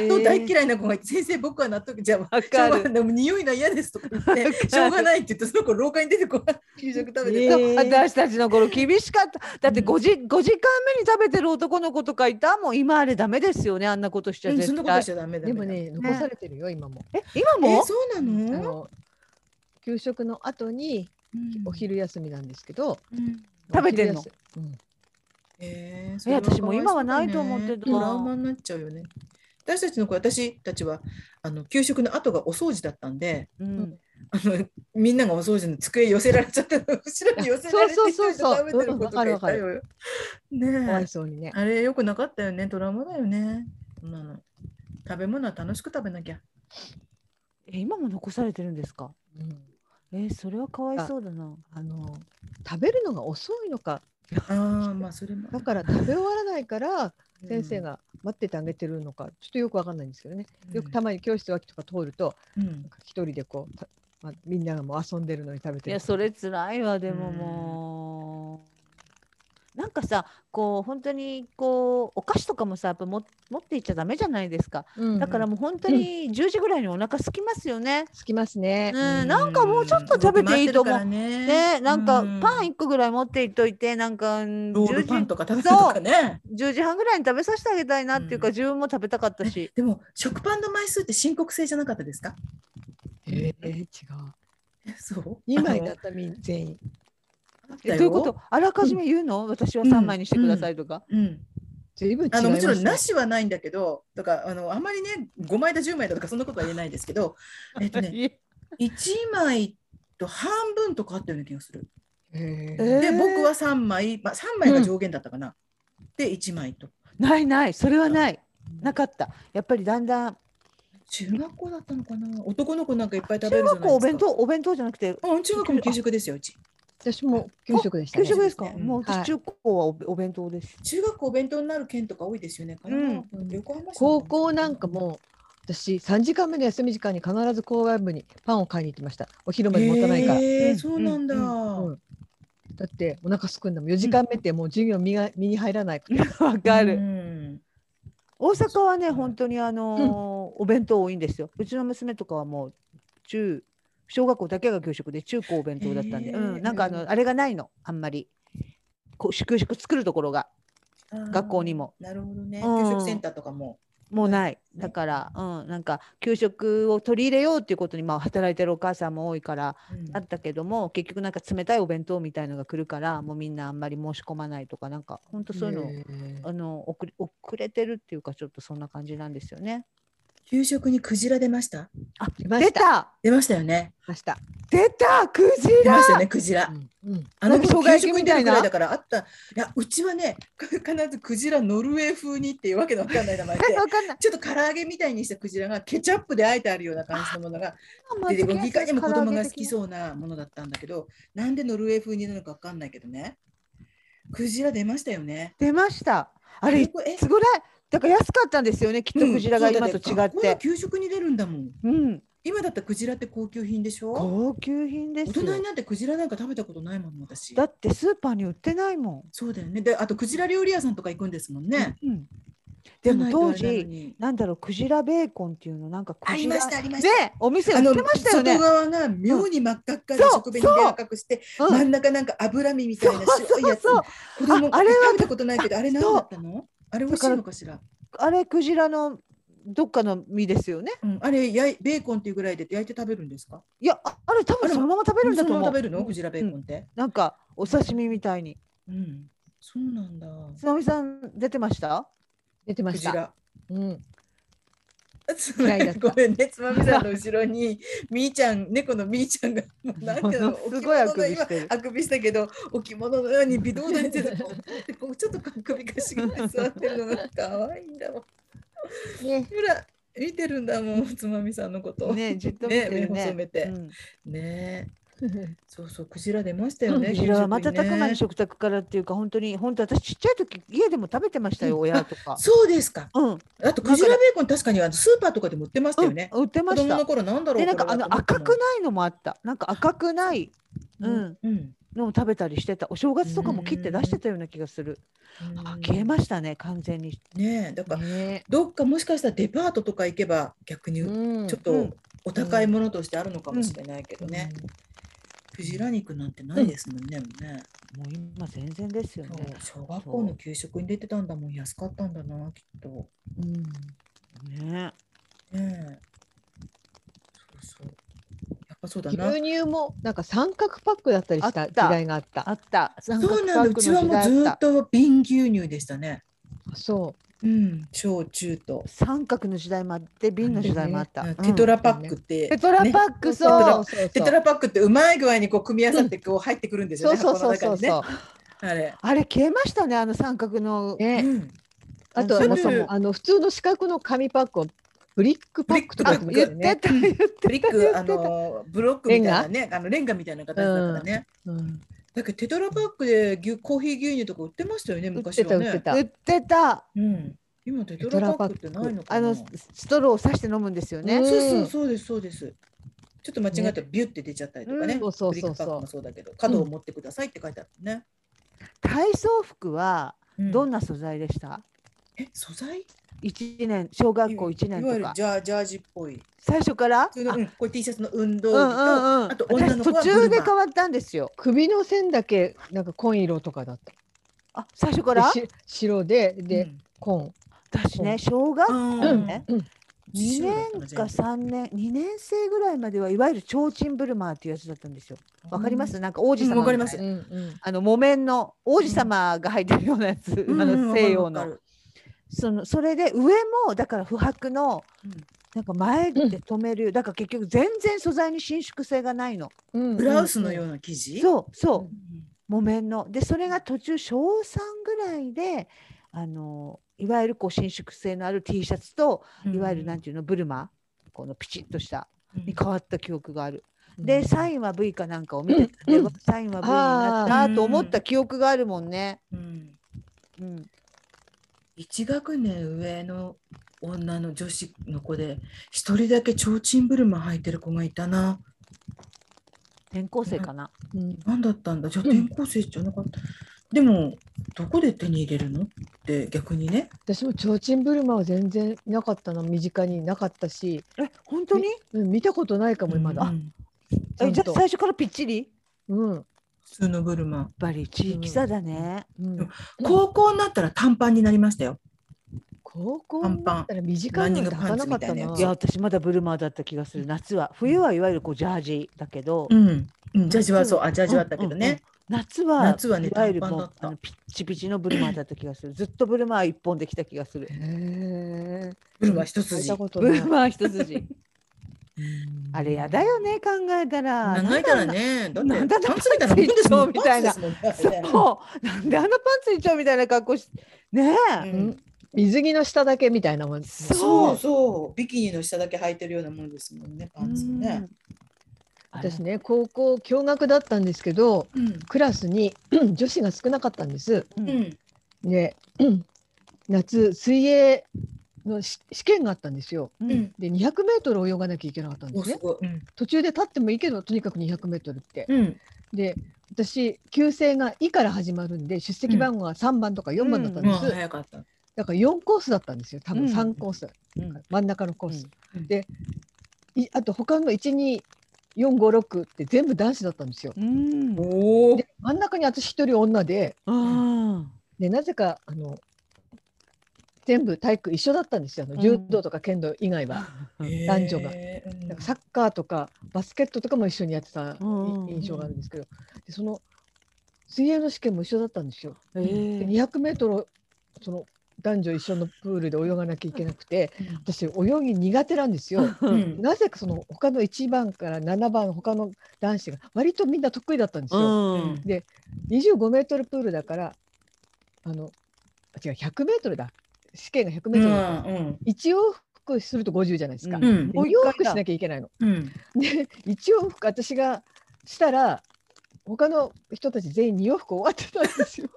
Speaker 1: 納豆大嫌いな子がいて先生僕は納豆じゃあ
Speaker 3: わ
Speaker 1: しょ
Speaker 3: か
Speaker 1: うがな
Speaker 3: る。
Speaker 1: いでも匂いが嫌ですとか言
Speaker 3: わ
Speaker 1: っ
Speaker 3: かる
Speaker 1: てしょうがないって言ってその子廊下に出てこない給食食べてた、
Speaker 2: えー
Speaker 3: 私たちの頃厳しかっただって
Speaker 1: うん
Speaker 3: 5時 ,5 時間目に食べてる男の子とかいたもう今あれダメですよねあんなことしちゃ
Speaker 1: うんそんなこ
Speaker 3: 絶
Speaker 1: と
Speaker 3: 対
Speaker 1: し、ちゃダメだ
Speaker 2: でもね残されてるよ今も。
Speaker 3: え今
Speaker 1: え
Speaker 3: も
Speaker 1: そうな
Speaker 2: あ
Speaker 1: の、
Speaker 2: の給食の後に
Speaker 1: うん
Speaker 2: お、昼休みなんですけど、
Speaker 1: うん
Speaker 3: 食べてんの
Speaker 2: お昼休みうん
Speaker 1: えー、
Speaker 3: 私も今はないと思ってた
Speaker 1: たトラウマになっちゃうよね私たちの子私たちはあの給食の後がお掃除だったんで
Speaker 3: うん
Speaker 1: あのみんながお掃除の机寄せられちゃって後ろに寄せられて
Speaker 2: そう
Speaker 1: 一
Speaker 2: そう
Speaker 1: 人で
Speaker 2: そうそう
Speaker 1: 食べてることがいたよ
Speaker 2: かわい
Speaker 1: ねえ
Speaker 2: そうにね。
Speaker 1: あれよくなかったよねトラウマだよねそんなの食べ物は楽しく食べなきゃ
Speaker 3: え今も残されてるんですか
Speaker 2: うん
Speaker 3: えそれはかわいそうだな
Speaker 2: あの食べるのが遅いのか
Speaker 1: ああまあそれも
Speaker 2: だから食べ終わらないから
Speaker 1: うん
Speaker 2: 先生が待っててあげてるのかちょっとよくわかんないんですけどね
Speaker 1: うん
Speaker 2: よくたまに教室脇とか通ると
Speaker 1: うん
Speaker 2: なんか一人でこうた、まあ、みんながもう遊んでるのに食べてる
Speaker 3: いやそれ辛いわでも
Speaker 1: うん
Speaker 3: もう、なんかさこう本当にこうお菓子とかもさやっぱも持っていっちゃダメじゃないですか
Speaker 2: うん
Speaker 3: だからもう本当に10時ぐらいにお腹空きますよね。
Speaker 2: つきますね
Speaker 3: う。ん、なんかもうちょっと食べていいと思う。
Speaker 1: 僕待ってるからね
Speaker 3: ね、なんか
Speaker 1: う
Speaker 3: パン1個ぐらい持っていっといて、なんかうん
Speaker 1: ロールパン
Speaker 3: 10
Speaker 1: とか食べるとかね
Speaker 3: 時 ,10 時半ぐらいに食べさせてあげたいなっていうか、
Speaker 1: うん
Speaker 3: 自分も食べたかったし。
Speaker 1: でも食パンの枚数って申告制じゃなかったです か
Speaker 2: えー、違う。
Speaker 1: えそう
Speaker 2: 二枚
Speaker 1: あ
Speaker 2: だ
Speaker 1: の
Speaker 2: ったみん全員。
Speaker 1: あった
Speaker 3: え
Speaker 1: よ
Speaker 3: ということ、あらかじめ言うの、私は3枚にしてくださいとか。
Speaker 1: うん
Speaker 2: 随分違いま
Speaker 1: あ
Speaker 2: す、ね。
Speaker 1: のもちろんなしはないんだけどとかあのあんまりね5枚だ10枚だとかそんなことは言えないですけ どえっとね1枚と半分とかあったような気がする
Speaker 2: へー。
Speaker 3: え
Speaker 1: で
Speaker 3: ー
Speaker 1: 僕は3枚、まあ、3枚が上限だったかな、で1枚と
Speaker 3: ないない、それはない。なかった。やっぱりだんだん、
Speaker 1: 中学校だったのかな男の子なんかいっぱい食べ
Speaker 3: 中
Speaker 1: るじゃないです
Speaker 3: 学
Speaker 1: か
Speaker 3: 校お弁当、お弁当じゃなくて、
Speaker 1: うん、中学も給食ですよ、うち。
Speaker 2: 私も給食でした、ね。
Speaker 3: 給食ですか。
Speaker 1: うん
Speaker 3: もう
Speaker 2: は
Speaker 3: 私
Speaker 2: い
Speaker 3: 中高はおお弁当 です。
Speaker 1: 中学校お弁当になる県とか多いですよね。神奈川
Speaker 2: うん
Speaker 1: 横浜市も
Speaker 2: 高校なんかも私3時間目の休み時間に必ず校外部にパンを買いに行ってましたお昼まで持たないから、
Speaker 1: へー
Speaker 3: うん
Speaker 1: そうなんだ。
Speaker 2: うんだってお腹すくんだもん4時間目ってもう授業身が身に入らないから
Speaker 3: わか
Speaker 1: う
Speaker 3: る。
Speaker 1: ん
Speaker 3: 大阪はね本当にあのーお弁当多いんですよ。うちの娘とかはもう中小学校だけが給食で中高お弁当だったんで、
Speaker 1: へー
Speaker 3: うん、なんかあ
Speaker 1: うん
Speaker 3: のあれがないのあんまり。こう給食作るところが
Speaker 1: あー
Speaker 3: 学校にも。
Speaker 1: なるほどね。
Speaker 3: うん
Speaker 1: 給食センターとかも。
Speaker 3: もうない。
Speaker 1: ね
Speaker 3: だから、うん、なんか給食を取り入れようっていうことに、まあ、働いてるお母さんも多いから、
Speaker 1: うん
Speaker 3: あったけども結局なんか冷たいお弁当みたいのが来るからもうみんなあんまり申し込まないとかなんかほんとそういうの、あの遅れ遅れてるっていうかちょっとそんな感じなんですよね。
Speaker 1: 給食にクジラ出ました。
Speaker 3: あ
Speaker 2: 出まし
Speaker 3: 出た
Speaker 1: 出ましたよね。
Speaker 2: ました、
Speaker 3: 出たクジ
Speaker 1: 出
Speaker 3: ラ
Speaker 1: ましたよね。クジラ。
Speaker 2: うんうん
Speaker 1: あの
Speaker 3: なんか
Speaker 1: 子
Speaker 3: 生姜
Speaker 1: 給
Speaker 3: 焼き
Speaker 1: 食に
Speaker 3: み
Speaker 1: 出
Speaker 3: た
Speaker 1: る
Speaker 3: い
Speaker 1: ぐ
Speaker 3: な
Speaker 1: らいだからあった。いやうちはね 必ずクジラノルウェー風にっていうわけのわかんない名 前で。
Speaker 3: わかんない。
Speaker 1: ちょっと唐揚げみたいにしたクジラがケチャップであえてあるような感じのものが
Speaker 3: ま
Speaker 1: 出てこいかにも子供が好き
Speaker 3: う。
Speaker 1: そうなものだったんだけどなんでノルウェー風になるのかわかんないけどねクジラ出ましたよね
Speaker 3: 出ました。あれ
Speaker 1: よくえ
Speaker 3: すごい。だから安かったんですよねきっと
Speaker 1: うん
Speaker 3: クジラが今と
Speaker 1: そう
Speaker 3: 違
Speaker 1: だよ学
Speaker 3: っ
Speaker 1: 校の
Speaker 3: て。
Speaker 1: 給食に出るんだもん
Speaker 3: うん。
Speaker 1: 今だったらクジラって高級品でしょ
Speaker 3: 高級品で
Speaker 1: 大
Speaker 3: す
Speaker 1: 人に
Speaker 3: よ。
Speaker 1: なってクジラなんか食べたことないもん私
Speaker 3: だってスーパーに売ってないも
Speaker 1: そうだよねであとクジラ料理屋さんとか行くんですもん
Speaker 3: ん。
Speaker 1: ね、
Speaker 3: うん。でも当時
Speaker 1: 時
Speaker 3: なんだろうクジラベーコンっていうのなんかク
Speaker 1: あり
Speaker 3: ジ
Speaker 1: ま
Speaker 3: ラ
Speaker 1: したありました、
Speaker 3: ねお店
Speaker 1: あ
Speaker 3: 売
Speaker 1: の
Speaker 3: ってましたよね
Speaker 1: 外。側が妙に真っ赤っかで
Speaker 3: うんそう
Speaker 1: 食紅で赤くして、
Speaker 3: うん
Speaker 1: 真ん中なんか脂身みたいな白いやつ
Speaker 3: そうそう
Speaker 1: 子供
Speaker 3: ああれは
Speaker 1: 食べたことないけどあれ何だったのあれ美味しいのかしら
Speaker 3: あれクジラのどっかの身ですよね。
Speaker 1: うん、あれやいベーコンっていうぐらいで焼いて食べるんですか
Speaker 3: いやああれ多
Speaker 1: あ
Speaker 3: 分
Speaker 1: れ
Speaker 3: そのまま食べるんだと思う。
Speaker 1: そのまま食べるのクジラベーコン
Speaker 3: う
Speaker 1: っ
Speaker 3: ん
Speaker 1: て
Speaker 3: なんかお刺身みたいに。
Speaker 1: うん、そうなんだ
Speaker 3: つなみさん出てました？
Speaker 2: 出てま
Speaker 1: ク
Speaker 2: し
Speaker 1: ジ
Speaker 2: た、
Speaker 1: ラ
Speaker 2: うん、嫌いだった
Speaker 1: ごめんねつまみさんの後ろにみーちゃん猫のみーちゃんがもうなんていうの
Speaker 3: ものすごいあく
Speaker 1: 置物の
Speaker 3: び
Speaker 1: 今
Speaker 3: してる
Speaker 1: あくびしたけど置物のように微動だにせずこうこうちょっと首かしげて座ってるのが可愛いんだもん
Speaker 2: ね
Speaker 1: ほら見てるんだもんつまみさんのこと
Speaker 3: ねじっと見てる
Speaker 1: 目
Speaker 3: ね。
Speaker 1: 細めて
Speaker 3: うん
Speaker 1: ねえそうそうクジラ出ましたよね
Speaker 3: クジラは
Speaker 1: 給食
Speaker 3: 瞬
Speaker 1: にね
Speaker 3: く間に食卓からっていうか本当に本当私ちっちゃい時家でも食べてました
Speaker 1: う
Speaker 3: よ
Speaker 1: ん
Speaker 3: 親と か。
Speaker 1: そうですか
Speaker 3: うん、
Speaker 1: あとクジラベーコン確かにあのスーパーとかでも売ってましたよね。
Speaker 3: うん売って
Speaker 1: 子
Speaker 3: まし
Speaker 1: 供
Speaker 3: た
Speaker 1: の。頃なんだろう
Speaker 3: でなんかあの赤くないのもあった。なんか赤くない。
Speaker 1: う
Speaker 3: うんん、
Speaker 1: うん、
Speaker 3: のを食べたりしてたお正月とかも切って出してたような気がする、あ消えましたね完全に
Speaker 1: ねえだから
Speaker 2: ね
Speaker 1: どっかもしかしたらデパートとか行けば逆に
Speaker 2: う ん
Speaker 1: ちょっ
Speaker 3: う
Speaker 1: と
Speaker 3: ん
Speaker 1: お高いものとしてあるのかもしれないけどね、クジラ肉なんてないですもんね、もうね
Speaker 3: もう今全然ですよ
Speaker 1: そう
Speaker 3: ね。
Speaker 1: 小学校の給食に出てたんだもん安かったんだなきっと
Speaker 2: うん
Speaker 3: ね
Speaker 1: ねえそうそうやっぱそうだな
Speaker 2: 牛乳もなんか三角パックだったりした時代があった
Speaker 3: あった。そ
Speaker 1: そうなんだうちはもうずーっと瓶牛乳でしたね
Speaker 2: そ
Speaker 1: う
Speaker 2: う
Speaker 1: ん小中と
Speaker 3: 三角の時代もあって瓶の時代もあった。
Speaker 1: う
Speaker 3: うんん
Speaker 1: テトラパックって、
Speaker 3: テトラ
Speaker 1: ね
Speaker 3: パッ
Speaker 1: テ
Speaker 3: ク
Speaker 1: ト
Speaker 3: そ
Speaker 1: ラ
Speaker 3: う。
Speaker 2: そう
Speaker 1: テトラパックってうまい具合にこう組み合わさってこう入ってくるんですよ
Speaker 2: そ
Speaker 1: ね、
Speaker 2: うそ
Speaker 1: 箱
Speaker 2: う
Speaker 1: の
Speaker 2: そ
Speaker 1: 中
Speaker 2: うそう
Speaker 1: にね
Speaker 2: そ。
Speaker 1: あれ。
Speaker 3: あれ消えましたねあの三角の
Speaker 2: う。。ね
Speaker 1: うん
Speaker 2: あとは
Speaker 1: そ
Speaker 2: な
Speaker 1: れ
Speaker 2: んかもうあの普通の四角の紙パックをブリックパックとか
Speaker 3: あ
Speaker 2: って
Speaker 1: ブ
Speaker 2: 言
Speaker 1: リ
Speaker 3: 言
Speaker 1: ッ
Speaker 2: う
Speaker 1: ク
Speaker 2: んだよ
Speaker 3: って
Speaker 2: ね。
Speaker 3: た言って
Speaker 1: ブリッ
Speaker 3: た言って
Speaker 1: ク
Speaker 3: た。
Speaker 1: あのブロックみたいなねあのレンガみたいな形だからね、
Speaker 2: うん
Speaker 1: だけどテトラパックで牛コーヒー牛乳とか売ってましたよね
Speaker 2: 売っ
Speaker 1: 昔
Speaker 2: てた
Speaker 1: は
Speaker 2: 売って
Speaker 1: ね、
Speaker 2: た
Speaker 3: 売。ってた。
Speaker 1: うん、今テトラパックってないのか
Speaker 3: あ
Speaker 1: な
Speaker 3: のスストローを刺して飲むんですよ
Speaker 2: う
Speaker 3: ね
Speaker 2: ん。
Speaker 1: そうそうそうですそうですちょっと間違えたらビュって出ちゃったりとかね、
Speaker 3: うん
Speaker 2: そうそう
Speaker 1: ブリッ
Speaker 2: そ
Speaker 1: ク
Speaker 2: う
Speaker 1: パック
Speaker 2: そ
Speaker 1: もそうだけど角を持ってくださいって書いてあるね、
Speaker 3: 体操服は
Speaker 1: うん
Speaker 3: どんな素材でした？
Speaker 1: え素材
Speaker 3: 一年小学校一
Speaker 1: い
Speaker 3: 年
Speaker 1: わゆ
Speaker 3: と
Speaker 1: る
Speaker 3: か
Speaker 1: ジャージャージっぽい
Speaker 3: 最初から？
Speaker 1: 普通の、うん、これ T シャツの運動
Speaker 3: う
Speaker 1: 着
Speaker 3: んう
Speaker 1: と、
Speaker 3: んうん。
Speaker 1: あと女
Speaker 3: 私
Speaker 1: の子は
Speaker 3: 途中
Speaker 1: ブ
Speaker 3: で
Speaker 1: ルマ
Speaker 3: 変わったんですよ。
Speaker 2: 首の線だけなんか紺色とかだった。
Speaker 3: あ最初か
Speaker 2: で
Speaker 3: ら？
Speaker 2: し白で
Speaker 1: で、
Speaker 2: で紺。
Speaker 3: 私
Speaker 2: う
Speaker 3: ね
Speaker 2: ん
Speaker 3: 小学
Speaker 1: うん
Speaker 3: 校ね。
Speaker 2: うん
Speaker 3: 2
Speaker 1: 白だった
Speaker 3: 年
Speaker 1: の
Speaker 3: か3年2年生ぐらいまではいわゆる提灯ブルマーっていうやつだったんですよ。わかります、なんか王子様みたいな
Speaker 1: うんわかります
Speaker 2: うんうん
Speaker 3: あの木綿の王子様が履いてるようなやつ、
Speaker 1: うん
Speaker 3: あ
Speaker 1: うん
Speaker 3: の西洋
Speaker 1: わかる
Speaker 3: の
Speaker 1: わか
Speaker 3: そのそれで上もだから不白の
Speaker 1: うん
Speaker 3: なんか前で止める、だから結局全然素材に伸縮性がないの
Speaker 2: うんうん
Speaker 1: るブラウスのような生地う、
Speaker 3: そうそう、
Speaker 1: ん
Speaker 3: 木綿のでそれが途中小3ぐらいであのいわゆるこう伸縮性のある T シャツと、いわゆるなんていうのブルマこのピチッとしたに変わった記憶がある。でサインは V かなんかを見てたでサインは V になったなと思った記憶があるもんね。
Speaker 1: うん、
Speaker 3: うん、
Speaker 1: 1学年上の女の女子の子で一人だけ提灯ブルマ履いてる子がいたな。
Speaker 3: 転校生かな。
Speaker 2: うん
Speaker 1: 何だったんだじゃあ転校生じゃなかった。でもどこで手に入れるのって逆にね。
Speaker 2: 私も提灯ブルマは全然なかったな身近になかったし、
Speaker 3: え本当に
Speaker 2: うん、見たことないかもま
Speaker 1: う
Speaker 2: だ、
Speaker 1: ん
Speaker 2: ちゃ
Speaker 3: え
Speaker 2: ん
Speaker 3: じゃあ
Speaker 2: と
Speaker 3: 最初からぴっちりやっ
Speaker 2: うん
Speaker 1: 普通のブルマ。
Speaker 3: ぱり地域差だね。
Speaker 2: うん、
Speaker 1: 高校になったら短パンになりましたよ。
Speaker 2: 高校になったら短
Speaker 1: ラ
Speaker 2: い
Speaker 1: ン
Speaker 2: の
Speaker 1: ニン
Speaker 2: に
Speaker 1: グ
Speaker 2: 履かなかった
Speaker 1: パンツみたいな
Speaker 2: な
Speaker 1: や
Speaker 3: いや私まだブルマーだった気がする夏は冬はいわゆるこうジャージだけど、
Speaker 1: うん。うん、ジャージはそうあジャージはあったけど
Speaker 3: うんうん
Speaker 1: ね。
Speaker 3: 夏は
Speaker 1: 夏はね
Speaker 3: いわゆる
Speaker 1: 短パ
Speaker 3: も
Speaker 1: ンだ
Speaker 3: う
Speaker 1: った
Speaker 3: あのピッチピチのブルマーだった気がするずっとブルマー一本できた気がする
Speaker 2: へえ
Speaker 1: ブルマ一
Speaker 2: 履い
Speaker 1: 筋
Speaker 2: た。こと
Speaker 3: ブ
Speaker 2: ない
Speaker 3: ルマー一 筋あれやだよね考えたら
Speaker 1: 長いからね。だって
Speaker 3: なんだ
Speaker 1: パンツみたいなもんですもん。
Speaker 3: パンツみたいな
Speaker 1: パンツですもんね
Speaker 3: そう なんであのパンツ一丁みたいな格好しねえ、
Speaker 1: うん
Speaker 2: 水着の下だけみたいなもんですね
Speaker 1: そ
Speaker 3: そ
Speaker 1: ううそう、ビキニの下だけ履いてるようなもんですもんね、パンツもね。
Speaker 3: あれ
Speaker 2: 私ね高校共学だったんですけど
Speaker 1: うん、
Speaker 2: クラスに 女子が少なかったんです。
Speaker 3: う
Speaker 1: うんん、
Speaker 2: で 夏水泳のし試験があったんですよ。
Speaker 3: うん
Speaker 1: うん、
Speaker 2: で 200m 泳がなきゃいけなかったんで
Speaker 1: お
Speaker 2: すね
Speaker 1: す。ごい。うん、
Speaker 2: 途中で立ってもいいけどとにかく 200m って。
Speaker 1: うん、
Speaker 2: で私旧姓が「い」から始まるんで出席番号が3番とか4番だったん
Speaker 1: もう
Speaker 2: です、
Speaker 1: 早かった。
Speaker 2: だから4コースだったんですよ多分
Speaker 3: うん
Speaker 2: 3コース、
Speaker 3: うん
Speaker 2: 真ん中のコース、
Speaker 1: うん
Speaker 2: でいあと他の12456って全部男子だったんですよ
Speaker 3: うん
Speaker 1: おお
Speaker 2: で真ん中に私一人女で
Speaker 3: あ
Speaker 2: でなぜかあの全部体育一緒だったんですよあ
Speaker 3: うん
Speaker 2: の柔道とか剣道以外は、男女がだからサッカーとかバスケットとかも一緒にやってたい
Speaker 3: うん
Speaker 2: 印象があるんですけどでその水泳の試験も一緒だったんですよ。
Speaker 3: ーえ
Speaker 2: で
Speaker 3: ー
Speaker 2: 200m その男女一緒のプールで泳がなきゃいけなくて
Speaker 1: うん
Speaker 2: 私泳ぎ苦手なんで すよ。
Speaker 1: う
Speaker 3: うん
Speaker 1: ん、
Speaker 2: なぜかその他の1番から7番他の男子が割とみんな得意だったんですよ。
Speaker 3: うん
Speaker 2: 25メートルプールだからあのあ違う100メートルだ試験が100メートルだから、
Speaker 1: うん、
Speaker 2: 一往復すると50じゃないですか。
Speaker 3: う
Speaker 2: で
Speaker 1: うんん
Speaker 2: 二、往復しなきゃいけないの。
Speaker 1: うん、
Speaker 2: で一往復私がしたら他の人たち全員二往復終わってたんですよ。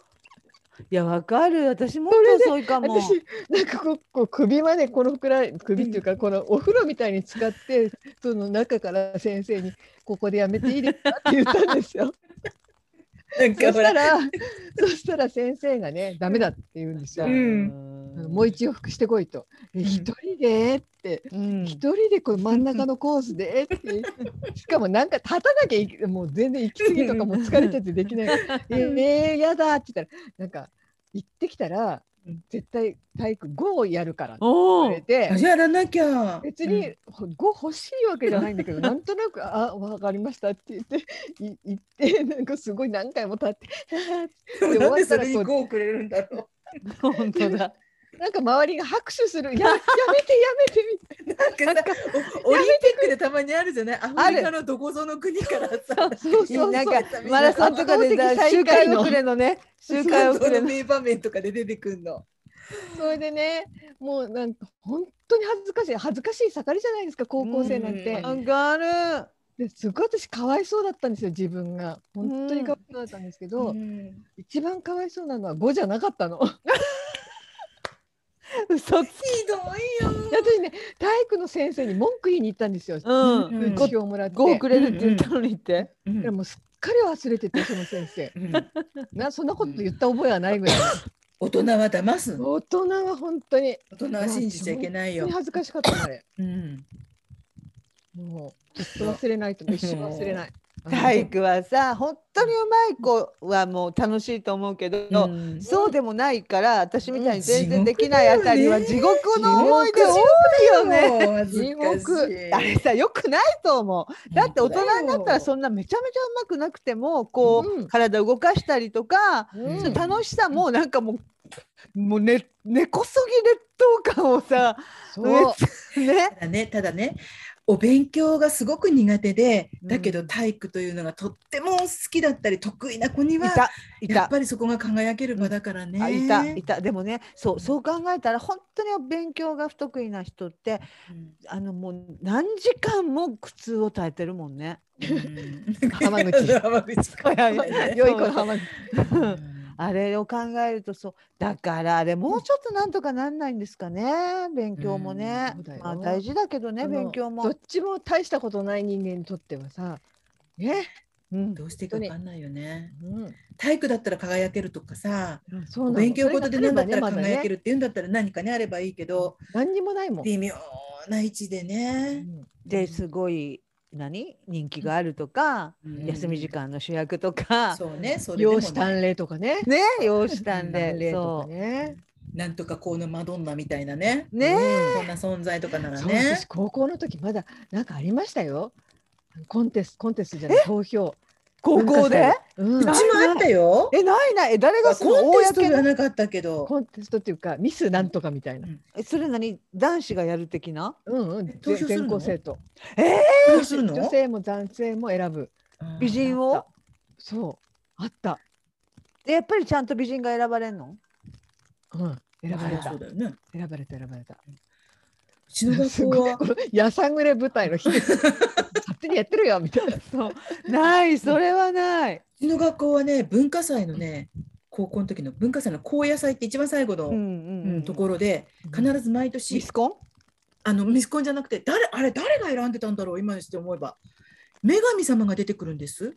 Speaker 3: いやわかる私もっ
Speaker 2: それで
Speaker 3: と遅いかも
Speaker 2: 私なんかこうこう首までこのくらい首っていうかこのお風呂みたいに使ってその中から先生に「ここでやめていいですか?」って言ったんですよ。
Speaker 1: なん
Speaker 2: そ
Speaker 1: かほ
Speaker 2: し
Speaker 1: ら、
Speaker 2: たらそしたら先生がね「ダメだ」って言うんですよ。
Speaker 1: うん
Speaker 2: あのもう一往復してこいと。え
Speaker 1: ん
Speaker 2: 一人でって
Speaker 3: うん
Speaker 2: 一人でこう真ん中のコースでってしかもなんか立たなきゃいけもう全然行き過ぎとかもう疲れちゃって できない「えー、ねえやだ」って言ったらなんか行ってきたら
Speaker 1: うん
Speaker 2: 絶対体育5をやるからって
Speaker 3: お
Speaker 2: 言わ
Speaker 3: お
Speaker 2: れて
Speaker 1: あやらなきゃ。
Speaker 2: 別に5欲しいわけじゃないんだ けどなんとなく「あわかりました」って言ってい行ってなんかすごい何回も立って 「
Speaker 1: うん、
Speaker 2: で終
Speaker 1: な
Speaker 2: わ
Speaker 1: んで
Speaker 2: った
Speaker 1: そ
Speaker 2: ら
Speaker 1: れに
Speaker 2: こう
Speaker 1: 5をくれるんだろ。
Speaker 3: 本当だ
Speaker 2: なんか周りが拍手する「ややめてやめて」みたいう
Speaker 1: なんかさ、おオリンピックでたまにあるじゃない、アフリカのどこぞの国からさ
Speaker 2: な。。そう
Speaker 1: みんな
Speaker 2: な
Speaker 1: んん
Speaker 2: か
Speaker 1: か
Speaker 3: マラソンとかで
Speaker 2: 圧倒的最
Speaker 3: さ周
Speaker 2: 下位
Speaker 3: 回
Speaker 2: の
Speaker 3: 遅れのね周回遅
Speaker 1: そう
Speaker 3: れ
Speaker 1: の
Speaker 3: の
Speaker 1: 名場面とかで出てくんの。
Speaker 2: それでねもうなんか本当に恥ずかしい恥ずかしい盛りじゃないですか高校生なんて
Speaker 1: う。ん
Speaker 3: 上がる
Speaker 2: ですごい私かわいそうだったんですよ自分が本当にかわいそうだったんですけど、
Speaker 1: ん
Speaker 2: 一番かわいそうなのは5じゃなかったの。
Speaker 3: 嘘つ
Speaker 1: ひどいよ。
Speaker 2: 私ね体育の先生に文句言いに行ったんですよ。
Speaker 3: うん
Speaker 1: うん
Speaker 2: 文句をもらって。
Speaker 3: 5くれるって言ったのにって
Speaker 1: うん
Speaker 2: もうすっかり忘れててその 先生
Speaker 1: うん
Speaker 2: なそんなこと言った覚えはないぐらい
Speaker 1: 大人は騙すの。
Speaker 2: 大人は本当に
Speaker 1: 大人は信じちゃいけない
Speaker 2: 本当
Speaker 1: よ
Speaker 2: に。恥ずかしかったのあれ
Speaker 1: うん。
Speaker 2: もうずっと忘れないと思う一生忘れない
Speaker 3: 体育はさ本当にうまい子はもう楽しいと思うけど、
Speaker 1: うん
Speaker 3: そうでもないから私みたいに全
Speaker 1: う
Speaker 3: 然
Speaker 1: ん
Speaker 3: できないあたりは地
Speaker 1: 地
Speaker 3: 獄の思い出多いよね。
Speaker 1: もう恥ずかしい
Speaker 3: あれさよくないと思うだって大人になったらそんなめちゃめちゃうまくなくてもこ
Speaker 2: う
Speaker 3: う、
Speaker 2: ん
Speaker 3: 体動かしたりとか、
Speaker 2: うん
Speaker 3: その楽しさもなんかもうもう、ね、根こそぎ劣等感をさ
Speaker 2: そう
Speaker 3: ね
Speaker 1: ただねただねお勉強がすごく苦手で
Speaker 3: うん
Speaker 1: だけど体育というのがとっても好きだったり得意な子に
Speaker 3: い
Speaker 1: は
Speaker 3: たい
Speaker 1: やったぱりそこが輝ける場だからね。
Speaker 3: あいたいたでもねそうそう考えたら本当に勉強が不得意な人って
Speaker 1: うん
Speaker 3: あのもう何時間も苦痛を耐えてるもんね。
Speaker 2: 浜口
Speaker 1: 浜 口か
Speaker 2: 良い子の浜口
Speaker 3: あれを考えるとそうだからあれもうちょっとなんとかなんないんですかね勉強もね
Speaker 2: うんそうだ、よ
Speaker 3: まあ、大事だけどね
Speaker 2: その
Speaker 3: 勉強
Speaker 2: ど
Speaker 3: も
Speaker 2: っ、ちも大したことない人間にとってはさね、
Speaker 3: うん
Speaker 1: どうしていいかわかんないよね。
Speaker 2: うん
Speaker 1: 体育だったら輝けるとかさ、
Speaker 2: そうな
Speaker 1: お
Speaker 2: の
Speaker 1: 勉強のことで何だったら
Speaker 2: それがあればねまだね
Speaker 1: 輝けるっていうんだったら何かねあればいいけど、
Speaker 2: 何にもないもん。
Speaker 1: 微妙な位置でね。
Speaker 3: ですごい何人気があるとか、
Speaker 1: うん
Speaker 3: 休み時間の主役とか、
Speaker 1: そうね、それでも
Speaker 2: 容姿端麗とかね。
Speaker 3: ね容姿端
Speaker 2: 端麗
Speaker 3: で
Speaker 2: とか
Speaker 3: そ
Speaker 2: ね。
Speaker 1: なんとかこのマドンナみたいなね。
Speaker 3: うね
Speaker 1: こんな存在とかなら
Speaker 2: そう
Speaker 1: ね
Speaker 2: 私。高校の時まだなんかありましたよ。コンテストコンテストじゃない投票。
Speaker 3: 高校で
Speaker 2: うん
Speaker 1: うちもあったよ。
Speaker 3: えないないえ誰が
Speaker 1: あ
Speaker 3: その
Speaker 1: コンテスト
Speaker 3: 公
Speaker 1: じゃ
Speaker 3: の
Speaker 1: なかったけど。
Speaker 2: コンテストっていうかミスなんとかみたいな。
Speaker 3: えそれ何男子がやる的な
Speaker 2: うんうん。
Speaker 1: 投票するの
Speaker 2: 全校生徒。
Speaker 1: どうするの
Speaker 2: 女性も男性も選ぶ。
Speaker 3: 美人
Speaker 2: あ
Speaker 3: を
Speaker 2: ったそうあった。
Speaker 3: でやっぱりちゃんと美人が選ばれんの
Speaker 2: うん。選ばれ
Speaker 1: そ
Speaker 2: た
Speaker 1: う。だよね。
Speaker 2: 選ばれた選ばれた。
Speaker 1: うちの
Speaker 2: す
Speaker 1: 学校
Speaker 2: ごい
Speaker 1: は
Speaker 2: このやさぐれ舞台の日勝手にやってるよみたいな。
Speaker 3: ないそれはないう
Speaker 1: ちの学校はね文化祭のね高校の時の文化祭の高野祭って一番最後の、
Speaker 3: ん
Speaker 1: うんところで必ず毎年、
Speaker 3: ミスコン
Speaker 1: あのミスコンじゃなくて誰あれ誰が選んでたんだろう今にして思えば女神様が出てくるんです。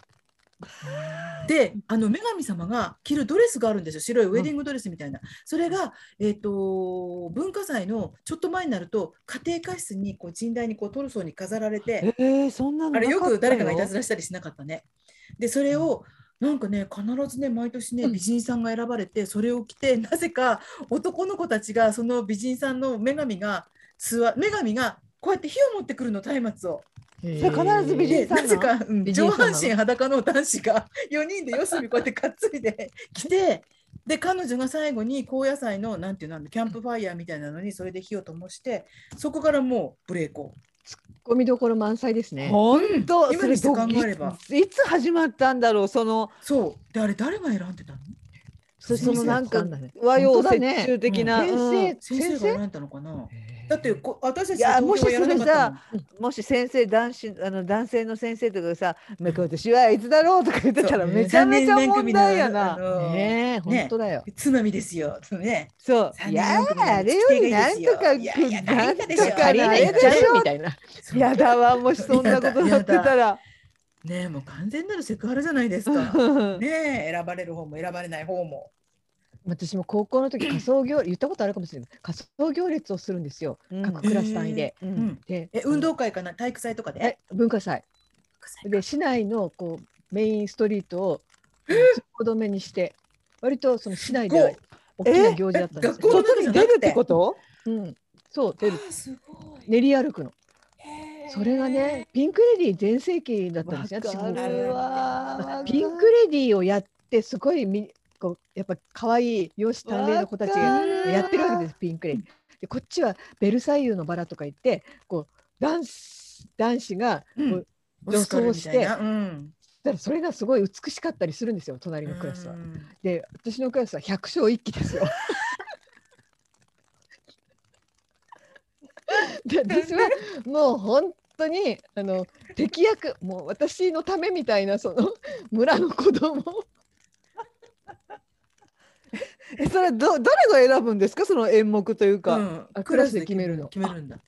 Speaker 1: であの女神様が着るドレスがあるんですよ白いウェディングドレスみたいな、それが、えー、と文化祭のちょっと前になると家庭科室にこう神台にこうトルソーに飾られて
Speaker 3: えー、そんなの
Speaker 1: あれよ
Speaker 3: なか
Speaker 1: く
Speaker 3: った
Speaker 1: 誰かがいたずらしたりしなかったね。でそれをなんかね必ずね毎年ね美人さんが選ばれてそれを着てなぜか男の子たちがその美人さんの女神が座女神がこうやって火を持ってくるの松明を。
Speaker 2: そ
Speaker 3: それ必ず美人
Speaker 1: で
Speaker 3: さん
Speaker 1: な
Speaker 3: なの
Speaker 1: ぜか、うん
Speaker 2: 美人
Speaker 1: 上
Speaker 2: さ
Speaker 1: 半
Speaker 2: んなの
Speaker 1: 身裸の男子が4人で四隅こうやって担いで来てで彼女が最後に高野菜のなんていうのキャンプファイヤーみたいなのにそれで火を灯してそこからもうブレーコ
Speaker 2: ゴミどころ満載ですね。
Speaker 3: 本当、
Speaker 1: うん
Speaker 3: それど
Speaker 1: 今にして考えれば
Speaker 3: いいつ始まったんだろうその
Speaker 1: そうであれ誰が選んでたの
Speaker 3: そそのなんか
Speaker 2: 先生わかんない
Speaker 3: 和洋
Speaker 2: 本当
Speaker 3: 折
Speaker 2: だね
Speaker 3: 衷的な、
Speaker 2: うん
Speaker 3: うん
Speaker 2: 先
Speaker 1: 先生が選んだのかなだってこ私たち
Speaker 3: いや
Speaker 1: 東京
Speaker 3: もし
Speaker 1: はやらなかったもん
Speaker 3: もし先生男子あの男性の先生とかがさ「向こう私はいつだろう?」とか言ってたら
Speaker 1: そう
Speaker 3: めちゃめちゃ
Speaker 1: 三人
Speaker 3: 問題や
Speaker 1: 組
Speaker 3: な。
Speaker 1: のあの
Speaker 2: ねえ本当だよ。
Speaker 1: つまみですよ。そうね。
Speaker 3: そう
Speaker 1: 三
Speaker 3: い
Speaker 1: 人
Speaker 3: や
Speaker 1: 組の
Speaker 3: ーあれよりなんとか
Speaker 1: いやいや
Speaker 3: なんと
Speaker 1: いやいや
Speaker 3: か
Speaker 1: 足り
Speaker 3: な
Speaker 1: ない
Speaker 3: れ
Speaker 1: や
Speaker 3: で
Speaker 1: つや
Speaker 3: しょ
Speaker 2: みたいな。
Speaker 3: やだわもしそんなことなってたら。
Speaker 1: ねえもう完全なるセクハラじゃないですか。ねえ選ばれる方も選ばれない方も。
Speaker 2: 私も高校の時仮想行言ったことあるかもしれない。仮想行列をするんですよ。各クラス単位で。
Speaker 3: う
Speaker 1: うんん。
Speaker 2: で、
Speaker 1: え運動会かな体育祭とかで。
Speaker 2: え文化祭
Speaker 1: 体育祭か
Speaker 2: で市内のこうメインストリートを通行止めにして、割とその市内では
Speaker 1: す
Speaker 2: 大きな行事だったんで
Speaker 1: え
Speaker 2: す
Speaker 1: 学
Speaker 2: よ
Speaker 1: 校。
Speaker 3: 外に出るってこと
Speaker 2: うん、そう出る
Speaker 1: あーすごい。
Speaker 2: 練り歩くの。
Speaker 1: へえ
Speaker 2: それがね、、ピンクレディー全盛期だったんですよ。私も
Speaker 1: かる
Speaker 3: わ
Speaker 2: ピンクレディーをやってすごいみこうやっぱ可愛い容姿端麗の子たち
Speaker 3: わ
Speaker 2: が
Speaker 3: かる
Speaker 2: やってるわけですピンクレディー。でこっちは「ベルサイユのバラ」とか言ってこう男子男子が
Speaker 1: うん
Speaker 2: 女装
Speaker 1: オ
Speaker 2: して
Speaker 1: スカルみたいなうん。
Speaker 2: だからそれがすごい美しかったりするんですよ隣のクラスは
Speaker 1: う。ん
Speaker 2: で私のクラスは百姓一揆で すよ。で私はもう本当にあの敵役もう私のためみたいなその 村の子供
Speaker 3: えそれど誰が選ぶんですかその演目というか、
Speaker 2: あクラスで決めるの
Speaker 1: 決めるんだ。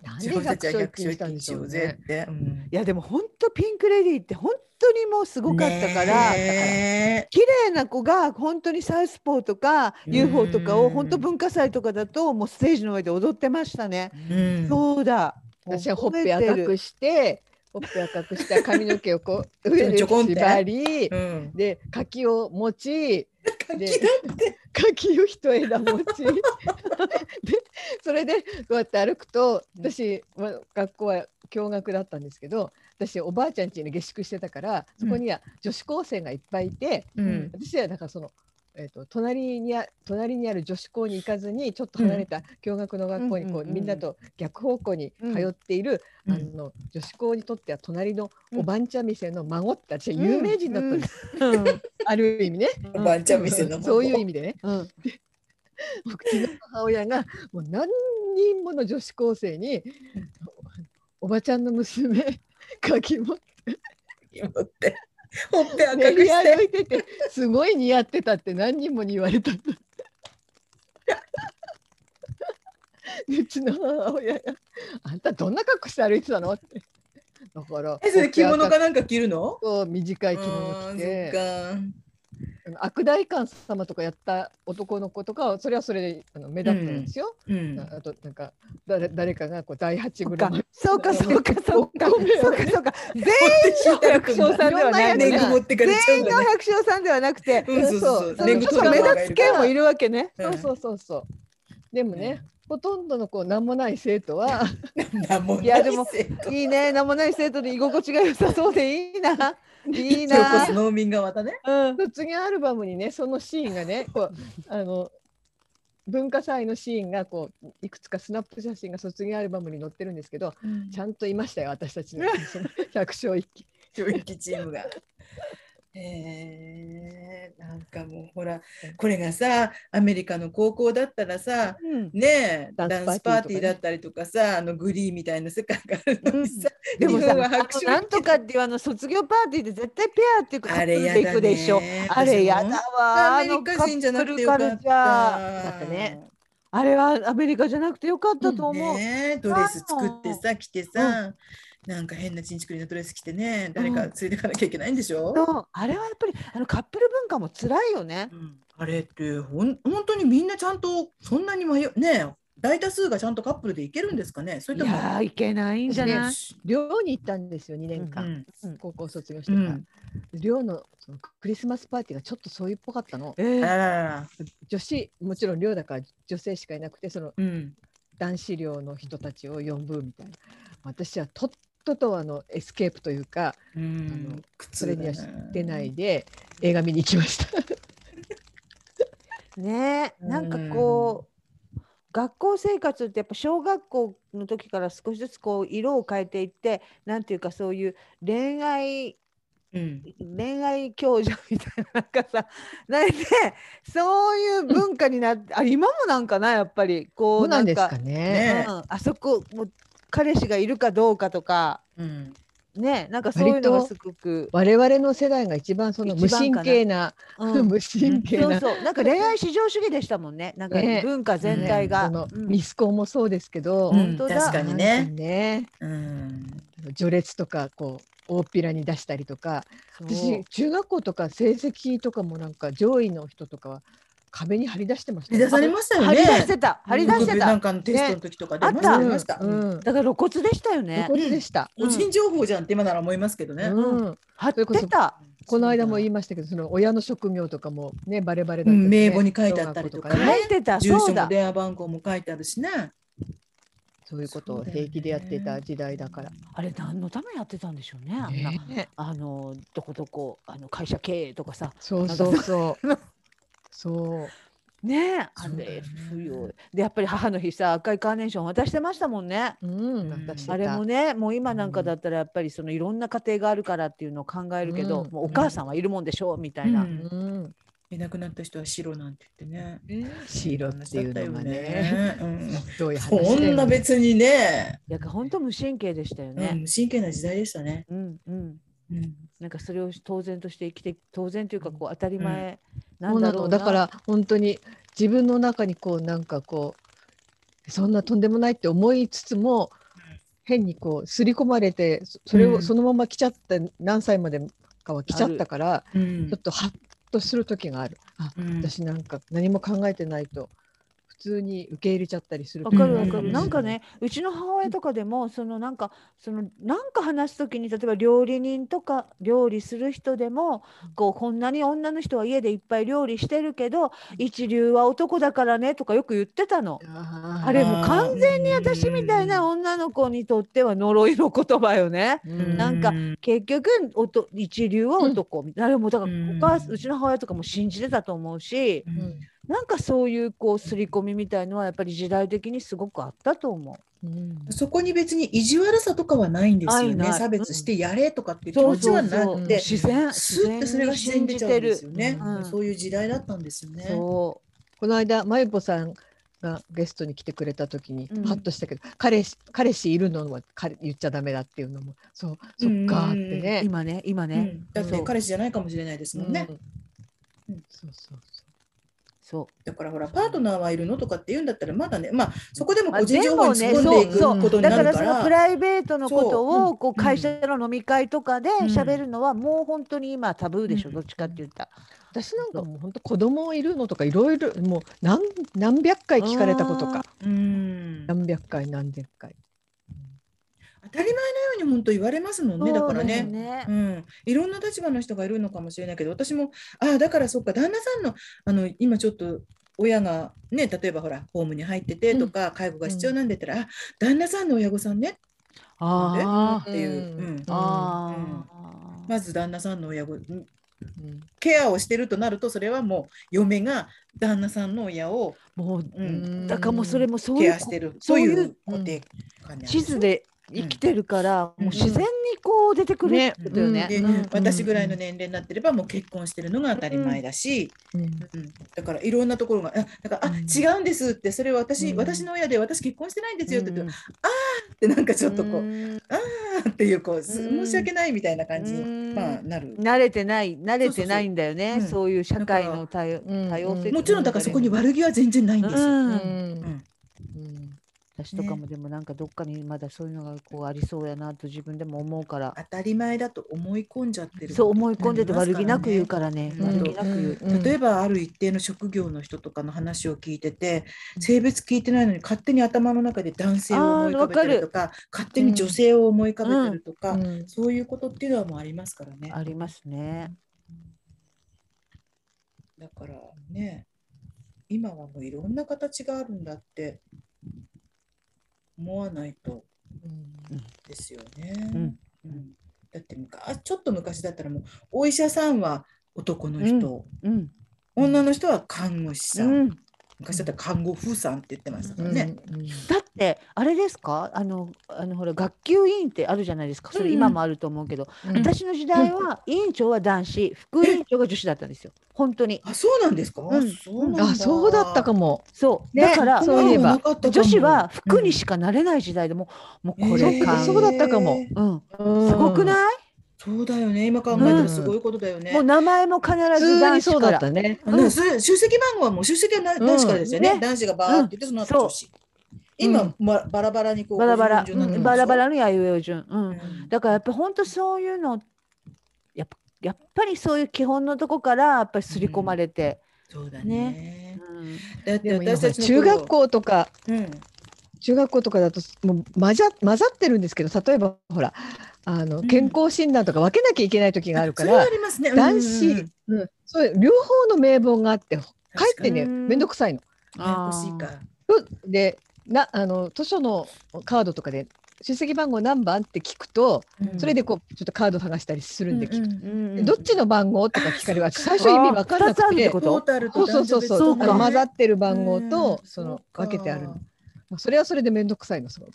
Speaker 2: なん
Speaker 1: 自
Speaker 2: で
Speaker 1: 分たち
Speaker 2: 百
Speaker 1: は百
Speaker 2: 姓一揆
Speaker 1: 姓
Speaker 2: にしたん
Speaker 1: 一
Speaker 2: でし
Speaker 1: し
Speaker 2: ょ
Speaker 1: よ
Speaker 2: う
Speaker 1: うぜ
Speaker 2: ね。
Speaker 1: って。うん
Speaker 3: いやでも本当ピンクレディーって本当にもうすごかったから、
Speaker 1: ねえ
Speaker 3: 綺麗な子が本当にサウスポーとか UFO とか
Speaker 1: う
Speaker 3: を
Speaker 1: ん
Speaker 3: 本当文化祭とかだともうステージの上で踊ってましたね。
Speaker 1: うん
Speaker 3: そうだ。
Speaker 2: 私はほっぺ
Speaker 3: 覚えて
Speaker 2: 赤
Speaker 3: る
Speaker 2: くしてほっぺ赤くした髪の毛をこう
Speaker 1: ょ
Speaker 2: 上 で
Speaker 1: ちょこんって
Speaker 2: 縛り
Speaker 1: うん。
Speaker 2: で柿を持ちで
Speaker 1: 柿だって。
Speaker 2: 柿を一枝持ちでそれでこうやって歩くと
Speaker 1: うん
Speaker 2: 私、まあ学校は共学だったんですけど私おばあちゃん家に下宿してたからそこには女子高生がいっぱいいて、
Speaker 1: うん
Speaker 2: 私はなんかそのえっと隣にあ隣にある女子校に行かずにちょっと離れた共学の学校にこう、
Speaker 3: うんうんうん
Speaker 2: みんなと逆方向に
Speaker 3: うん
Speaker 2: 通っている、
Speaker 3: うん
Speaker 2: あの女子校にとっては隣の
Speaker 3: うん
Speaker 2: おばんちゃん店の孫たち、有名人だったんです、
Speaker 3: うんうん
Speaker 2: ある意味ね
Speaker 1: おばあちゃん店の
Speaker 2: そういう意味でね
Speaker 3: うん
Speaker 2: 僕うちの母親がもう何人もの女子高生に「おばちゃんの娘」 かきも
Speaker 1: 持ってほっぺ赤
Speaker 2: 練
Speaker 1: く
Speaker 2: り
Speaker 1: して
Speaker 2: 歩いててすごい似合ってたって何人もに言われたんだ うちの母親が「あんたどんな格好して歩いてたの?」ってだから
Speaker 1: えそれ着物
Speaker 2: か
Speaker 1: かなんか着るの
Speaker 2: 短い着
Speaker 1: う
Speaker 2: 物
Speaker 1: ん
Speaker 2: 着
Speaker 1: そってか
Speaker 2: あの悪代官様とかやった男の子とかはそれはそれであの目立ったんですよ、
Speaker 1: うん
Speaker 2: あとなんか誰誰かがこう第八
Speaker 3: そ
Speaker 2: ぐ
Speaker 3: う
Speaker 2: ら
Speaker 3: か
Speaker 2: い の
Speaker 3: そうかそうかそうか
Speaker 2: お米を
Speaker 3: そうかそうか全員の百
Speaker 1: 持
Speaker 3: 姓
Speaker 1: って
Speaker 3: さんではない
Speaker 1: ね
Speaker 2: いろん
Speaker 1: ぐ
Speaker 2: なやつが
Speaker 1: 持ってかれちゃうん
Speaker 3: 全員の
Speaker 1: だね
Speaker 3: 百姓さんではなくて
Speaker 1: うんそうそうそう
Speaker 2: そう
Speaker 1: ねぐ
Speaker 3: ち
Speaker 1: と
Speaker 3: ょっ
Speaker 1: か
Speaker 3: と目
Speaker 1: れちゃう
Speaker 3: 立つ系もいるわけね
Speaker 2: そうそうそうそう。でもね、ほとんどのこう何もない生徒は
Speaker 1: うんなんもない
Speaker 3: いやでも
Speaker 1: 生徒
Speaker 3: いいね名もない生徒で居心地が良さそうで いいないい
Speaker 1: 引き起こ
Speaker 3: な
Speaker 1: す農民側だね
Speaker 3: うん
Speaker 2: 卒業アルバムにねそのシーンがねこうあの文化祭のシーンがこういくつかスナップ写真が卒業アルバムに載ってるんですけどちゃんといましたよ私たちのその百姓一揆。
Speaker 1: 教育チームが。えー、なんかもうほらこれがさアメリカの高校だったらさ
Speaker 3: うん
Speaker 1: ねえダ
Speaker 2: ダ
Speaker 1: ン
Speaker 2: ン
Speaker 1: ス
Speaker 2: ス
Speaker 1: パ
Speaker 2: パ
Speaker 1: ー
Speaker 2: ー
Speaker 1: テ
Speaker 2: テ
Speaker 1: ィー
Speaker 2: ィーとかね
Speaker 1: だったりとかさあのグリーンみたいな世界がある のにさ、
Speaker 3: でも
Speaker 1: 日
Speaker 3: さ
Speaker 1: 本は拍
Speaker 3: あ
Speaker 1: 手
Speaker 3: のなんとかっていうあの卒業パーティーで絶対ペアっていうかカ
Speaker 1: あ
Speaker 3: ップ
Speaker 1: れ
Speaker 3: ル
Speaker 1: や
Speaker 3: で行
Speaker 1: だ
Speaker 3: くでしょ
Speaker 1: ね
Speaker 3: あれやだわ
Speaker 1: ア
Speaker 3: あ
Speaker 1: メリ
Speaker 3: のカ
Speaker 1: カ人じゃな
Speaker 3: ッ
Speaker 1: く
Speaker 3: プ
Speaker 1: て
Speaker 3: ル
Speaker 1: よか
Speaker 3: カ
Speaker 1: った
Speaker 3: ルチャーだったねあれはアメリカじゃなくてよかったと思う、
Speaker 1: ねえドレス作ってさ着てさ、なんか変なチンチクリのドレス着てね誰か連れてかなきゃいけないんでしょ、
Speaker 3: そうあれはやっぱりあのカップル文化も辛いよね
Speaker 1: うんあれってほん本当にみんなちゃんとそんなに迷うねえ大多数がちゃんとカップルでいけるんですかねそれ
Speaker 3: い
Speaker 1: とも
Speaker 3: やーいけないんじゃない、
Speaker 2: 寮に行ったんですよ2年
Speaker 1: う
Speaker 2: 間、
Speaker 1: ん
Speaker 2: 高校卒業して
Speaker 1: う
Speaker 2: から、
Speaker 1: ん、
Speaker 2: 寮のそのクリスマスパーティーがちょっとそういうっぽかったの
Speaker 3: え
Speaker 1: あ
Speaker 3: ー
Speaker 1: ららら
Speaker 2: 女子もちろん寮だから女性しかいなくてその
Speaker 1: うん
Speaker 2: 男子寮の人たちを呼ぶみたいな私はとっととあのエスケープというか
Speaker 1: う
Speaker 2: あ
Speaker 1: ん
Speaker 2: の、それには
Speaker 1: 苦痛だな
Speaker 2: 出ないで映画見に行きました
Speaker 3: ねえなんかこう学校生活ってやっぱ小学校の時から少しずつこう色を変えていってなんていうかそういう恋愛
Speaker 1: うん
Speaker 3: 恋愛教授みたいななんかさ なんでそういう文化になってあ今もなんかなやっぱりこ
Speaker 2: そううなんですか
Speaker 1: ね
Speaker 2: ね
Speaker 3: うん、あそこもう彼氏がいるかどうかとか
Speaker 1: うん
Speaker 3: ねなんかそういうのが
Speaker 2: 割と
Speaker 3: すごく、
Speaker 2: 我々の世代が一番その無
Speaker 3: 一番
Speaker 2: 神
Speaker 3: かな
Speaker 2: 経な
Speaker 3: うん
Speaker 2: 無神経
Speaker 3: そう
Speaker 2: な
Speaker 3: そうなんか恋愛至上主義でしたもんねなんか
Speaker 2: ね
Speaker 3: 文化全体が、
Speaker 2: その
Speaker 3: うん
Speaker 2: ミスコンもそうですけど、
Speaker 1: うん
Speaker 3: 本当だ
Speaker 1: 確かにね
Speaker 2: なんかね
Speaker 1: うん
Speaker 2: 序列とかこう大っぴらに出したりとか
Speaker 3: そう
Speaker 2: 私中学校とか成績とかもなんか上位の人とかは壁に張り出してました
Speaker 1: 出
Speaker 2: よ
Speaker 1: されましたよ
Speaker 3: 張
Speaker 1: ね
Speaker 3: り出してた張り出して
Speaker 1: な
Speaker 3: た
Speaker 1: んかのテストの時とかで
Speaker 3: ね
Speaker 1: 出
Speaker 3: あった
Speaker 1: ました
Speaker 2: うんうん
Speaker 3: だから露骨でしたよね
Speaker 2: これでした。
Speaker 1: 個人情報じゃんって今なら思いますけどね、
Speaker 2: うん、
Speaker 3: 張ってた
Speaker 2: この間も言い
Speaker 1: 今
Speaker 2: ましたけど、その親の職業とかもね、バレバレだった、ね。
Speaker 1: 名簿に書いてあったりとか
Speaker 2: 小学校
Speaker 1: ね
Speaker 3: 書いてた
Speaker 1: 住
Speaker 3: そ
Speaker 1: 所
Speaker 3: う
Speaker 1: も
Speaker 3: だ
Speaker 1: 電話番号も書いてあるしね
Speaker 2: そういうことを平気でやっていた時代だから。
Speaker 3: あれ何のためにやってたんでしょうねあんな、
Speaker 2: ね
Speaker 3: あのどこどこあの会社経営とかさ
Speaker 2: そうそうそう。そう。
Speaker 3: ねえあ
Speaker 1: そうだよね
Speaker 3: れ不要でやっぱり母の日さ赤いカーネーション渡してましたもんね
Speaker 2: うん、なんかしてた。
Speaker 3: あれもねもう今なんかだったらやっぱりそのいろんな家庭があるからっていうのを考えるけど、
Speaker 2: うん
Speaker 3: もうお母さんはいるもんでしょうみたいな、
Speaker 1: う
Speaker 2: うんん。
Speaker 1: いなくなった人は白なんて言ってね
Speaker 2: 白っていうのがね。
Speaker 1: 話だったよね
Speaker 2: ど うい
Speaker 1: う
Speaker 2: う
Speaker 1: ん
Speaker 2: 話
Speaker 1: こ
Speaker 2: で
Speaker 1: んな別にね、
Speaker 3: いや本当無神経でしたよ
Speaker 1: うん
Speaker 3: ね。、
Speaker 1: 真剣な時代でしたね。
Speaker 3: うん、うん
Speaker 1: うん、
Speaker 3: なんかそれを当然として生きて当然というかこう当たり前な
Speaker 2: そうん
Speaker 3: だ
Speaker 2: な
Speaker 3: ろう
Speaker 2: の。
Speaker 3: な、
Speaker 2: だから、本当に自分の中にこう、なんかこう。そんなとんでもないって思いつつも。変にこう、刷り込まれて、そそれ
Speaker 1: う
Speaker 2: を
Speaker 1: ん
Speaker 2: そのまま来ちゃって、何歳までかは来ちゃったから。
Speaker 1: うん
Speaker 2: ちょっとハッとする時がある。あ、
Speaker 1: うん
Speaker 2: 私なんか何も考えてないと普普通に受け入れちゃったりする
Speaker 3: わ
Speaker 2: こと
Speaker 3: か
Speaker 2: が
Speaker 3: るわか
Speaker 1: うんうんう
Speaker 3: る。
Speaker 1: ん
Speaker 3: なんかね、うちの母親とかでも、そのなんか、そのなんか話すときに、例えば料理人とか料理する人でも。こう、こんなに女の人は家でいっぱい料理してるけど、一流は男だからねとかよく言ってたの。
Speaker 2: あー
Speaker 3: あれもう完全に私みたいな女の子にとっては呪いの言葉よね。
Speaker 2: うん
Speaker 3: なんか結局おと一流は男みたいな、あれもだからお
Speaker 1: うん
Speaker 3: 母さんうちの母親とかも信じてたと思うし
Speaker 1: う、ん
Speaker 3: なんかそういうこう刷り込みみたいのはやっぱり時代的にすごくあったと思
Speaker 2: うん
Speaker 1: そこに別に意地悪さとかはないんですよ
Speaker 3: ない
Speaker 1: ね。
Speaker 3: ない。
Speaker 1: 差別してやれとかっていうう気持ちはな
Speaker 3: そうそうそう
Speaker 1: くて、
Speaker 3: 自然
Speaker 1: スーってそれが自然に出ちゃうんですよね。
Speaker 3: うん
Speaker 1: そういう時代だったんですよね。
Speaker 3: そ
Speaker 2: この間まゆぽさんがゲストに来てくれた時に
Speaker 3: うん
Speaker 2: ハッとしたけど、彼氏彼氏いるのは彼言っちゃダメだっていうのもそうそっかーって
Speaker 3: う。
Speaker 2: ね。
Speaker 3: 今ね今
Speaker 1: う
Speaker 3: ね、
Speaker 1: ん、だっ
Speaker 3: そ
Speaker 1: て
Speaker 3: う
Speaker 1: 彼氏じゃないかもしれないですもんね。
Speaker 2: うん
Speaker 1: うん
Speaker 2: そうそうそ
Speaker 3: そ
Speaker 1: だからほらパートナーはいるのとかって言うんだったらまだねまあそこでも
Speaker 3: まあ
Speaker 1: 個人情報に突っ込んでい
Speaker 2: でもねそうそう
Speaker 1: くこと
Speaker 3: う。
Speaker 1: に
Speaker 3: だ
Speaker 1: な
Speaker 3: か
Speaker 1: る
Speaker 3: ら
Speaker 1: か
Speaker 3: その
Speaker 1: ら
Speaker 3: プ。ライベートのこと
Speaker 1: そ
Speaker 3: をこう会社の飲み会とかで
Speaker 1: うん
Speaker 3: 喋るのはもう本当に今タブーでしょ、
Speaker 1: うん
Speaker 3: どっちかって言ったら。
Speaker 2: う私なんかもう本当子供いるのとかいろいろもう何何百回聞かれたこと
Speaker 3: あ
Speaker 2: か
Speaker 1: うん
Speaker 2: 何百回何千回
Speaker 1: 当たり前のように本当言われますもんねだから
Speaker 3: そうだ
Speaker 1: ね。
Speaker 3: よね
Speaker 1: うん、いろんな立場の人がいるのかもしれないけど私もああだからそっか旦那さんのあの今ちょっと親がね例えばほらホームに入っててとか、介護が必要なんでったら、あ旦那さんの親御さんね
Speaker 3: あ
Speaker 1: っていう、
Speaker 2: う
Speaker 1: うんん
Speaker 3: あああ。
Speaker 1: まず旦那さんの親御
Speaker 2: うん
Speaker 1: ケアをしてるとなるとそれはもう嫁が旦那さんの親を、
Speaker 3: もう
Speaker 1: う、
Speaker 2: うんん
Speaker 3: だからもうそれもそうい
Speaker 1: ケ
Speaker 3: う
Speaker 1: アしてると
Speaker 3: そうい
Speaker 1: いうう固定観念
Speaker 3: 地図で生きてるから、
Speaker 1: うん
Speaker 3: もう自然にこう出てくる
Speaker 2: ね
Speaker 3: ってことよね。
Speaker 1: で
Speaker 2: うんうん
Speaker 1: 私ぐらいの年齢になってればもう結婚してるのが当たり前だし、
Speaker 2: うん
Speaker 1: うん、だからいろんなところがあだから、
Speaker 2: うん
Speaker 1: あ違うんですってそれは私、
Speaker 2: うん
Speaker 1: 私の親で私結婚してないんですよって言
Speaker 3: う
Speaker 1: っ
Speaker 3: ん
Speaker 1: て,、ってなんかちょっとこう、
Speaker 3: うん
Speaker 1: あーっていうこうす
Speaker 3: うん
Speaker 1: 申し訳ないみたいな感じに、
Speaker 3: うん
Speaker 1: まあ、なる。
Speaker 3: 慣れてない慣れてないんだよ
Speaker 1: そ
Speaker 3: ね
Speaker 1: うそうそう
Speaker 3: そういう社会の多様
Speaker 2: うん
Speaker 3: 多様性
Speaker 1: もちろんだからそこに悪気は全然ないん
Speaker 3: う
Speaker 1: ですよ。
Speaker 2: うんん
Speaker 1: ん
Speaker 2: うん
Speaker 3: 私とかもでもなんかどっかにまだそういうのがこうありそうやなと自分でも思うから
Speaker 1: 当たり前だと思い込んじゃってる。
Speaker 3: そう思い込んでて悪気なく言う
Speaker 1: か
Speaker 3: からね
Speaker 1: うん
Speaker 3: 悪気なく言う。
Speaker 1: らね。例えばある一定の職業の人とかの話を聞いてて性別聞いてないのに勝手に頭の中で男性を思い浮かべてるとか勝手に女性を思い浮かべてるとか、
Speaker 2: うん
Speaker 1: そういうことっていうのはもうありますからね。
Speaker 3: ありますね。
Speaker 1: だからね、今はもういろんな形があるんだって思わないとですよね。
Speaker 3: うん
Speaker 1: うんだって昔ちょっと昔だったらもうお医者さんは男の人、
Speaker 3: うん
Speaker 1: 女の人は看護師
Speaker 3: う
Speaker 1: さん、
Speaker 3: ん、
Speaker 1: 昔だったら看護婦さんって言ってましたからね。
Speaker 2: うんうん
Speaker 3: だってあれですかあのあのほら学級委員ってあるじゃないですかそれ今もあると思うけど、
Speaker 2: うん
Speaker 3: 私の時代は委員長は男子副委員長が女子だったんですよ本当に
Speaker 1: あ、そうなんですか。
Speaker 3: ん
Speaker 1: そうなんだ。
Speaker 2: あそうだったか
Speaker 1: も。
Speaker 2: も。
Speaker 3: そう、
Speaker 2: ね
Speaker 3: だから
Speaker 2: そういえば
Speaker 3: 女子は服にしかなれない時代でもうもうこれ
Speaker 2: えー
Speaker 3: か、
Speaker 2: そうだったかも
Speaker 3: うん、
Speaker 1: うん
Speaker 3: すごく
Speaker 1: い。
Speaker 3: ない、
Speaker 1: そうだよね。今考えたらすごいことだよね。
Speaker 3: もう名前も必
Speaker 2: 普
Speaker 3: ず
Speaker 2: 通に
Speaker 3: 男
Speaker 2: そ
Speaker 3: 子
Speaker 2: う
Speaker 3: か
Speaker 2: だっ
Speaker 3: ら
Speaker 2: たね。
Speaker 1: あのそう出席番号はもう出席はな男子からですよね。
Speaker 3: ね
Speaker 1: 男子がバーって言ってその後女子。今、
Speaker 2: うん
Speaker 1: まバラバラにこう
Speaker 3: バラバラ、
Speaker 1: 順々になってま
Speaker 3: バ
Speaker 1: すよ
Speaker 3: ラバラの弥生順、う、
Speaker 1: うんん
Speaker 3: だからやっぱ本当そういうのやっぱやっぱりそういう基本のとこからやっぱり刷り込まれて、
Speaker 1: そうだね。
Speaker 3: うん
Speaker 1: だって
Speaker 2: でも今
Speaker 1: 私たちの
Speaker 2: 中
Speaker 1: 頃
Speaker 2: 学、校とか
Speaker 1: うん、
Speaker 2: 中学校とかだともう混ざ混ざってるんですけど例えばほらあの
Speaker 1: ん
Speaker 2: 健康診断とか分けなきゃいけない時があるから、
Speaker 1: あそれはありますね。
Speaker 2: 男子、うんそういう両方の名簿があってかえってね
Speaker 3: 確かに
Speaker 2: 面倒くさいの。
Speaker 1: ややこしいか。
Speaker 2: うでなあの図書のカードとかで出席番号何番って聞くと
Speaker 1: うん
Speaker 2: それでこうちょっとカード探したりするんで聞
Speaker 1: うん
Speaker 2: く。
Speaker 1: うん
Speaker 3: うん
Speaker 2: でどっちの番号とか聞かれる私最初意味分かんな
Speaker 3: あー二つある
Speaker 2: く
Speaker 3: っててこ。と
Speaker 1: トータル
Speaker 2: そ
Speaker 1: と
Speaker 2: うそ
Speaker 1: 男
Speaker 2: うそ
Speaker 1: 女
Speaker 2: う
Speaker 1: 別
Speaker 2: そう。
Speaker 3: と
Speaker 2: あ
Speaker 3: か
Speaker 2: の混ざ
Speaker 1: っ
Speaker 2: ってる番号とその分けてある。まあそれはそれで面倒くさいのすごく。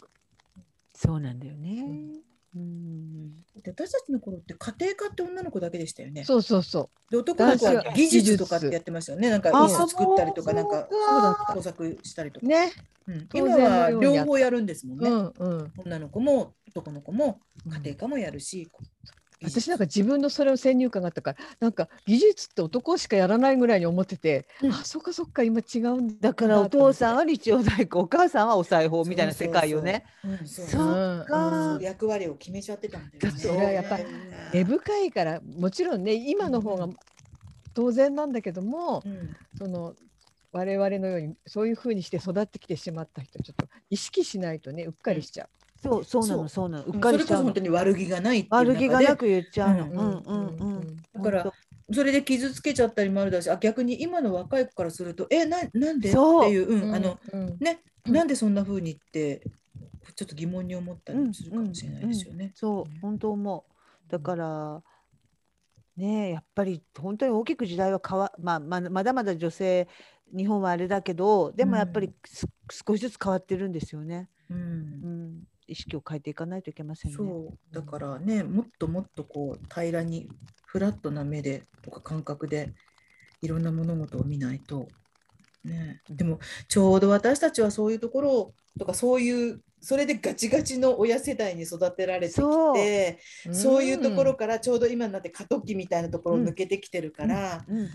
Speaker 3: そうなんだよね、うん
Speaker 1: 私たちの頃って家庭科って女の子だけでしたよね。
Speaker 2: そうそうそう。
Speaker 1: で男の子
Speaker 2: 男
Speaker 1: は
Speaker 2: 子は
Speaker 1: 技術とかってやってましたよね。なんか
Speaker 2: あ
Speaker 1: 椅子作ったりとかなんか
Speaker 2: そうだった
Speaker 1: 工作したりとか。
Speaker 2: ね。
Speaker 1: うん
Speaker 2: 当
Speaker 1: 今
Speaker 2: 然の
Speaker 1: は
Speaker 2: ようにやっ
Speaker 1: 両方やるんですもん
Speaker 2: う
Speaker 1: ね。
Speaker 2: んうん。
Speaker 1: 女の子も男の子も家庭科もやるし、
Speaker 2: 私なんか自分のそれを先入観があったからなんか技術って男しかやらないぐらいに思ってて、
Speaker 1: うん
Speaker 2: あそっかそっか今違うんだ
Speaker 3: だからお父さん
Speaker 2: ん
Speaker 3: は日曜大工お母さんはお裁縫みたいな世界よね。
Speaker 1: うんそう
Speaker 3: そっ
Speaker 1: そ
Speaker 3: か
Speaker 1: う役割を決めちゃってたんだよね。
Speaker 2: それはやっぱり根深いからもちろんね今の方が当然なんだけども、
Speaker 1: うん
Speaker 2: その我々のようにそういうふうにして育ってきてしまった人ちょっと意識しないとねうっかりしちゃう。
Speaker 3: そうそうな
Speaker 1: そう
Speaker 3: のそうなのうっ
Speaker 1: そ
Speaker 3: か
Speaker 1: れ
Speaker 3: り
Speaker 1: こ
Speaker 3: しちゃ
Speaker 1: そう本
Speaker 3: の
Speaker 1: 当に悪気がないっていう中で
Speaker 3: 悪気がなく言っちゃうの
Speaker 1: う
Speaker 3: うんんうんうん
Speaker 1: だから
Speaker 3: 本
Speaker 1: それで傷つけちゃったりもあるだしあ逆に今の若い子からするとえななんでって
Speaker 3: そう
Speaker 1: いう、うんあの
Speaker 2: うん
Speaker 1: ね
Speaker 2: うん
Speaker 1: なんでそんな風にってちょっと疑問に思ったりもするかもしれないですよね
Speaker 3: 当。そう本当思うだからねえやっぱり本当に大きく時代は変わ、まあ、ままだまだ女性日本はあれだけどでもやっぱりす少しずつ変わってるんですよね、
Speaker 1: うん
Speaker 3: うん、意識を変えていかないといけませんね。
Speaker 1: そうだからねもっともっとこう平らにフラットな目でとか感覚でいろんな物事を見ないと、ね、でもちょうど私たちはそういうところとかそういうそれでガチガチの親世代に育てられてき
Speaker 3: そう
Speaker 1: てそういうところからちょうど今になって過渡期みたいなところを抜けてきてるから、
Speaker 3: うん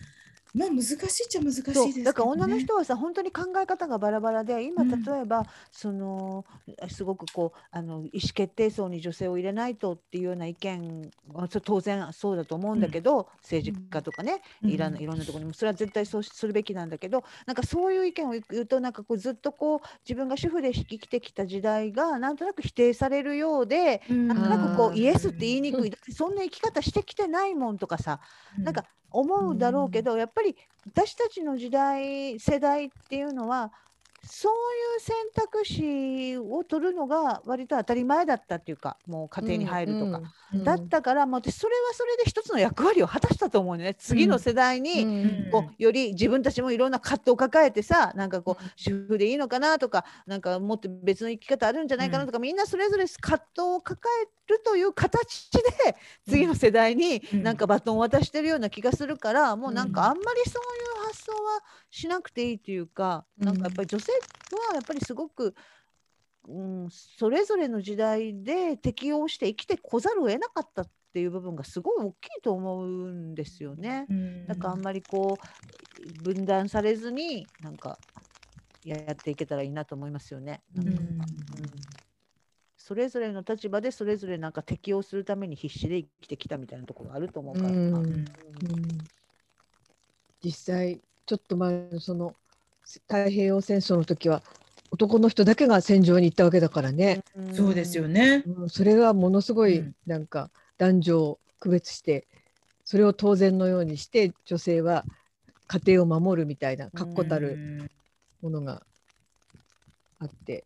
Speaker 1: まあ難しいっちゃ難しいですけ
Speaker 3: そ
Speaker 1: どね
Speaker 3: うだから女の人はさ本当に考え方がバラバラで今
Speaker 1: うん
Speaker 3: 例えば、そのすごくこうあの意思決定層に女性を入れないとっていうような意見はそれ当然そうだと思うんだけど、政治家とかね、
Speaker 1: うん
Speaker 3: いらんいろんなところにもそれは絶対そうするべきなんだけどなんかそういう意見を言うとなんかこうずっとこう自分が主婦で生きてきた時代がなんとなく否定されるようで。
Speaker 1: うん
Speaker 3: なんとなくこ
Speaker 2: あ
Speaker 3: う
Speaker 2: ー
Speaker 3: イエスって言いにくいだってそんな生き方してきてないもんとかさなんか思うだろうけど、やっぱり私たちの時代世代っていうのはそういう選択肢を取るのが割と当たり前だったっていうかもう家庭に入るとか、
Speaker 2: うんうん
Speaker 3: だったからもう私それはそれで一つの役割を果たしたと思うのね次の世代に、
Speaker 2: うん
Speaker 3: こうより自分たちもいろんな葛藤を抱えてさなんかこう
Speaker 2: うん
Speaker 3: 主婦でいいのかなとかなんかもっと別の生き方あるんじゃないかなとか、みんなそれぞれ葛藤を抱えるという形で次の世代に
Speaker 1: うん
Speaker 3: なんかバトンを渡してるような気がするから、もうなん
Speaker 1: うん
Speaker 3: かあんまりそういう発想はしなくていいというか、なんかやっぱり女性はやっぱりすごく。うん、それぞれの時代で適応して生きてこざるを得なかったっていう部分がすごい大きいと思うんですよね。
Speaker 1: うん
Speaker 3: なんかあんまりこう分断されずになんかややっていけたらいいなと思いますよね。
Speaker 2: う
Speaker 3: なんか
Speaker 1: うん
Speaker 3: うんそれぞれの立場でそれぞれなんか適応するために必死で生きてきたみたいなところがあると思うから。
Speaker 2: うん
Speaker 3: うん
Speaker 2: うん実際ちょっと前のその太平洋戦争の時は男の人だけが戦場に行ったわけだからね、
Speaker 1: そうですよ。ね。
Speaker 2: うんそれがものすご
Speaker 1: う
Speaker 2: い
Speaker 1: ん
Speaker 2: なんか男女を区別してそれを当然のようにして女性は家庭を守るみたいな確固たる
Speaker 1: うん
Speaker 2: ものがあって、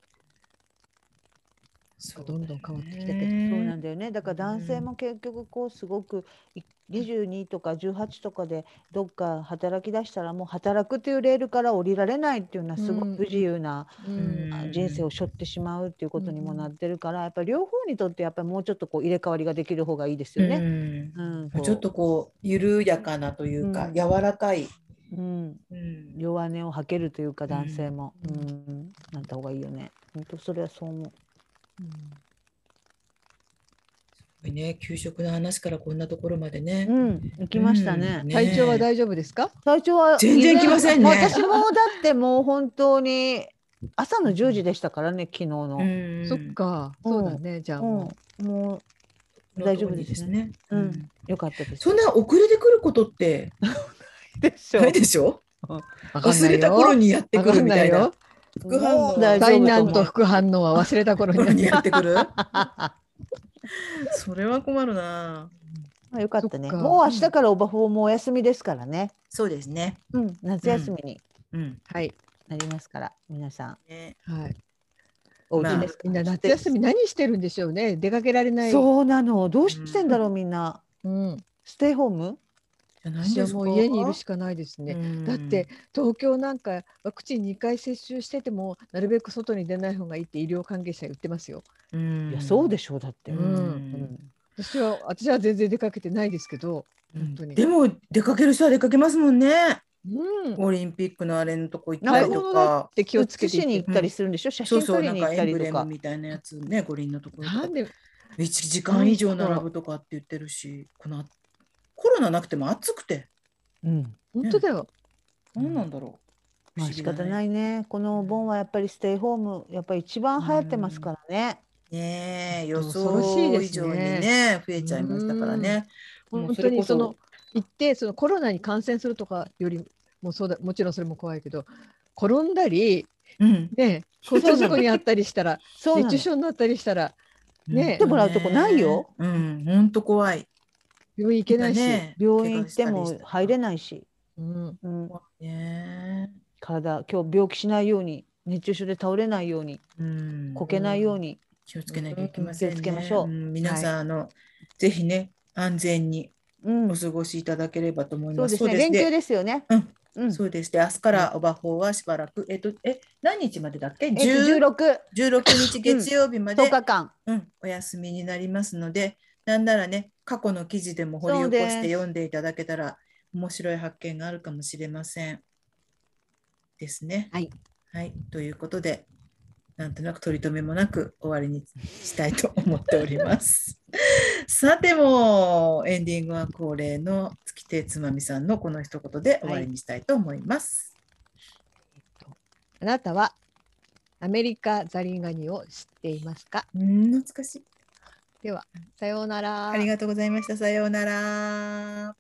Speaker 1: そう
Speaker 2: どんどん変わってきたけど
Speaker 3: そうなん
Speaker 1: だ
Speaker 3: だよねだから男性も結局こうすごくい22とか18とかでどっか働き出したらもう働くというレールから降りられないっていうのはすご
Speaker 2: うん
Speaker 3: く不自由な
Speaker 1: うん
Speaker 3: あ人生を背負ってしまうっていうことにもなってるから、やっぱり両方にとってやっぱりもうちょっとこう入れ替わりができる方がいいですよね。
Speaker 1: ね。
Speaker 3: うん
Speaker 1: もうちょっと、こう緩やかなというか、
Speaker 3: うん
Speaker 1: 柔らかい、
Speaker 3: こううん、
Speaker 1: うん
Speaker 3: 弱音を吐けるというか
Speaker 1: ん
Speaker 3: 男性も、
Speaker 2: う
Speaker 3: うんんなった方がいいよね。本当それはそう思う。
Speaker 1: ね給食の話からこんなところまでね。
Speaker 3: うん、行きましたね。
Speaker 1: うんね
Speaker 2: 体調は大丈夫ですか、
Speaker 3: 体調は
Speaker 1: 全然来ませんね
Speaker 3: もう私もだってもう本当に朝の10時でしたからね昨日の。うん
Speaker 1: うん
Speaker 2: そっか、そうだねじゃあもう、
Speaker 3: もう大丈夫ですね。
Speaker 1: ね。
Speaker 3: う
Speaker 1: うん
Speaker 3: ん、よかったです。
Speaker 1: そんな遅れてくることって
Speaker 3: でし
Speaker 1: ないでしょ
Speaker 2: わかん
Speaker 1: 忘
Speaker 2: ない
Speaker 1: れ
Speaker 2: よ
Speaker 1: た頃にやって
Speaker 2: わ
Speaker 1: く
Speaker 2: か
Speaker 1: る
Speaker 2: ん
Speaker 1: み
Speaker 2: な
Speaker 1: た
Speaker 2: い
Speaker 1: いな。
Speaker 2: よ
Speaker 1: 副反応
Speaker 3: もう大丈夫
Speaker 2: 災
Speaker 3: と思
Speaker 2: 難
Speaker 3: う
Speaker 2: と副反応は忘れた頃になっ
Speaker 1: に
Speaker 2: て
Speaker 1: やって くるそれは困るな。
Speaker 3: まあ、よかったね。
Speaker 2: そっか
Speaker 3: もう明日からオバフォーもお休みですからね。
Speaker 1: そうですね。
Speaker 3: うん、夏休みに
Speaker 1: うん。
Speaker 2: はい、
Speaker 3: なりますから、皆さん。
Speaker 1: ね
Speaker 2: はい、
Speaker 3: お
Speaker 1: まあ
Speaker 3: 家で
Speaker 2: みんな夏休み何してるんでしょうね出かけられない
Speaker 3: そうなの、どうしてんだろう、みんな。
Speaker 2: うん、
Speaker 3: ステイホーム。
Speaker 1: じゃないん
Speaker 2: 私
Speaker 1: で
Speaker 2: は
Speaker 1: すか
Speaker 2: もう家にいるしかないですね、だって、東京なんかワクチン2回接種しててもなるべく外に出ない方がいいって医療関係者言ってますよ。
Speaker 1: うん
Speaker 3: いや、そうでしょう、だって。
Speaker 1: う
Speaker 2: うん
Speaker 1: ん
Speaker 2: 私は私は全然出かけてないですけど、本当に
Speaker 1: でも出かける人は出かけますもんね。
Speaker 2: うん、
Speaker 1: オリンピックのあれのとこ行ったりと
Speaker 2: な
Speaker 1: か
Speaker 2: っ。て気をつけて
Speaker 3: 写しに
Speaker 2: いて
Speaker 3: 行ったりするんでしょ、写
Speaker 1: そう
Speaker 3: 真
Speaker 1: そ
Speaker 3: 撮
Speaker 1: う、
Speaker 3: り
Speaker 1: なん
Speaker 3: に
Speaker 1: か
Speaker 3: 行った
Speaker 1: エン
Speaker 3: り
Speaker 1: ブレ
Speaker 3: と
Speaker 1: ム
Speaker 3: か。
Speaker 1: みたいなやつね、五輪のところとか
Speaker 2: なんで
Speaker 1: 1時間以上並ぶとかって言ってるし、このコロナなくても暑くて、
Speaker 3: うん、
Speaker 2: 本当だよ。
Speaker 1: 何なんだろう。
Speaker 3: まあ、仕方
Speaker 1: い。
Speaker 3: ないね。このお盆はやっぱりステイホーム、やっぱり一番流行ってますからね。
Speaker 1: ねえ、予
Speaker 2: 恐ろしい
Speaker 1: 想
Speaker 2: で
Speaker 1: 以
Speaker 2: すね
Speaker 1: 上にね、増えちゃいましたからね。もう
Speaker 2: 本
Speaker 1: そ
Speaker 2: 当
Speaker 1: れこ
Speaker 2: にその行ってそのコロナに感染するとかよりもうそうだもちろんそれも怖いけど転んだり
Speaker 1: うん。
Speaker 2: ね交通事故にあったりしたら
Speaker 3: そうなの
Speaker 2: 熱中症になったりしたらね
Speaker 3: 行ってもらうとこないよ。
Speaker 1: うん、ほんと怖い。
Speaker 2: 病院行けないし、
Speaker 1: ね
Speaker 3: 病院行っても入れ
Speaker 1: ない。
Speaker 3: ないし、
Speaker 2: うん、
Speaker 3: うん、
Speaker 1: ね
Speaker 3: 体今日病気しないように熱中症で倒れないように
Speaker 1: うん
Speaker 3: こけないように、
Speaker 1: 気をつけなきゃいけませんね。
Speaker 3: 気をつけましょうん
Speaker 1: 皆さん、あのぜひね安全に
Speaker 3: うん
Speaker 1: お過ごしいただければと思い
Speaker 3: そう
Speaker 1: ます。
Speaker 3: ですね連休
Speaker 1: で
Speaker 3: ですよね。
Speaker 1: うん
Speaker 3: うん、
Speaker 1: そうですね。明日からオバホーはしばらくえっとえ何日までだっけ？
Speaker 3: えっと
Speaker 1: 10
Speaker 3: 16
Speaker 1: 16日月曜日まで
Speaker 3: 10日間
Speaker 1: うん、お休みになりますので、なんならね、過去の記事でも掘り起こ
Speaker 3: そう
Speaker 1: し
Speaker 3: で
Speaker 1: て
Speaker 3: す
Speaker 1: 読んでいただけたら、面白い発見があるかもしれません。ですね。
Speaker 3: はい。
Speaker 1: はい、ということで、なんとなく取り留めもなく終わりにしたいと思っております。 さてもう、エンディングは恒例の月手つまみさんのこの一言で終わりにしたいと思います。
Speaker 2: あなたはアメリカザリガニを知っていますか
Speaker 1: うん、懐かしい。
Speaker 2: ではさようなら。
Speaker 1: ありがとうございました。さようなら。